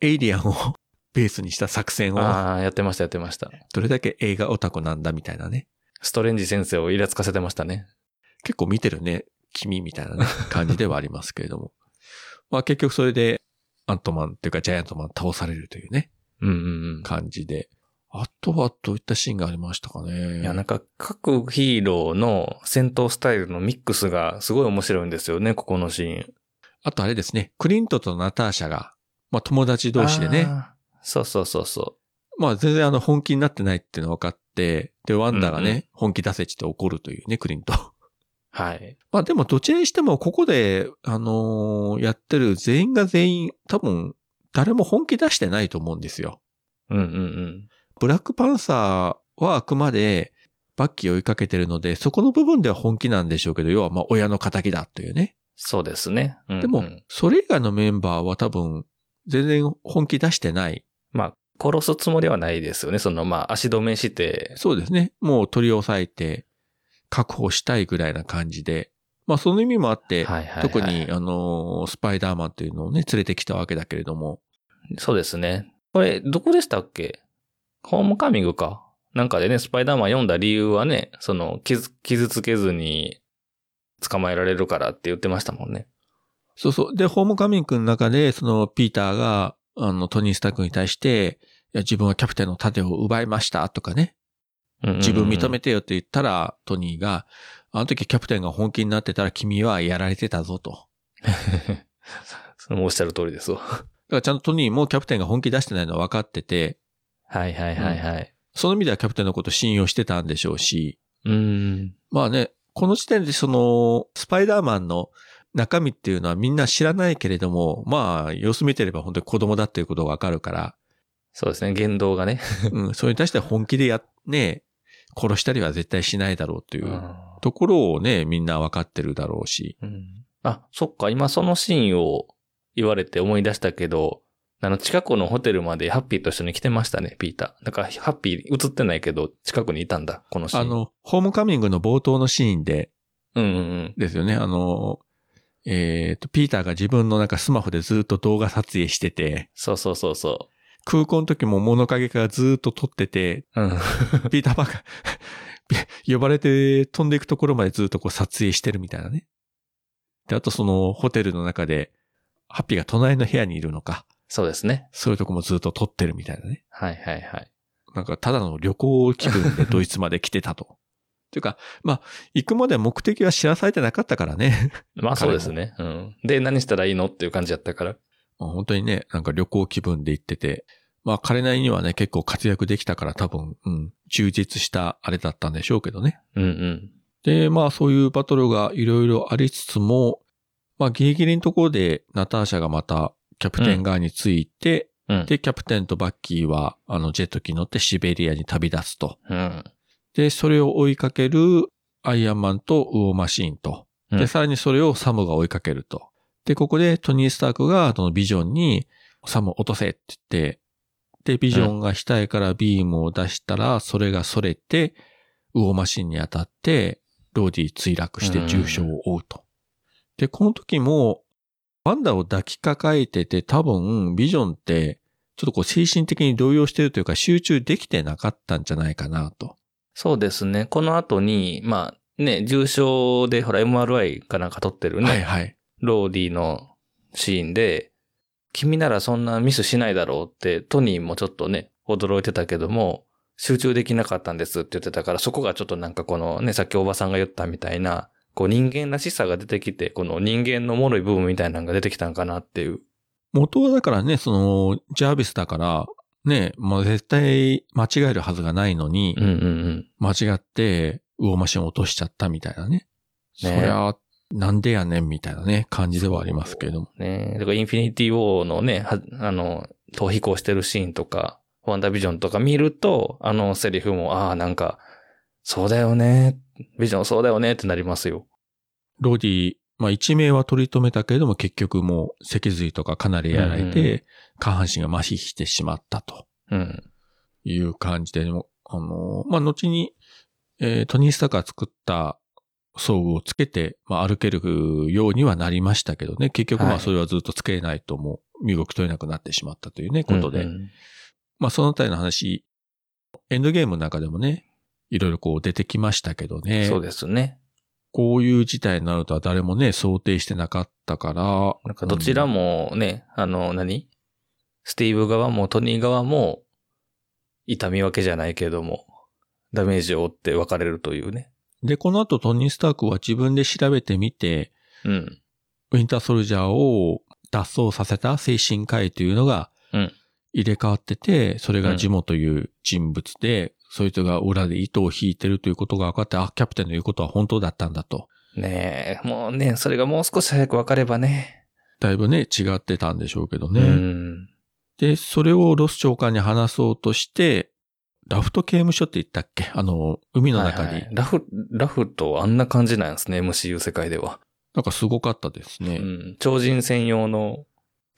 [SPEAKER 2] エイリアンを ベースにした作戦を、
[SPEAKER 1] ああ、やってましたやってました。
[SPEAKER 2] どれだけ映画オタクなんだみたいなね。
[SPEAKER 1] ストレンジ先生をイラつかせてましたね。
[SPEAKER 2] 結構見てるね、君みたいなね、感じではありますけれども。 まあ結局それで、アントマンっていうかジャイアントマン倒されるというね。
[SPEAKER 1] うんうん
[SPEAKER 2] 感じで。あとはどういったシーンがありましたか
[SPEAKER 1] う
[SPEAKER 2] ね。
[SPEAKER 1] ん。いや、なんか各ヒーローの戦闘スタイルのミックスがすごい面白いんですよね、ここのシーン。
[SPEAKER 2] あとあれですね、クリントとナターシャが、まあ友達同士でね、
[SPEAKER 1] あー。そうそうそうそう。
[SPEAKER 2] まあ全然あの本気になってないっていうの分かって、で、ワンダがね、
[SPEAKER 1] うんう
[SPEAKER 2] 本気出せちって怒るというね、クリント。
[SPEAKER 1] はい。
[SPEAKER 2] まあでもどちらにしてもここで、あのーやってる全員が全員、多分誰も本気出してないと思うんですよ。
[SPEAKER 1] うんうんうん。
[SPEAKER 2] ブラックパンサーはあくまでバッキーを追いかけてるので、そこの部分では本気なんでしょうけど、要はまあ親の仇だというね。
[SPEAKER 1] そうですね。うんうん
[SPEAKER 2] でも、それ以外のメンバーは多分全然本気出してない。
[SPEAKER 1] まあ、殺すつもりはないですよね。その、まあ、足止めして、
[SPEAKER 2] そうですね。もう取り押さえて確保したいぐらいな感じで。まあその意味もあって、
[SPEAKER 1] はいはいはい
[SPEAKER 2] 特に、あのースパイダーマンというのをね、連れてきたわけだけれども、
[SPEAKER 1] そうですね。これ、どこでしたっけホームカミングか。なんかでね、スパイダーマン読んだ理由はね、その、傷傷つけずに捕まえられるからって言ってましたもんね。
[SPEAKER 2] そうそう。で、ホームカミングの中で、その、ピーターが、あの、トニー・スタークに対して、いや、自分はキャプテンの盾を奪いましたとかね。
[SPEAKER 1] うんうんうん
[SPEAKER 2] 自分認めてよって言ったら、トニーが、あの時キャプテンが本気になってたら君はやられてたぞと。だ
[SPEAKER 1] そのおっしゃる通りですわ。
[SPEAKER 2] からちゃんとトニーもキャプテンが本気出してないのは分かってて、
[SPEAKER 1] はいはいはいはい。
[SPEAKER 2] その意味ではキャプテンのこと信用してたんでしょうし、
[SPEAKER 1] うん。
[SPEAKER 2] まあね、この時点でその、スパイダーマンの中身っていうのはみんな知らないけれども、まあ、様子見てれば本当に子供だっていうことがわかる から、
[SPEAKER 1] そうですね、言動がね。
[SPEAKER 2] うん、それに対して本気でや、ね、殺したりは絶対しないだろうといううんところをね、みんなわかってるだろうし。
[SPEAKER 1] うんあ、そっか、今そのシーンを言われて思い出したけど、あの、近くのホテルまでハッピーと一緒に来てましたね、ピーター。だから、ハッピー映ってないけど、近くにいたんだ、このシーン。
[SPEAKER 2] あ、の、ホームカミングの冒頭のシーンで、
[SPEAKER 1] うんうんうん。
[SPEAKER 2] ですよね、あの、えっ、と、ピーターが自分のなんかスマホでずっと動画撮影してて、
[SPEAKER 1] そうそうそうそ
[SPEAKER 2] 空港の時も物陰からずっと撮ってて、
[SPEAKER 1] う。うん。
[SPEAKER 2] ピーターパンが 呼ばれて飛んでいくところまでずっとこう撮影してるみたいなね。で、あとそのホテルの中で、ハッピーが隣の部屋にいるのか。
[SPEAKER 1] そうですね。
[SPEAKER 2] そういうとこもずっと撮ってるみたいなね。
[SPEAKER 1] はいはいはい。
[SPEAKER 2] なんかただの旅行気分でドイツまで来てたと。 というか、まあ、行くまで目的は知らされてなかったからね。
[SPEAKER 1] まあそうですね。うん。で、何したらいいのっていう感じやったから。
[SPEAKER 2] まあ本当にね、なんか旅行気分で行ってて、まあ彼なりにはね、結構活躍できたから多分、うん、充実したあれだったんでしょうけどね。
[SPEAKER 1] うんうん。
[SPEAKER 2] で、まあそういうバトルがいろいろありつつも、まあギリギリのところでナターシャがまたキャプテン側について、
[SPEAKER 1] うん。
[SPEAKER 2] で、キャプテンとバッキーはあのジェット機に乗ってシベリアに旅立つと。
[SPEAKER 1] うん。
[SPEAKER 2] で、それを追いかけるアイアンマンとウオーマシーンと。
[SPEAKER 1] う
[SPEAKER 2] で、
[SPEAKER 1] ん
[SPEAKER 2] さらにそれをサムが追いかけると。で、ここでトニー・スタークがそのビジョンにサムを落とせって言って、で、ビジョンが額からビームを出したら、それがそれて、ウオーマシーンに当たって、ローディ墜落して重傷を負うと。で、この時も、ワンダを抱きかかえてて、多分、ビジョンって、ちょっとこう精神的に動揺してるというか、集中できてなかったんじゃないかなと。
[SPEAKER 1] そうですね。この後に、まあ、ね、重症で、ほら、MRI かなんか取ってるね。
[SPEAKER 2] はいはい。
[SPEAKER 1] ローディのシーンで、君ならそんなミスしないだろうって、トニーもちょっとね、驚いてたけども、集中できなかったんですって言ってたから、そこがちょっとなんかこのね、さっきおばさんが言ったみたいな、こう人間らしさが出てきて、この人間の脆い部分みたいなのが出てきたんかなっていう。
[SPEAKER 2] 元はだからね、その、ジャービスだから、ね、もう絶対間違えるはずがないのに、
[SPEAKER 1] うんうんうん。
[SPEAKER 2] 間違って、ウオマシンを落としちゃったみたいなね。そりゃ、なんでやねんみたいなね、感じではありますけれども。
[SPEAKER 1] ねだからインフィニティウォーのね、はあの、逃避行してるシーンとか、ワンダービジョンとか見ると、あのセリフも、ああ、なんか、そうだよね。ビジョンそうだよねってなりますよ。
[SPEAKER 2] ロディ、まあ一命は取り留めたけれども、結局もう脊髄とかかなりやられ
[SPEAKER 1] うんう
[SPEAKER 2] て、下半身が麻痺してしまったと
[SPEAKER 1] うん。
[SPEAKER 2] いう感じで、でもあのー、まあ後に、えートニー・スターが作った装具をつけて、まあ歩けるようにはなりましたけどね、結局ま
[SPEAKER 1] は
[SPEAKER 2] あ
[SPEAKER 1] い
[SPEAKER 2] それはずっとつけないともう身動き取れなくなってしまったというね、ことで。
[SPEAKER 1] うんうん
[SPEAKER 2] まあそのあたりの話、エンドゲームの中でもね、いろいろこう出てきましたけどね。
[SPEAKER 1] そうですね。
[SPEAKER 2] こういう事態になるとは誰もね、想定してなかったから。
[SPEAKER 1] なんかどちら
[SPEAKER 2] うん
[SPEAKER 1] もね、あの、何スティーブ側もトニー側も、痛み分けじゃないけども、ダメージを負って別れるというね。
[SPEAKER 2] で、この後トニー・スタークは自分で調べてみて、
[SPEAKER 1] うん。
[SPEAKER 2] ウィンター・ソルジャーを脱走させた精神科医というのが、
[SPEAKER 1] うん
[SPEAKER 2] 入れ替わってて、それがジモという人物で、そいつが裏で糸を引いてるということが分かって、あ、キャプテンの言うことは本当だったんだと。
[SPEAKER 1] ねえ、もうね、それがもう少し早く分かればね。
[SPEAKER 2] だいぶね、違ってたんでしょうけどね。
[SPEAKER 1] うん。
[SPEAKER 2] で、それをロス長官に話そうとして、ラフト刑務所って言ったっけあの、海の中に。
[SPEAKER 1] はいはいラフ、ラフとあんな感じなんですね、MCU 世界では。
[SPEAKER 2] なんかすごかったですね。
[SPEAKER 1] うん。超人専用の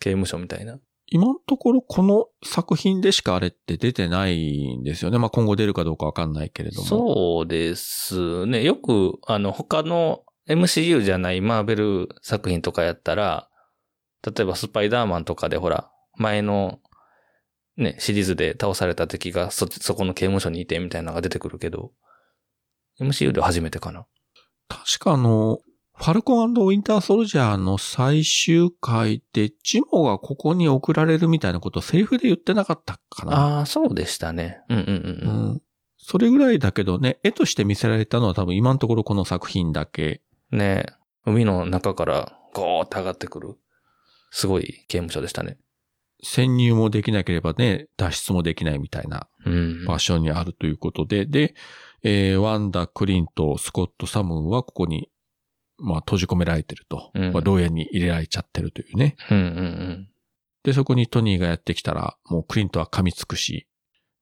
[SPEAKER 1] 刑務所みたいな。
[SPEAKER 2] 今のところこの作品でしかあれって出てないんですよね。まあ、今後出るかどうかわかんないけれども。
[SPEAKER 1] そうですね。よく、あの、他の MCU じゃないマーベル作品とかやったら、例えばスパイダーマンとかでほら、前の、ね、シリーズで倒された敵がそ、そこの刑務所にいてみたいなのが出てくるけど、MCU で初めてかな。
[SPEAKER 2] 確かあの、ファルコンウィンターソルジャーの最終回で、ジモがここに送られるみたいなことをセリフで言ってなかったかな。
[SPEAKER 1] ああ、そうでしたね。うんうん
[SPEAKER 2] う
[SPEAKER 1] うん。
[SPEAKER 2] ん。それぐらいだけどね、絵として見せられたのは多分今のところこの作品だけ。
[SPEAKER 1] ね海の中からゴーって上がってくる。すごい刑務所でしたね。
[SPEAKER 2] 潜入もできなければね、脱出もできないみたいな
[SPEAKER 1] うん。
[SPEAKER 2] 場所にあるということで、で、えーワンダ、クリント、スコット、サムはここに、まあ、閉じ込められてると。
[SPEAKER 1] うん
[SPEAKER 2] まあ、牢屋に入れられちゃってるというね。
[SPEAKER 1] うんうんうん。
[SPEAKER 2] で、そこにトニーがやってきたら、もうクリントは噛みつくし、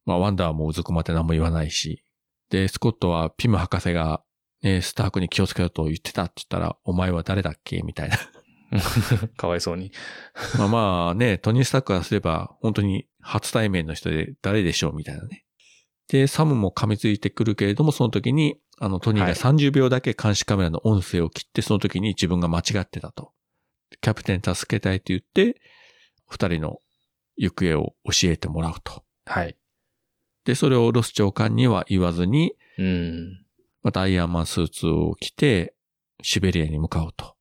[SPEAKER 2] まあ、ワンダーはもううずくまって何も言わないし、で、スコットはピム博士が、ね、スタークに気をつけろと言ってたって言ったら、お前は誰だっけみたいな。
[SPEAKER 1] かわいそうに。
[SPEAKER 2] まあまあね、トニー・スタークからすれば、本当に初対面の人で誰でしょうみたいなね。で、サムも噛みついてくるけれども、その時に、あの、トニー
[SPEAKER 1] は
[SPEAKER 2] が
[SPEAKER 1] い
[SPEAKER 2] 30秒だけ監視カメラの音声を切って、その時に自分が間違ってたと。キャプテン助けたいと言って、二人の行方を教えてもらうと。
[SPEAKER 1] はい。
[SPEAKER 2] で、それをロス長官には言わずに、
[SPEAKER 1] うん。
[SPEAKER 2] またアイアンマンスーツを着て、シベリアに向かうと。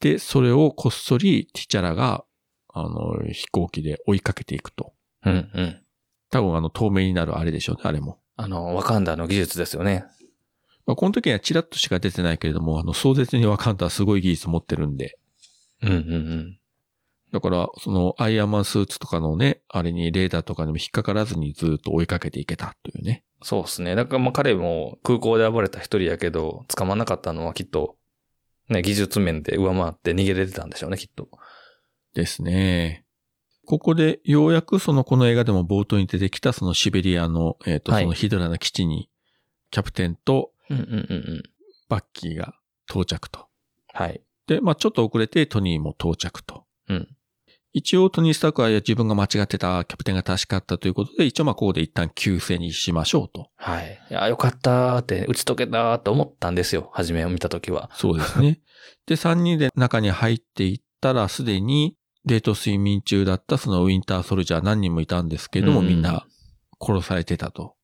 [SPEAKER 2] で、それをこっそりティチャラが、あの、飛行機で追いかけていくと。
[SPEAKER 1] うんうん。
[SPEAKER 2] 多分あの、透明になるあれでしょうね、あれも。
[SPEAKER 1] あの、ワカンダの技術ですよね。
[SPEAKER 2] まあ、この時にはチラッとしか出てないけれども、あの、壮絶にワカンダはすごい技術持ってるんで。
[SPEAKER 1] うんうん
[SPEAKER 2] だから、その、アイアンマンスーツとかのね、あれにレーダーとかにも引っかからずにずっと追いかけていけたというね。
[SPEAKER 1] そうですね。だからまあ彼も空港で暴れた一人やけど、捕まんなかったのはきっと、ね、技術面で上回って逃げれてたんでしょうね、きっと。
[SPEAKER 2] ですね。ここでようやくそのこの映画でも冒頭に出てきたそのシベリアの、えっと
[SPEAKER 1] はい
[SPEAKER 2] そのヒドラの基地にキャプテンと
[SPEAKER 1] うんうんうんうん。
[SPEAKER 2] バッキーが到着と。
[SPEAKER 1] はい。
[SPEAKER 2] で、まあちょっと遅れてトニーも到着と。
[SPEAKER 1] うん
[SPEAKER 2] 一応トニー・スタークは自分が間違ってた、キャプテンが確かったということで、一応まあここで一旦休戦にしましょうと。
[SPEAKER 1] はい。いや、よかったーって、打ち解けたーって思ったんですよ。初めを見たときは。
[SPEAKER 2] そうです ね。で、3人で中に入っていったら、すでに、デート睡眠中だったそのウィンターソルジャー何人もいたんですけども、
[SPEAKER 1] うん
[SPEAKER 2] みんな殺されてたと。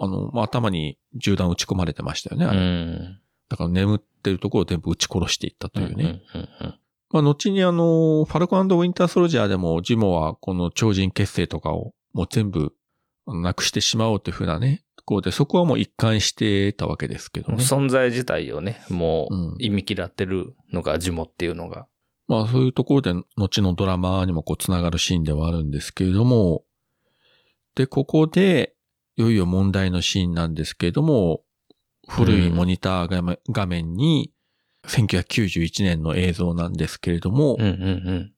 [SPEAKER 2] あの、まあ、頭に銃弾打ち込まれてましたよね。
[SPEAKER 1] う
[SPEAKER 2] あれ
[SPEAKER 1] ん。
[SPEAKER 2] だから眠ってるところを全部撃ち殺していったというね。
[SPEAKER 1] うんうんうんうん
[SPEAKER 2] まあ、後にあの、ファルコンウィンターソルジャーでも、ジモはこの超人結成とかをもう全部あのなくしてしまおうというふうなね、とこうで、そこはもう一貫してたわけですけど
[SPEAKER 1] もう
[SPEAKER 2] ね。
[SPEAKER 1] 存在自体をね、も
[SPEAKER 2] うん
[SPEAKER 1] う意味嫌ってるのが呪文っていうのが。
[SPEAKER 2] まあそういうところで後のドラマにもこう繋がるシーンではあるんですけれども、で、ここで、いよいよ問題のシーンなんですけれども、古いモニター画面画面に、1991年の映像なんですけれども、
[SPEAKER 1] うんうん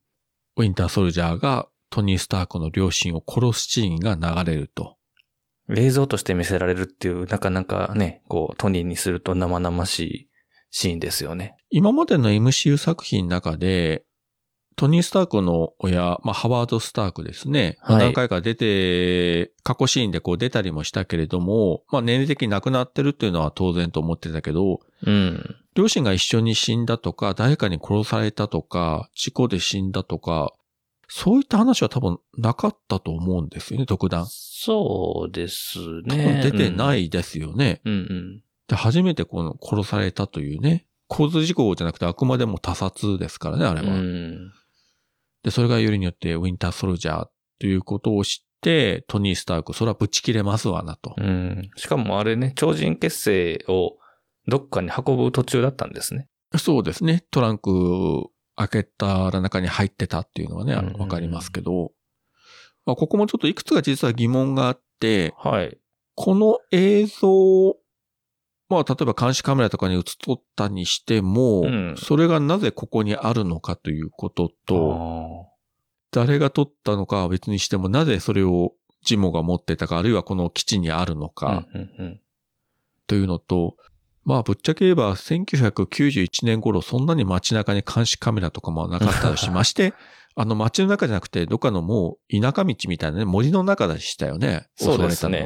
[SPEAKER 2] ウィンターソルジャーがトニー・スタークの両親を殺すシーンが流れると。
[SPEAKER 1] うん。映像として見せられるっていう、なかなかね、こう、トニーにすると生々しいシーンですよね。
[SPEAKER 2] 今までの MCU 作品の中で、トニー・スタークの親、まあ、ハワード・スタークですね。まあ
[SPEAKER 1] はい
[SPEAKER 2] 何回か出て、過去シーンでこう出たりもしたけれども、まあ、年齢的に亡くなってるっていうのは当然と思ってたけど、
[SPEAKER 1] うん。
[SPEAKER 2] 両親が一緒に死んだとか、誰かに殺されたとか、事故で死んだとか、そういった話は多分なかったと思うんですよね、特段。
[SPEAKER 1] そうです
[SPEAKER 2] 多
[SPEAKER 1] ね
[SPEAKER 2] 分。出てないですよね。
[SPEAKER 1] うん。うん
[SPEAKER 2] で、初めてこの殺されたというね、交通事故じゃなくてあくまでも他殺ですからね、あ
[SPEAKER 1] う
[SPEAKER 2] れ
[SPEAKER 1] ん。
[SPEAKER 2] は。
[SPEAKER 1] うん。
[SPEAKER 2] で、それがよりによってウィンターソルジャーということを知って、トニー・スターク、それはぶち切れますわなと。
[SPEAKER 1] うん。しかもあれね、超人結成をどっかに運ぶ途中だったんですね。
[SPEAKER 2] そうですね。トランク開けたら中に入ってたっていうのはね、あ
[SPEAKER 1] うんうん
[SPEAKER 2] の
[SPEAKER 1] うん
[SPEAKER 2] わかりますけど、まあ、ここもちょっといくつか実は疑問があって、
[SPEAKER 1] はい。
[SPEAKER 2] この映像、まあ、例えば監視カメラとかに映っとったにしても、
[SPEAKER 1] うん
[SPEAKER 2] それがなぜここにあるのかということと、誰が撮ったのかは別にしても、なぜそれをジモが持ってたか、あるいはこの基地にあるの
[SPEAKER 1] あー
[SPEAKER 2] か
[SPEAKER 1] うんうん
[SPEAKER 2] というのと、まあぶっちゃけ言えば1991年頃そんなに街中に監視カメラとかもなかったし、まして、 あの街の中じゃなくてどっかのもう田舎道みたいなね、森の中でしたよね。
[SPEAKER 1] そうで
[SPEAKER 2] 襲
[SPEAKER 1] す
[SPEAKER 2] われたの
[SPEAKER 1] ね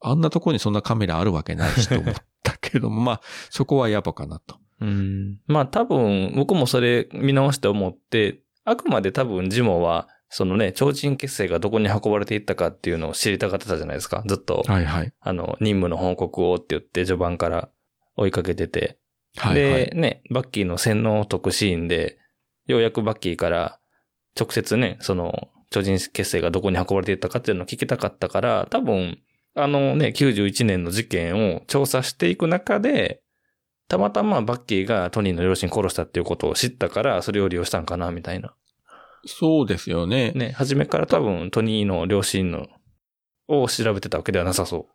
[SPEAKER 2] は。あんなとこにそんなカメラあるわけないしと思ったけども、 まあそこはやばかなと。
[SPEAKER 1] うん。まあ多分、僕もそれ見直して思って、あくまで多分ジモは、そのね、超人血清がどこに運ばれていったかっていうのを知りたかってたじゃないですか。ずっと、
[SPEAKER 2] はいはい。
[SPEAKER 1] あの、任務の報告をって言って序盤から追いかけてて。
[SPEAKER 2] はいはい。
[SPEAKER 1] で、ね、バッキーの洗脳を解くシーンで、ようやくバッキーから直接ね、その、超人血清がどこに運ばれていったかっていうのを聞きたかったから、多分、あのね、91年の事件を調査していく中で、たまたまバッキーがトニーの両親殺したっていうことを知ったから、それを利用したんかな、みたいな。
[SPEAKER 2] そうですよね。
[SPEAKER 1] ね、初めから多分トニーの両親の、を調べてたわけではなさそ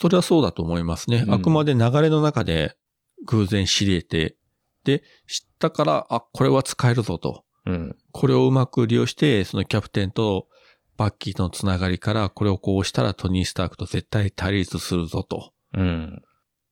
[SPEAKER 2] それはそうだと思いますね。
[SPEAKER 1] うん
[SPEAKER 2] あくまで流れの中で偶然知り得て、で、知ったから、あ、これは使えるぞと。
[SPEAKER 1] う。うん。
[SPEAKER 2] これをうまく利用して、そのキャプテンとバッキーとのつながりから、これをこうしたらトニー・スタークと絶対対立するぞと。
[SPEAKER 1] うん。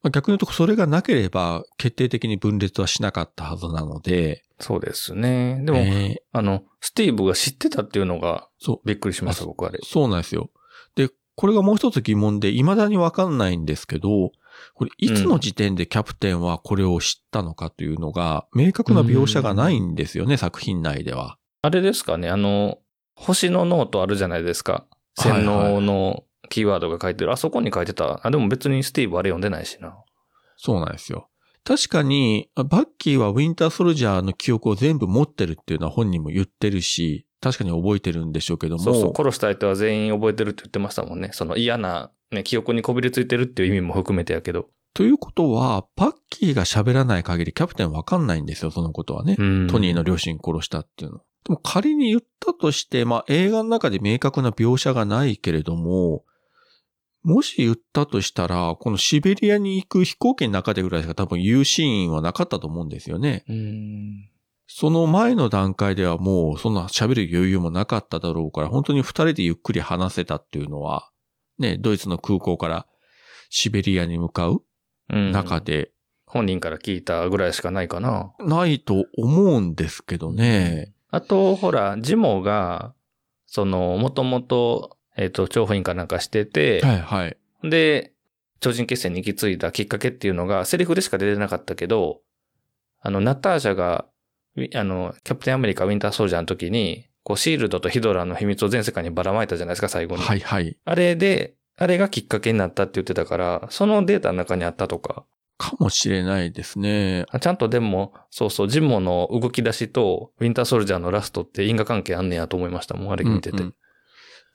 [SPEAKER 2] まあ逆に言うと、それがなければ、決定的に分裂はしなかったはずなので、
[SPEAKER 1] そうですね。で
[SPEAKER 2] で
[SPEAKER 1] も、
[SPEAKER 2] えー
[SPEAKER 1] あの、スティーブが知ってたっていうのが
[SPEAKER 2] そ
[SPEAKER 1] びっくりしました、
[SPEAKER 2] あ
[SPEAKER 1] 僕あれ。
[SPEAKER 2] う、そうなんですよ。で、これがもう一つ疑問で、未だにわかんないんですけど、これ、いつの時点でキャプテンはこれを知ったのかというのが、明確な描写がないんですよね、作品内では。
[SPEAKER 1] あれですかね、あの、星のノートあるじゃないですか。
[SPEAKER 2] はいはい
[SPEAKER 1] 洗脳のキーワードが書いてる。あそこに書いてた。あ、でも別にスティーブあれ読んでないしな。
[SPEAKER 2] そうなんですよ。確かに、バッキーはウィンターソルジャーの記憶を全部持ってるっていうのは本人も言ってるし、確かに覚えてるんでしょうけども、
[SPEAKER 1] そうそう、殺した相手は全員覚えてるって言ってましたもんね。その嫌な、ね、記憶にこびりついてるっていう意味も含めてやけど。
[SPEAKER 2] ということは、バッキーが喋らない限りキャプテンわかんないんですよ、そのことはね。
[SPEAKER 1] うん
[SPEAKER 2] トニーの両親殺したっていうの。でも仮に言ったとして、まあ映画の中で明確な描写がないけれども、もし言ったとしたら、このシベリアに行く飛行機の中でぐらいしか多分言うシーンはなかったと思うんですよね。
[SPEAKER 1] うん。
[SPEAKER 2] その前の段階ではもうそんな喋る余裕もなかっただろうから、本当に二人でゆっくり話せたっていうのは、ね、ドイツの空港からシベリアに向かう
[SPEAKER 1] うん。
[SPEAKER 2] 中で、
[SPEAKER 1] 本人から聞いたぐらいしかないかな。
[SPEAKER 2] ないと思うんですけどね。
[SPEAKER 1] あと、ほら、ジモが、その、もともと、えっ、と、調布員かなんかしてて、
[SPEAKER 2] はいはい。
[SPEAKER 1] で、超人決戦に行き継いだきっかけっていうのが、セリフでしか出てなかったけど、あの、ナターシャが、ウィあの、キャプテンアメリカウィンターソルジャーの時に、こう、シールドとヒドラーの秘密を全世界にばらまいたじゃないですか、最後に。
[SPEAKER 2] はいはい。
[SPEAKER 1] あれで、あれがきっかけになったって言ってたから、そのデータの中にあったとか、
[SPEAKER 2] かもしれないですね。
[SPEAKER 1] あちゃんとでも、そうそう、ジモの動き出しと、ウィンターソルジャーのラストって因果関係あんねやと思いましたもん、あれ見てて。
[SPEAKER 2] うんうん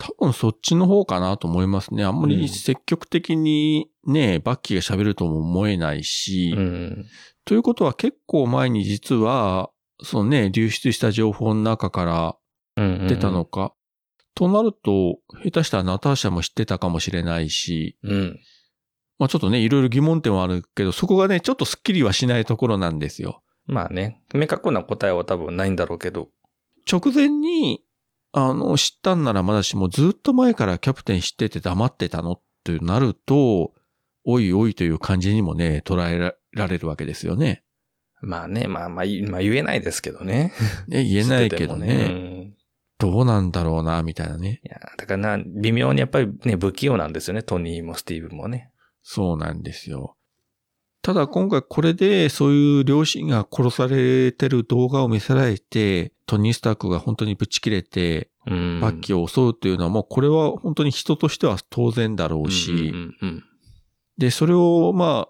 [SPEAKER 2] 多分そっちの方かなと思いますね。あんま
[SPEAKER 1] うん
[SPEAKER 2] り積極的にね、バッキーが喋るとも思えないし、
[SPEAKER 1] うん
[SPEAKER 2] ということは結構前に実は、そのね、流出した情報の中から
[SPEAKER 1] うんうん
[SPEAKER 2] 出たのか。となると、下手したらナターシャも知ってたかもしれないし、
[SPEAKER 1] うん。
[SPEAKER 2] まあちょっとね、いろいろ疑問点はあるけど、そこがね、ちょっとスッキリはしないところなんですよ。
[SPEAKER 1] まあね、明確な答えは多分ないんだろうけど。
[SPEAKER 2] 直前に、あの、知ったんならまだしも、ずっと前からキャプテン知ってて黙ってたのってなると、おいおいという感じにもね、捉えられるわけですよね。
[SPEAKER 1] まあね、まあまあ、いまあ言えないですけどね。
[SPEAKER 2] ね 言えないけどね
[SPEAKER 1] 知っててもうん
[SPEAKER 2] どうなんだろうな、みたいなね。
[SPEAKER 1] いや、だからな、微妙にやっぱりね、不器用なんですよね、トニーもスティーブもね。
[SPEAKER 2] そうなんですよ。ただ今回これでそういう両親が殺されてる動画を見せられて、トニー・スタークが本当にブチ切れて、
[SPEAKER 1] うん。
[SPEAKER 2] バッキーを襲うというのはもうこれは本当に人としては当然だろうし、
[SPEAKER 1] うんうんうん
[SPEAKER 2] で、それをまあ、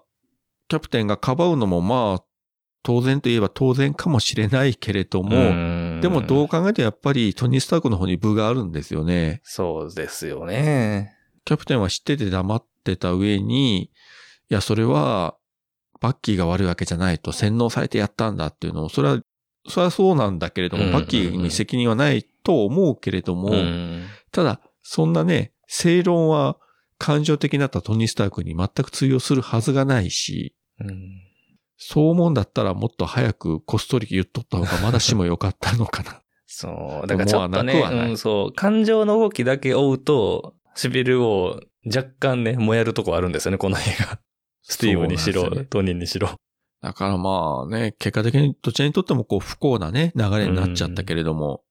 [SPEAKER 2] キャプテンがかばうのもまあ、当然といえば当然かもしれないけれども、
[SPEAKER 1] うん、
[SPEAKER 2] でもどう考えてもやっぱりトニー・スタークの方に部があるんですよね。
[SPEAKER 1] そうですよね。
[SPEAKER 2] キャプテンは知ってて黙ってた上に、いや、それは、バッキーが悪いわけじゃないと洗脳されてやったんだっていうのを、それは、それはそうなんだけれど
[SPEAKER 1] う
[SPEAKER 2] も、
[SPEAKER 1] ん
[SPEAKER 2] バッキーに責任はないと思うけれども、
[SPEAKER 1] うん。
[SPEAKER 2] ただ、そんなね、正論は感情的になったトニー・スタークに全く通用するはずがないし、
[SPEAKER 1] うん。
[SPEAKER 2] そう思うんだったらもっと早くこっそり言っとった方がまだしも良かったのかな。
[SPEAKER 1] そう。だからちょっとね、
[SPEAKER 2] 思わなくはない
[SPEAKER 1] うん、そう。感情の動きだけ追うと、唇を若干ね、燃えるとこあるんですよね、この映画。 スティーブにし
[SPEAKER 2] そ
[SPEAKER 1] ろ、
[SPEAKER 2] うなんですよね
[SPEAKER 1] トニーにしろ。
[SPEAKER 2] だからまあね、結果的にどちらにとってもこう不幸なね、流れになっちゃったけれども、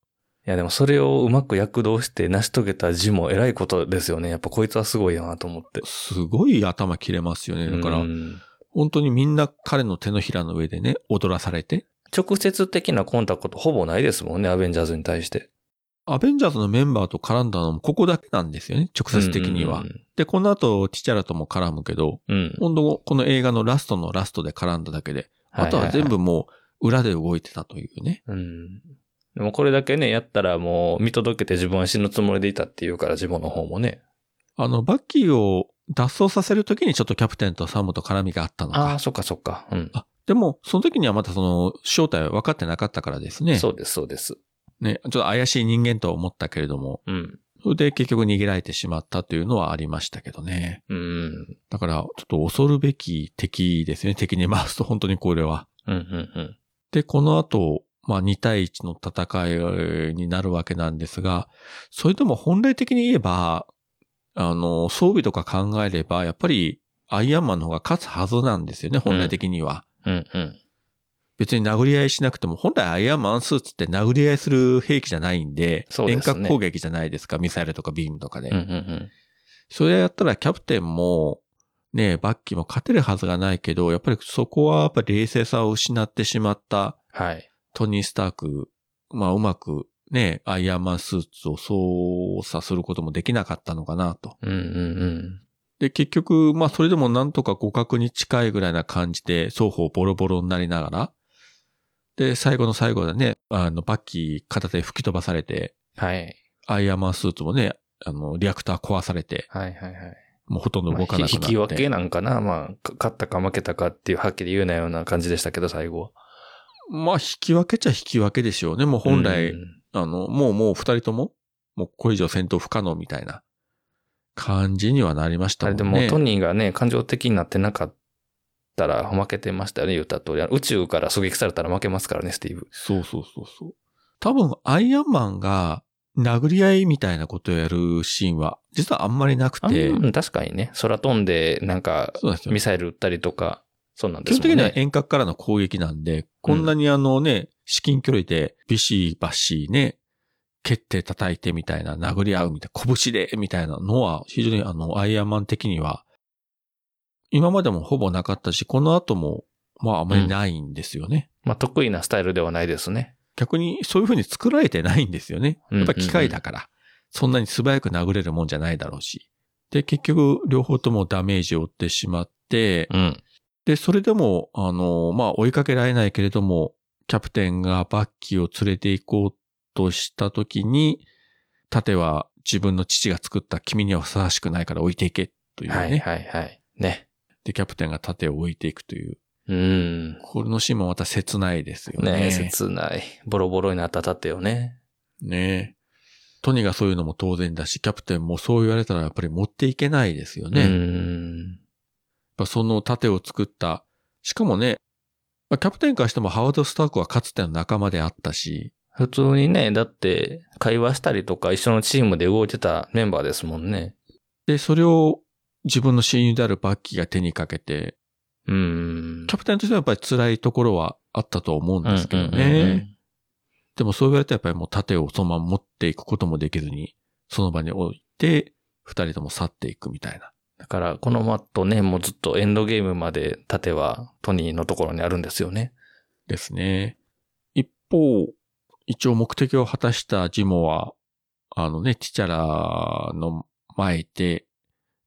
[SPEAKER 1] いや、でもそれをうまく躍動して成し遂げた字も偉いことですよね。やっぱこいつはすごいなと思って。
[SPEAKER 2] すごい頭切れますよね。だから、
[SPEAKER 1] うん
[SPEAKER 2] 本当にみんな彼の手のひらの上でね、踊らされて、
[SPEAKER 1] 直接的なコンタクトほぼないですもんね、アベンジャーズに対して。
[SPEAKER 2] アベンジャーズのメンバーと絡んだのもここだけなんですよね、直接的には。
[SPEAKER 1] うん
[SPEAKER 2] で、この後、ティチャラとも絡むけど、
[SPEAKER 1] うんうん。
[SPEAKER 2] 本当この映画のラストのラストで絡んだだけで、あとは全部もう裏で動いてたというね。
[SPEAKER 1] うん。でもこれだけね、やったらもう見届けて自分は死ぬつもりでいたっていうから、自分の方もね。
[SPEAKER 2] あの、バッキーを脱走させるときにちょっとキャプテンとサムと絡みがあったの
[SPEAKER 1] ああ、
[SPEAKER 2] か。
[SPEAKER 1] そっかそっか。うん。
[SPEAKER 2] あでも、その時にはまだその正体は分かってなかったからですね。
[SPEAKER 1] そうです、そうです。
[SPEAKER 2] ね、ちょっと怪しい人間とは思ったけれども、
[SPEAKER 1] うん。
[SPEAKER 2] それで結局逃げられてしまったというのはありましたけどね。
[SPEAKER 1] うん。
[SPEAKER 2] だから、ちょっと恐るべき敵ですね。敵に回すと本当にこれは。
[SPEAKER 1] うん、うん、
[SPEAKER 2] で、この後、まあ2対1の戦いになるわけなんですが、それでも本来的に言えば、あの、装備とか考えれば、やっぱりアイアンマンの方が勝つはずなんですよね、本来的には。
[SPEAKER 1] うん。うん、うん。
[SPEAKER 2] 別に殴り合いしなくても、本来アイアンマンスーツって殴り合いする兵器じゃないんで、
[SPEAKER 1] そうです
[SPEAKER 2] 遠
[SPEAKER 1] ね
[SPEAKER 2] 隔攻撃じゃないですか、ミサイルとかビームとかで。
[SPEAKER 1] うん、うん、
[SPEAKER 2] それやったらキャプテンも、ね、バッキーも勝てるはずがないけど、やっぱりそこはやっぱり冷静さを失ってしまった
[SPEAKER 1] はい。
[SPEAKER 2] トニー・スターク、まあうまくね、アイアンマンスーツを操作することもできなかったのかなと。
[SPEAKER 1] うん、うん、
[SPEAKER 2] で、結局、まあそれでもなんとか互角に近いぐらいな感じで双方ボロボロになりながら、で、最後の最後でね、あの、バッキー片手吹き飛ばされて、
[SPEAKER 1] うん。はい。
[SPEAKER 2] アイアンマンスーツもね、あの、リアクター壊されて、
[SPEAKER 1] はい、はい、はい。
[SPEAKER 2] もうほとんど動かなくなっ
[SPEAKER 1] まあひ
[SPEAKER 2] て。
[SPEAKER 1] 引き分けなんかなまあ、か勝ったか負けたかっていう、はっきり言うなような感じでしたけど、最後は。
[SPEAKER 2] まあ、引き分けちゃ引き分けでしょうね。もう本来、
[SPEAKER 1] うん
[SPEAKER 2] あの、もうもう二人とも、もうこれ以上戦闘不可能みたいな感じにはなりました
[SPEAKER 1] あ
[SPEAKER 2] も
[SPEAKER 1] れ
[SPEAKER 2] ん
[SPEAKER 1] で
[SPEAKER 2] ね。
[SPEAKER 1] も、トニーがね、感情的になってなかったら、負けてましたよね、言った通り。あの宇宙から狙撃されたら負けますからね、スティーブ。
[SPEAKER 2] そうそうそうそう。多分、アイアンマンが殴り合いみたいなことをやるシーンは、実はあんまりなく
[SPEAKER 1] あん
[SPEAKER 2] て、
[SPEAKER 1] うん確かにね、空飛んで、なんか、
[SPEAKER 2] そうなんですよ
[SPEAKER 1] ミ。サイル撃ったりとか、そうなん
[SPEAKER 2] 基
[SPEAKER 1] です
[SPEAKER 2] 本
[SPEAKER 1] もん
[SPEAKER 2] 的には
[SPEAKER 1] ね。
[SPEAKER 2] 遠隔からの攻撃なんで、こんなにあのね、至近距離でビシバシね、蹴って叩いてみたいな、殴り合うみたいな、拳でみたいなのは、非常にあの、アイアンマン的には、今までもほぼなかったし、この後も、まああまりないんですよね。
[SPEAKER 1] まあ、得意なスタイルではないですね。
[SPEAKER 2] 逆にそういう風に作られてないんですよね。やっぱ機械だから、そんなに素早く殴れるもんじゃないだろうし。で、結局、両方ともダメージを負ってしまって、
[SPEAKER 1] うん。
[SPEAKER 2] で、それでも、あの、まあ、追いかけられないけれども、キャプテンがバッキーを連れて行こうとしたときに、盾は自分の父が作った君にはふさわしくないから置いていけというね。
[SPEAKER 1] はいはいはい。ね。
[SPEAKER 2] で、キャプテンが盾を置いていくという。
[SPEAKER 1] うん。
[SPEAKER 2] このシーンもまた切ないですよね。
[SPEAKER 1] ねえ、切ない。ボロボロになった盾をね。
[SPEAKER 2] ねえトニーがそういうのも当然だし、キャプテンもそう言われたらやっぱり持っていけないですよね。
[SPEAKER 1] う
[SPEAKER 2] やっ
[SPEAKER 1] ん。
[SPEAKER 2] ぱその盾を作った。しかもね、まあキャプテンからしてもハワード・スタークはかつての仲間であったし、
[SPEAKER 1] 普通にね、だって、会話したりとか、一緒のチームで動いてたメンバーですもんね。
[SPEAKER 2] で、それを自分の親友であるバッキーが手にかけて、
[SPEAKER 1] うん。
[SPEAKER 2] キャプテンとしてはやっぱり辛いところはあったと思うんですけどね。
[SPEAKER 1] うんうんうんうん
[SPEAKER 2] でもそう言われたらやっぱりもう盾をそのまま持っていくこともできずに、その場に置いて、二人とも去っていくみたいな。
[SPEAKER 1] だから、このマットね、もうずっとエンドゲームまで盾はトニーのところにあるんですよね。
[SPEAKER 2] ですね。一方、一応目的を果たしたジモは、あのね、ティチャラの前で、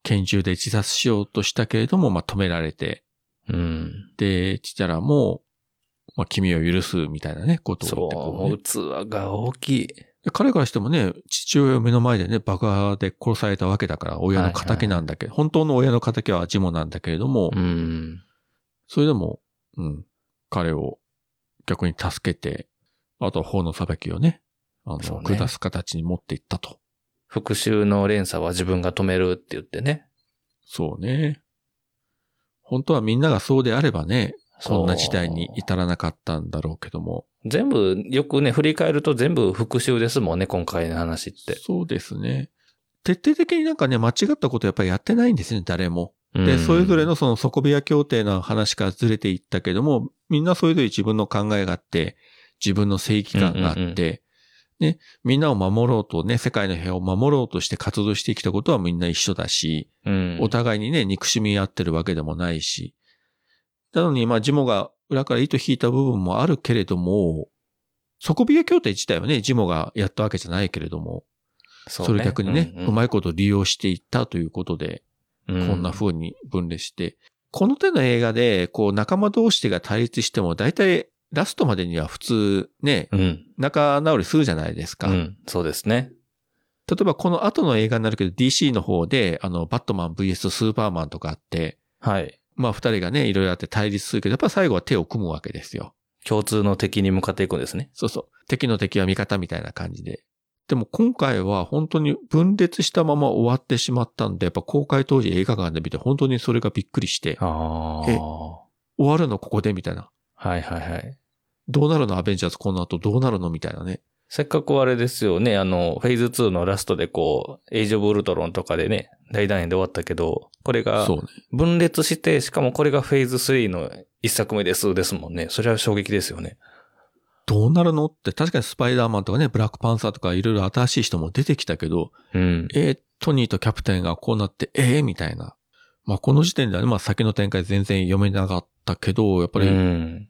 [SPEAKER 2] 拳銃で自殺しようとしたけれども、まあ、止められて、
[SPEAKER 1] うん。
[SPEAKER 2] で、チチャラも、まあ、君を許すみたいなね、こと
[SPEAKER 1] そう、
[SPEAKER 2] を言ってこう
[SPEAKER 1] も
[SPEAKER 2] ね
[SPEAKER 1] う器が大きい。
[SPEAKER 2] で彼からしてもね、父親を目の前でね、爆破で殺されたわけだから、親の仇なんだけど、本当の親の仇はジモなんだけれども、
[SPEAKER 1] うん。
[SPEAKER 2] それでも、うん、彼を逆に助けて、あとは法の裁きをね、あの、
[SPEAKER 1] そうね
[SPEAKER 2] 下す形に持っていったと。
[SPEAKER 1] 復讐の連鎖は自分が止めるって言ってね。
[SPEAKER 2] そうね。本当はみんながそうであればね、
[SPEAKER 1] そう
[SPEAKER 2] こんな事態に至らなかったんだろうけども。
[SPEAKER 1] 全部、よくね、振り返ると全部復讐ですもんね、今回の話って。
[SPEAKER 2] そうですね。徹底的になんかね、間違ったことやっぱりやってないんですね、誰も。
[SPEAKER 1] う
[SPEAKER 2] で、
[SPEAKER 1] ん
[SPEAKER 2] それぞれのその底部屋協定の話からずれていったけども、みんなそれぞれ自分の考えがあって、自分の正義感があって、
[SPEAKER 1] うんうんうん
[SPEAKER 2] ね、みんなを守ろうとね、世界の平和を守ろうとして活動してきたことはみんな一緒だし、
[SPEAKER 1] うん、
[SPEAKER 2] お互いにね、憎しみ合ってるわけでもないし。なのに、まあ、ジモが裏から糸引いた部分もあるけれども、底冷え協定自体はね、ジモがやったわけじゃないけれども、
[SPEAKER 1] そ
[SPEAKER 2] それ逆にね、う
[SPEAKER 1] い、
[SPEAKER 2] まいこと利用していったということで、
[SPEAKER 1] こ
[SPEAKER 2] こんな風に分類して。この手の映画で、こう、仲間同士が対立しても、大体、ラストまでには普通、ね、
[SPEAKER 1] うん。
[SPEAKER 2] 仲直りするじゃないですか。
[SPEAKER 1] うん。そうですね。
[SPEAKER 2] 例えば、この後の映画になるけど、DC の方で、あの、バットマン VS スーパーマンとかあって、
[SPEAKER 1] はい。
[SPEAKER 2] まあ、二人がね、いろいろあって対立するけど、やっぱ最後は手を組むわけですよ。
[SPEAKER 1] 共通の敵に向かっていくんですね。
[SPEAKER 2] そうそう。敵の敵は味方みたいな感じで。でも今回は本当に分裂したまま終わってしまったんで、やっぱ公開当時映画館で見て本当にそれがびっくりして、
[SPEAKER 1] ああ。
[SPEAKER 2] え終わるのここでみたいな。
[SPEAKER 1] はいはいはい。
[SPEAKER 2] どうなるのアベンジャーズこの後どうなるのみたいなね。
[SPEAKER 1] せっかくあれですよね、あの、フェーズ2のラストでこう、エイジオブ・ウルトロンとかでね、大団円で終わったけど、これが
[SPEAKER 2] そうね。
[SPEAKER 1] 分裂して、しかもこれがフェーズ3の一作目です、ですもんね。それは衝撃ですよね。
[SPEAKER 2] どうなるのって確かにスパイダーマンとかね、ブラックパンサーとかいろいろ新しい人も出てきたけど、
[SPEAKER 1] うん。
[SPEAKER 2] えートニーとキャプテンがこうなって、ええみたいな。まあこの時点ではね、まあ先の展開全然読めなかったけど、やっぱり、
[SPEAKER 1] うん。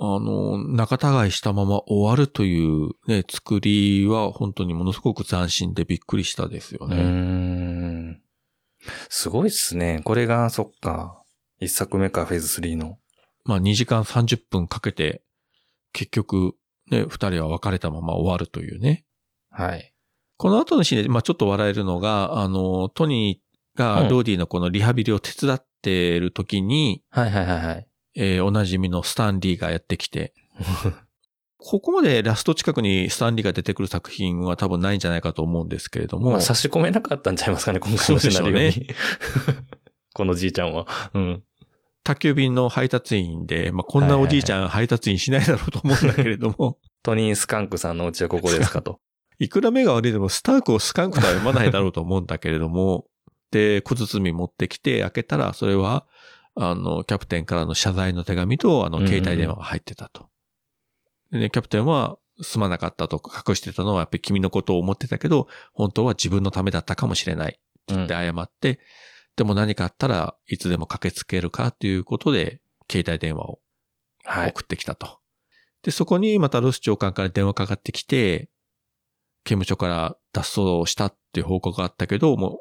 [SPEAKER 2] あの、仲違いしたまま終わるというね、作りは本当にものすごく斬新でびっくりしたですよ
[SPEAKER 1] うー
[SPEAKER 2] ね。
[SPEAKER 1] ん。すごいっすね。これが、そっか。一作目か、フェーズ3の。
[SPEAKER 2] まあ2時間30分かけて、結局、ね、二人は別れたまま終わるというね。
[SPEAKER 1] はい。
[SPEAKER 2] この後のシーンで、まあちょっと笑えるのが、あの、トニー
[SPEAKER 1] う
[SPEAKER 2] が
[SPEAKER 1] ん
[SPEAKER 2] ローディのこのリハビリを手伝ってる時に、
[SPEAKER 1] はいはいはいはい。
[SPEAKER 2] えーおなじみのスタンリーがやってき て、ここまでラスト近くにスタンリーが出てくる作品は多分ないんじゃないかと思うんですけれども。
[SPEAKER 1] まあ、差し込めなかったんちゃいますかね、今回のシナリオ
[SPEAKER 2] そう
[SPEAKER 1] に。 このじいちゃんは。うん。
[SPEAKER 2] 宅急便の配達員で、まあ、こんなおじいちゃん配達員しないだろうと思うんだけれども、
[SPEAKER 1] トニー・スカンクさんのお家はここです かと。
[SPEAKER 2] いくら目が悪いでもスタークをスカンクとは読まないだろうと思うんだけれども、で、小包持ってきて開けたら、それは、あの、キャプテンからの謝罪の手紙と、あの、
[SPEAKER 1] うんうん
[SPEAKER 2] 携帯電話が入ってたと。でね、キャプテンは、すまなかったとか隠してたのは、やっぱり君のことを思ってたけど、本当は自分のためだったかもしれない。
[SPEAKER 1] うん
[SPEAKER 2] で、謝って、でも何かあったらいつでも駆けつけるかということで、携帯電話を
[SPEAKER 1] はい。
[SPEAKER 2] 送ってきたと。で、そこにまたロス長官から電話かかってきて、刑務所から脱走したっていう報告があったけど、もう、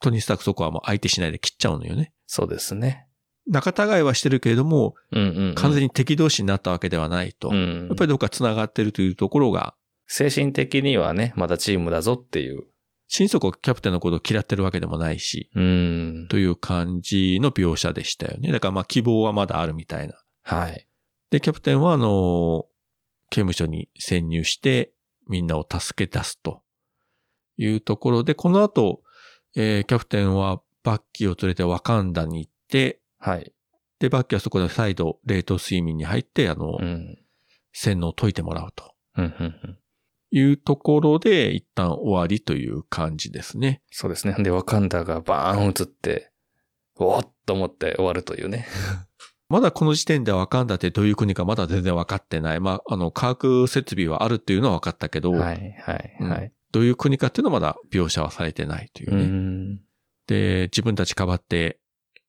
[SPEAKER 2] トニー・スタークそこはもう相手しないで切っちゃうのよね。
[SPEAKER 1] そうですね。
[SPEAKER 2] 仲違いはしてるけれども、
[SPEAKER 1] うんうん、うん。
[SPEAKER 2] 完全に敵同士になったわけではないと。
[SPEAKER 1] う
[SPEAKER 2] や
[SPEAKER 1] ん。
[SPEAKER 2] っぱりどっか繋がってるというところが、
[SPEAKER 1] 精神的にはね、まだチームだぞっていう。
[SPEAKER 2] 心底キャプテンのことを嫌ってるわけでもないし、
[SPEAKER 1] うん。
[SPEAKER 2] という感じの描写でしたよね。だからまあ希望はまだあるみたいな。
[SPEAKER 1] はい。
[SPEAKER 2] で、キャプテンは、あの、刑務所に潜入して、みんなを助け出すというところで、この後、えーキャプテンはバッキーを連れてワカンダに行って、
[SPEAKER 1] はい。
[SPEAKER 2] で、バッキーはそこで再度、冷凍睡眠に入って、あの、
[SPEAKER 1] うん。
[SPEAKER 2] 洗脳を解いてもらうと
[SPEAKER 1] うん、うん、うん。
[SPEAKER 2] いうところで、一旦終わりという感じですね。
[SPEAKER 1] そうですね。で、ワカンダがバーン映って、おーっと思って終わるというね。
[SPEAKER 2] まだこの時点ではワカンダってどういう国かまだ全然分かってない。まあ、あの、科学設備はあるっていうのは分かったけど、
[SPEAKER 1] はい、はい、はい。
[SPEAKER 2] どういう国かっていうのはまだ描写はされてないという
[SPEAKER 1] う
[SPEAKER 2] ね。
[SPEAKER 1] ん。
[SPEAKER 2] で、自分たちかばって、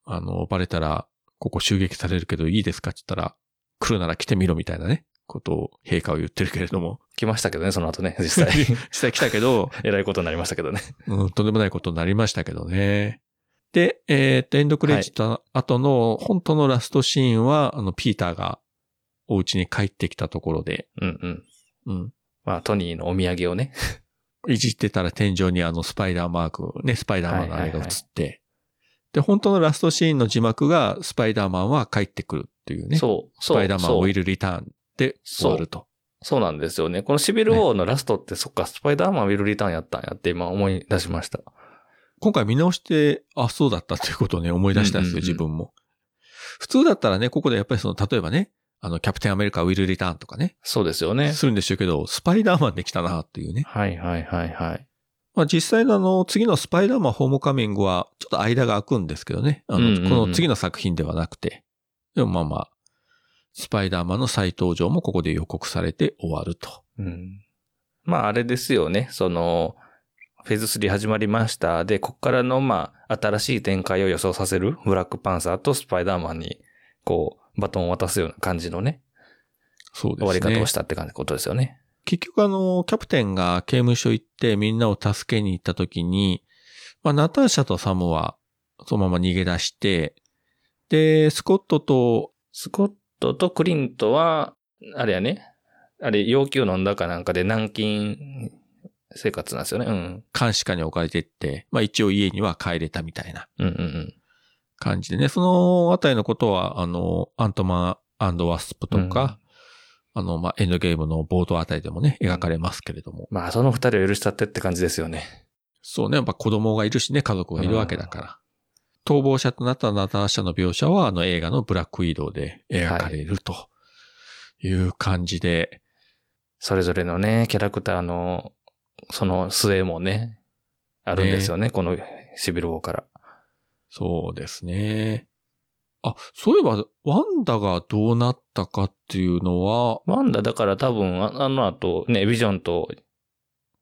[SPEAKER 2] あの、バレたら、ここ襲撃されるけどいいですかって言ったら、来るなら来てみろみたいなね、ことを陛下は言ってるけれども、
[SPEAKER 1] 来ましたけどね、その後ね、実際。
[SPEAKER 2] 実際来たけど、
[SPEAKER 1] えらいことになりましたけどね。
[SPEAKER 2] うん、とんでもないことになりましたけどね。で、えーっと、エンドクレジットの後の、本当のラストシーンは、あの、ピーターがお家に帰ってきたところで、
[SPEAKER 1] うん、うん。
[SPEAKER 2] うん、
[SPEAKER 1] まあ、トニーのお土産をね。
[SPEAKER 2] いじってたら天井にあのスパイダーマーク、ね、スパイダーマンのあれが映って、で、本当のラストシーンの字幕が、スパイダーマンは帰ってくるっていうね。
[SPEAKER 1] そう、
[SPEAKER 2] ス
[SPEAKER 1] そう。
[SPEAKER 2] パイダーマンウ
[SPEAKER 1] そう
[SPEAKER 2] ィルリターンで終わると。
[SPEAKER 1] そうなんですよね。このシビル王のラストって、そっか、スパイダーマンウィルリターンやったんやって今思い出しました。
[SPEAKER 2] 今回見直して、あ、そうだったっていうことをね、思い出したんで
[SPEAKER 1] うんう
[SPEAKER 2] すよ、
[SPEAKER 1] んうん
[SPEAKER 2] 自分も。普通だったらね、ここでやっぱりその、例えばね、あの、キャプテンアメリカウィル・リターンとかね、
[SPEAKER 1] そうですよね。
[SPEAKER 2] するんでしょうけど、スパイダーマンできたなっていうね。
[SPEAKER 1] はいはいはいはい。
[SPEAKER 2] まあ実際のあの、次のスパイダーマンホームカミングは、ちょっと間が空くんですけどね。あの、
[SPEAKER 1] うんうんうん
[SPEAKER 2] この次の作品ではなくて。でもまあまあ、スパイダーマンの再登場もここで予告されて終わると。
[SPEAKER 1] うん。まああれですよね。その、フェーズ3始まりました。で、こっからの、まあ、新しい展開を予想させるブラックパンサーとスパイダーマンに、こう、バトンを渡すような感じのね、
[SPEAKER 2] そう
[SPEAKER 1] 終
[SPEAKER 2] ですね。
[SPEAKER 1] わり方をしたって感じのことですよね。
[SPEAKER 2] 結局あの、キャプテンが刑務所行ってみんなを助けに行った時に、まあ、ナターシャとサムはそのまま逃げ出して、で、スコットと、
[SPEAKER 1] スコットとクリントは、あれやね、あれ、要求飲んだかなんかで軟禁生活なんですよね。うん。
[SPEAKER 2] 監視下に置かれてって、まあ一応家には帰れたみたいな
[SPEAKER 1] うんうんうん。
[SPEAKER 2] 感じでね、そのあたりのことは、あの、アントマンワスプとか、あの、まあエンドゲームの冒頭あたりでもね、描かれますけれども、
[SPEAKER 1] まあ、その二人を許したってって感じですよね。
[SPEAKER 2] そうね、やっぱ子供がいるしね、家族がいるわけだから。逃亡者となったナターシャの描写は、あの映画のブラックウィードウで描かれるという感じで、
[SPEAKER 1] それぞれのね、キャラクターの、その末もね、あるんですよね、このシビル王から。
[SPEAKER 2] そうですね。あ、そういえば、ワンダがどうなったかっていうのは、
[SPEAKER 1] ワンダだから多分、ああの後、ね、ビジョンと、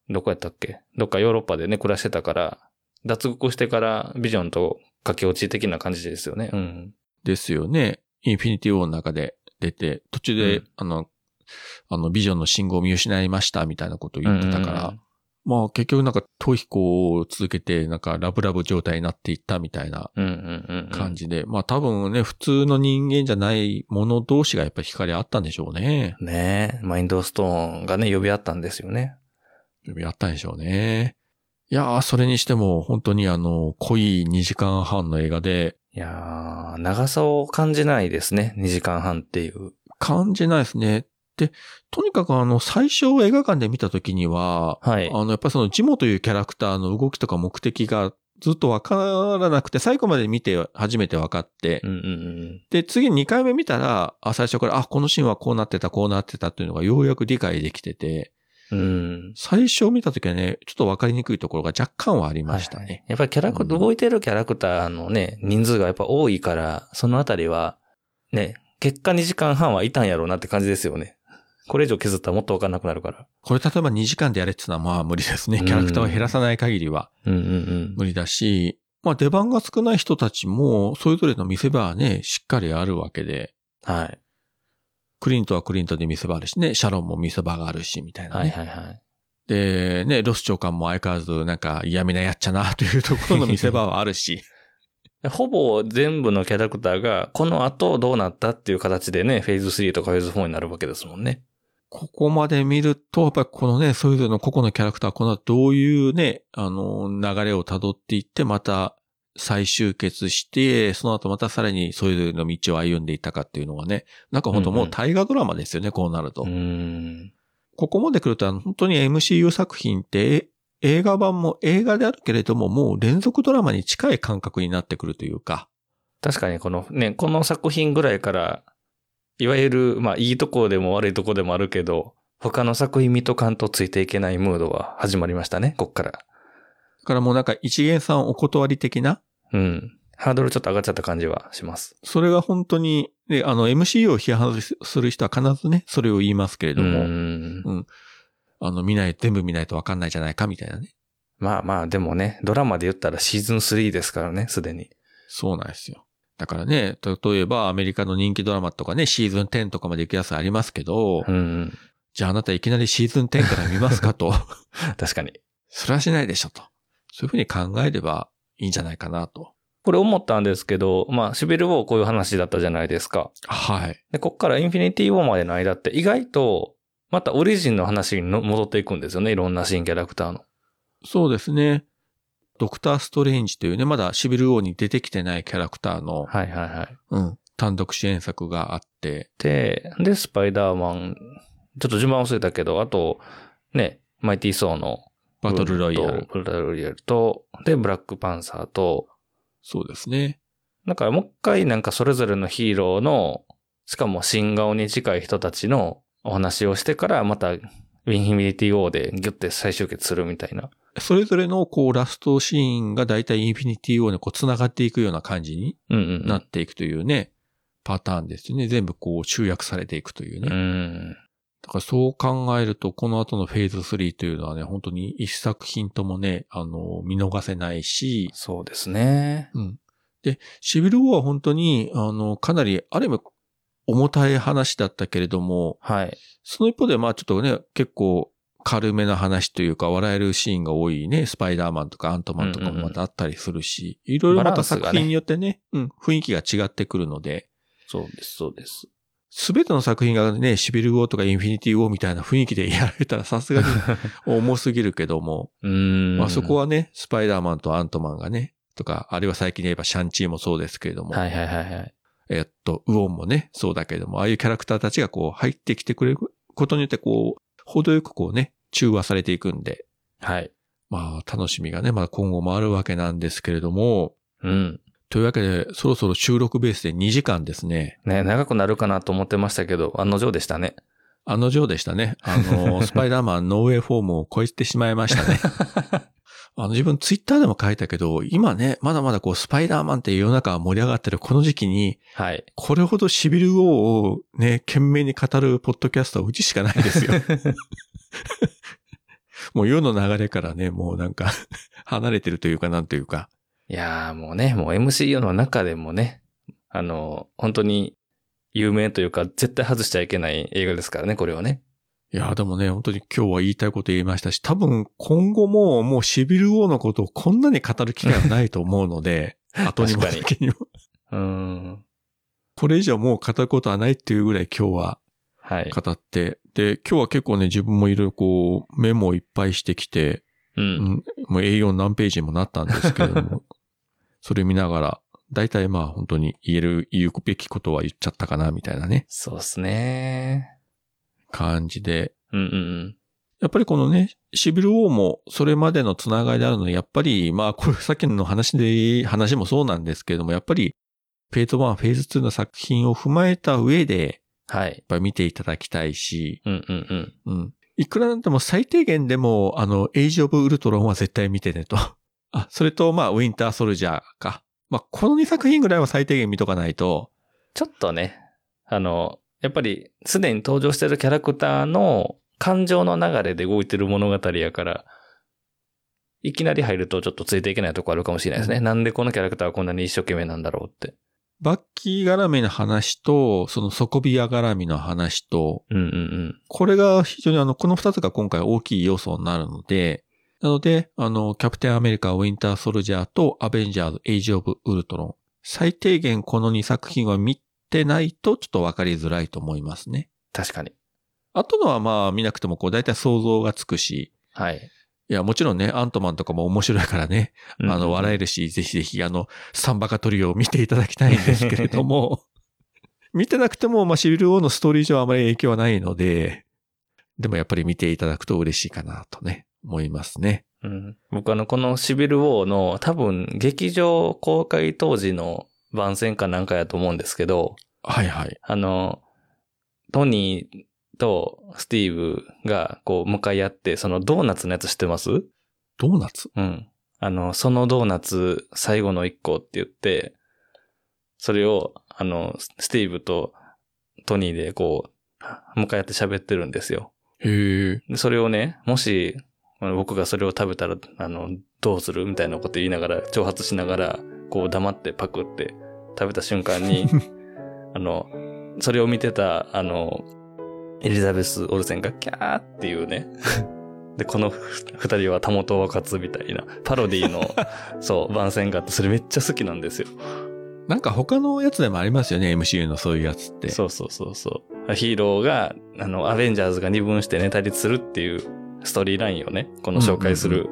[SPEAKER 1] どこやったっけどっかヨーロッパでね、暮らしてたから、脱獄してからビジョンと駆け落ち的な感じですよね。うん。
[SPEAKER 2] ですよね、インフィニティウォーの中で出て、途中で、
[SPEAKER 1] うん
[SPEAKER 2] あの、あの、ビジョンの信号を見失いましたみたいなことを言ってたから、
[SPEAKER 1] うん
[SPEAKER 2] まあ結局なんか逃避行を続けて、なんかラブラブ状態になっていったみたいな
[SPEAKER 1] うんうんうんうん。
[SPEAKER 2] 感じで、まあ多分ね、普通の人間じゃないもの同士がやっぱり光あったんでしょうね。
[SPEAKER 1] ねえ、マインドストーンがね、呼び合ったんですよね。
[SPEAKER 2] やったんでしょうね。いやー、それにしても本当にあの、濃い2時間半の映画で、
[SPEAKER 1] いやー、長さを感じないですね、2時間半っていう。
[SPEAKER 2] 感じないですね。で、とにかくあの、最初映画館で見た時には、
[SPEAKER 1] はい。
[SPEAKER 2] あの、やっぱりそのジモというキャラクターの動きとか目的がずっとわからなくて、最後まで見て初めて分かって、
[SPEAKER 1] うんうんうん。
[SPEAKER 2] で、次2回目見たら、あ、最初から、あ、このシーンはこうなってた、こうなってたっていうのがようやく理解できてて、
[SPEAKER 1] うん。
[SPEAKER 2] 最初見た時はね、ちょっと分かりにくいところが若干はありました
[SPEAKER 1] はいはい
[SPEAKER 2] ね。
[SPEAKER 1] やっぱりキャラク
[SPEAKER 2] うん
[SPEAKER 1] 動いてるキャラクターのね、人数がやっぱ多いから、そのあたりは、ね、結果2時間半はいたんやろうなって感じですよね。これ以上削ったらもっとわかんなくなるから。
[SPEAKER 2] これ例えば2時間でやれってのはまあ無理ですね。
[SPEAKER 1] うん
[SPEAKER 2] キャラクターを減らさない限りは
[SPEAKER 1] うんうん
[SPEAKER 2] 無理だし、まあ出番が少ない人たちも、それぞれの見せ場はね、しっかりあるわけで、
[SPEAKER 1] うん。はい。
[SPEAKER 2] クリントはクリントで見せ場あるしね、シャロンも見せ場があるし、みたいな
[SPEAKER 1] はい
[SPEAKER 2] ね。
[SPEAKER 1] はいはい。
[SPEAKER 2] で、ね、ロス長官も相変わらずなんか嫌味なやっちゃなというところの見せ場はあるし、
[SPEAKER 1] ほぼ全部のキャラクターが、この後どうなったっていう形でね、フェーズ3とかフェーズ4になるわけですもんね。
[SPEAKER 2] ここまで見ると、やっぱりこのね、それぞれの個々のキャラクター、このどういうね、あの、流れを辿っていって、また再集結して、その後またさらにそれぞれの道を歩んでいったかっていうのがね、なんか本当
[SPEAKER 1] う
[SPEAKER 2] も
[SPEAKER 1] んう
[SPEAKER 2] うん大河ドラマですよね、こうなると。
[SPEAKER 1] うん。
[SPEAKER 2] ここまで来ると、あの本当に MCU 作品って、え映画版も映画であるけれども、もう連続ドラマに近い感覚になってくるというか、
[SPEAKER 1] 確かにこのね、この作品ぐらいから、いわゆる、まあいいとこでも悪いとこでもあるけど、他の作品見とかんとついていけないムードは始まりましたね、こっから。
[SPEAKER 2] だからもうなんか一元さんお断り的な、
[SPEAKER 1] うん。ハードルちょっと上がっちゃった感じはします。
[SPEAKER 2] それが本当に、ね、あの MCU を批判する人は必ずね、それを言いますけれ
[SPEAKER 1] う
[SPEAKER 2] ども、
[SPEAKER 1] ん。
[SPEAKER 2] あの、見ない、全部見ないと分かんないじゃないか、みたいなね。
[SPEAKER 1] まあまあ、でもね、ドラマで言ったらシーズン3ですからね、すでに。
[SPEAKER 2] そうなんですよ。だからね、例えばアメリカの人気ドラマとかね、シーズン10とかまで行くやつありますけど、
[SPEAKER 1] うん。
[SPEAKER 2] じゃああなたいきなりシーズン10から見ますか と、
[SPEAKER 1] 確かに。
[SPEAKER 2] それはしないでしょと。そういうふうに考えればいいんじゃないかなと。
[SPEAKER 1] これ思ったんですけど、まあ、シビルウォーこういう話だったじゃないですか。
[SPEAKER 2] はい。
[SPEAKER 1] で、こっからインフィニティウォーまでの間って意外と、またオリジンの話にの戻っていくんですよね、いろんな新キャラクターの。
[SPEAKER 2] そうですね。ドクター・ストレンジというね、まだシビル王に出てきてないキャラクターの、
[SPEAKER 1] はいはいはい。
[SPEAKER 2] うん単独支援作があって、
[SPEAKER 1] で、で、スパイダーマンちょっと順番忘れたけど、あと、ね、マイティー・ソーの
[SPEAKER 2] バトルロイヤ
[SPEAKER 1] ブル
[SPEAKER 2] ル。
[SPEAKER 1] とバトルロイヤルと、で、ブラックパンサーと、
[SPEAKER 2] そうですね。
[SPEAKER 1] だからもう一回なんかそれぞれのヒーローの、しかも新顔に近い人たちのお話をしてから、また、ウィンフィニティ・ウォーでギュッて再集結するみたいな。
[SPEAKER 2] それぞれのこうラストシーンがだいたいインフィニティウォーにこう繋がっていくような感じに
[SPEAKER 1] うんうん。
[SPEAKER 2] なっていくというね、パターンですね。全部こう集約されていくというね。
[SPEAKER 1] うん。
[SPEAKER 2] だからそう考えると、この後のフェーズ3というのはね、本当に一作品ともね、あの、見逃せないし、
[SPEAKER 1] そうですね。
[SPEAKER 2] うん。で、シビルウォーは本当に、あの、かなり、ある意味、重たい話だったけれども、
[SPEAKER 1] はい。
[SPEAKER 2] その一方で、まあちょっとね、結構軽めな話というか、笑えるシーンが多いね、スパイダーマンとかアントマンとか
[SPEAKER 1] うんうんう
[SPEAKER 2] も
[SPEAKER 1] ん
[SPEAKER 2] またあったりするし、いろいろ
[SPEAKER 1] バ
[SPEAKER 2] ま
[SPEAKER 1] ラ
[SPEAKER 2] た
[SPEAKER 1] ンスがね
[SPEAKER 2] 作品によってね、うん、雰囲気が違ってくるので、
[SPEAKER 1] そうです、そう です。
[SPEAKER 2] すべての作品がね、シビルウォーとかインフィニティウォーみたいな雰囲気でやられたらさすが に重すぎるけども、
[SPEAKER 1] うん。
[SPEAKER 2] まあそこ
[SPEAKER 1] は。
[SPEAKER 2] はね、スパイダーマンとアントマンがね、とか、あるいは最近で言えばシャンチーもそうですけれども、
[SPEAKER 1] はいはいはいはい。
[SPEAKER 2] えっと、ウォンもね、そうだけれども、ああいうキャラクターたちがこう入ってきてくれることによって、こう、程よくこうね、中和されていくんで、
[SPEAKER 1] はい。
[SPEAKER 2] まあ楽しみがね、まあ今後もあるわけなんですけれども、
[SPEAKER 1] うん。
[SPEAKER 2] というわけで、そろそろ収録ベースで2時間ですね。
[SPEAKER 1] ね、長くなるかなと思ってましたけど、案の定でしたね。
[SPEAKER 2] あの定でしたね。あの、スパイダーマンノーウェイフォームを超えてしまいましたね。あの、自分ツイッターでも書いたけど、今ね、まだまだこう、スパイダーマンって世の中が盛り上がってるこの時期に、
[SPEAKER 1] はい。
[SPEAKER 2] これほどシビル王をね、懸命に語るポッドキャストはうちしかないで すよ。もう世の流れからね、もうなんか、離れてるというかなんというか。
[SPEAKER 1] いやーもうね、もう MCU の中でもね、あの、本当に有名というか、絶対外しちゃいけない映画ですからね、これはね。
[SPEAKER 2] いや、でもね、本当に今日は言いたいこと言いましたし、多分今後ももうシビル王のことをこんなに語る機会はないと思うので、後にも
[SPEAKER 1] 確かに
[SPEAKER 2] 先にも。
[SPEAKER 1] うーん。
[SPEAKER 2] これ以上もう語ることはないっていうぐらい今日は
[SPEAKER 1] はい。
[SPEAKER 2] 語って、で、今日は結構ね、自分もいろいろこう、メモをいっぱいしてきて、
[SPEAKER 1] う。
[SPEAKER 2] うんん、もう A4 何ページにもなったんですけれど も、それ見ながら、大体まあ本当に言える、言うべきことは言っちゃったかな、みたいなね、
[SPEAKER 1] そうっすね
[SPEAKER 2] 感じで。
[SPEAKER 1] うんうん
[SPEAKER 2] やっぱりこのね、シビル王もそれまでのつながりであるので、やっぱり、まあこれさっきの話で、話もそうなんですけれども、やっぱり、フェーズ1、フェーズ2の作品を踏まえた上で、
[SPEAKER 1] うん。はい。
[SPEAKER 2] やっぱり見ていただきたいし、
[SPEAKER 1] うんうんうん。
[SPEAKER 2] うん。いくらなんでも最低限でも、あの、エイジオブウルトロンは絶対見てねと。 あ、それと、まあ、ウィンターソルジャーか。まあ、この2作品ぐらいは最低限見とかないと。
[SPEAKER 1] ちょっとね、あの、やっぱり、すでに登場してるキャラクターの感情の流れで動いてる物語やから、いきなり入るとちょっとついていけないとこあるかもしれないですね。なんでこのキャラクターはこんなに一生懸命なんだろうって。
[SPEAKER 2] バッキー絡みの話と、その底ビア絡みの話と、
[SPEAKER 1] うんうんうん。
[SPEAKER 2] これが非常にあの、この2つが今回大きい要素になるので、なので、あの、キャプテンアメリカ、ウィンターソルジャーとアベンジャーズ、エイジオブウルトロン。最低限この2作品は見てないと、ちょっとわかりづらいと思いますね。
[SPEAKER 1] 確かに。
[SPEAKER 2] あとのはまあ見なくてもこう大体想像がつくし、
[SPEAKER 1] はい。
[SPEAKER 2] いやもちろんね、アントマンとかも面白いからね、あの笑
[SPEAKER 1] い。
[SPEAKER 2] えるし、ぜひぜひあの、サンバカトリオを見ていただきたいんですけれども、 見てなくてもまあシビル王のストーリー上はあまり影響はないので、でもやっぱり見ていただくと嬉しいかなとね、思いますね。
[SPEAKER 1] うん、僕あの、このシビルウォーの多分劇場公開当時の番宣かなんかやと思うんですけど、
[SPEAKER 2] はいはい。
[SPEAKER 1] あの、トニーとスティーブがこう向かい合って、そのドーナツのやつ知ってます
[SPEAKER 2] ドーナツ
[SPEAKER 1] うん。あの、そのドーナツ最後の一個って言って、それを、あの、スティーブとトニーでこう、向かい合って喋ってるんですよ。
[SPEAKER 2] へえ。
[SPEAKER 1] でそれをね、もし、あの僕がそれを食べたら、あの、どうするみたいなこと言いながら、挑発しながら、こう黙ってパクって食べた瞬間に、あの、それを見てた、あの、エリザベス・オルセンがキャーっていうね。で、この二人はたもとを分かつみたいな、パロディの、そう、番宣があって、それめっちゃ好きなんですよ。
[SPEAKER 2] なんか他のやつでもありますよね、MCU のそういうやつって。
[SPEAKER 1] そうそうそうそう。ヒーローが、あの、アベンジャーズが二分してネタ立するっていうストーリーラインをね、この紹介す
[SPEAKER 2] うん
[SPEAKER 1] る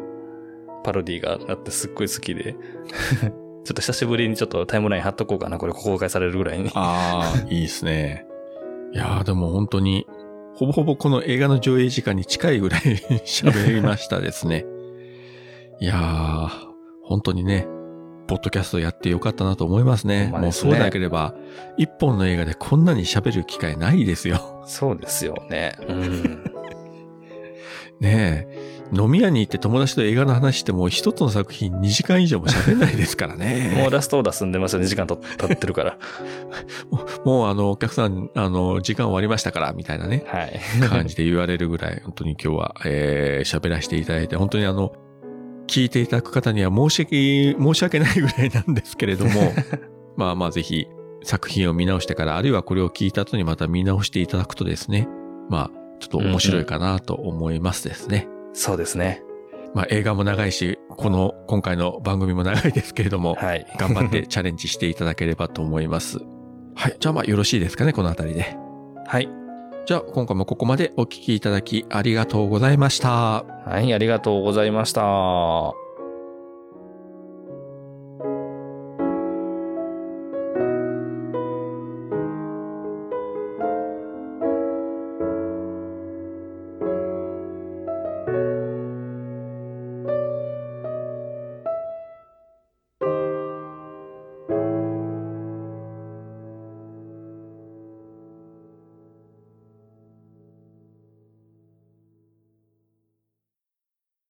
[SPEAKER 1] パロディがあってすっごい好き で、ちょっと久しぶりにちょっとタイムライン貼っとこうかな、これ公開されるぐらいに。
[SPEAKER 2] ああ、いいですね。いやーでも本当に、ほぼほぼこの映画の上映時間に近いぐ らい喋りましたですね。いやー、本当にね、ポッドキャストやってよかったなと思いますね。
[SPEAKER 1] ほんま
[SPEAKER 2] も
[SPEAKER 1] で
[SPEAKER 2] う
[SPEAKER 1] す
[SPEAKER 2] そ
[SPEAKER 1] ね
[SPEAKER 2] うなければ、一本の映画でこんなに喋る機会ないですよ。
[SPEAKER 1] そうですよね。うん。
[SPEAKER 2] ねえ。飲み屋に行って友達と映画の話しても一つの作品2時間以上も喋んないですか ら
[SPEAKER 1] も
[SPEAKER 2] ね
[SPEAKER 1] う。ラストオーダー済んでますよね。時間と経ってるから。
[SPEAKER 2] もう、もうあの、お客さん、あの、時間終わりましたから、みたいなね。
[SPEAKER 1] はい。
[SPEAKER 2] 感じで言われるぐらい、本当に今日は、えー喋らせていただいて、本当にあの、聞いていただく方には申し訳、申し訳ないぐらいなんですけれども、 まあまあぜひ作品を見直してから、あるいはこれを聞いた後にまた見直していただくとですね、まあ、ちょっと面白いかなと思いますですね。
[SPEAKER 1] そうですね。
[SPEAKER 2] まあ映画も長いし、この、今回の番組も長いですけれども、
[SPEAKER 1] はい。
[SPEAKER 2] 頑張ってチャレンジしていただければと思います。はい。じゃあまあよろしいですかね、このあたりで。
[SPEAKER 1] はい。
[SPEAKER 2] じゃあ今回もここまでお聞きいただきありがとうございました。
[SPEAKER 1] はい、ありがとうございました。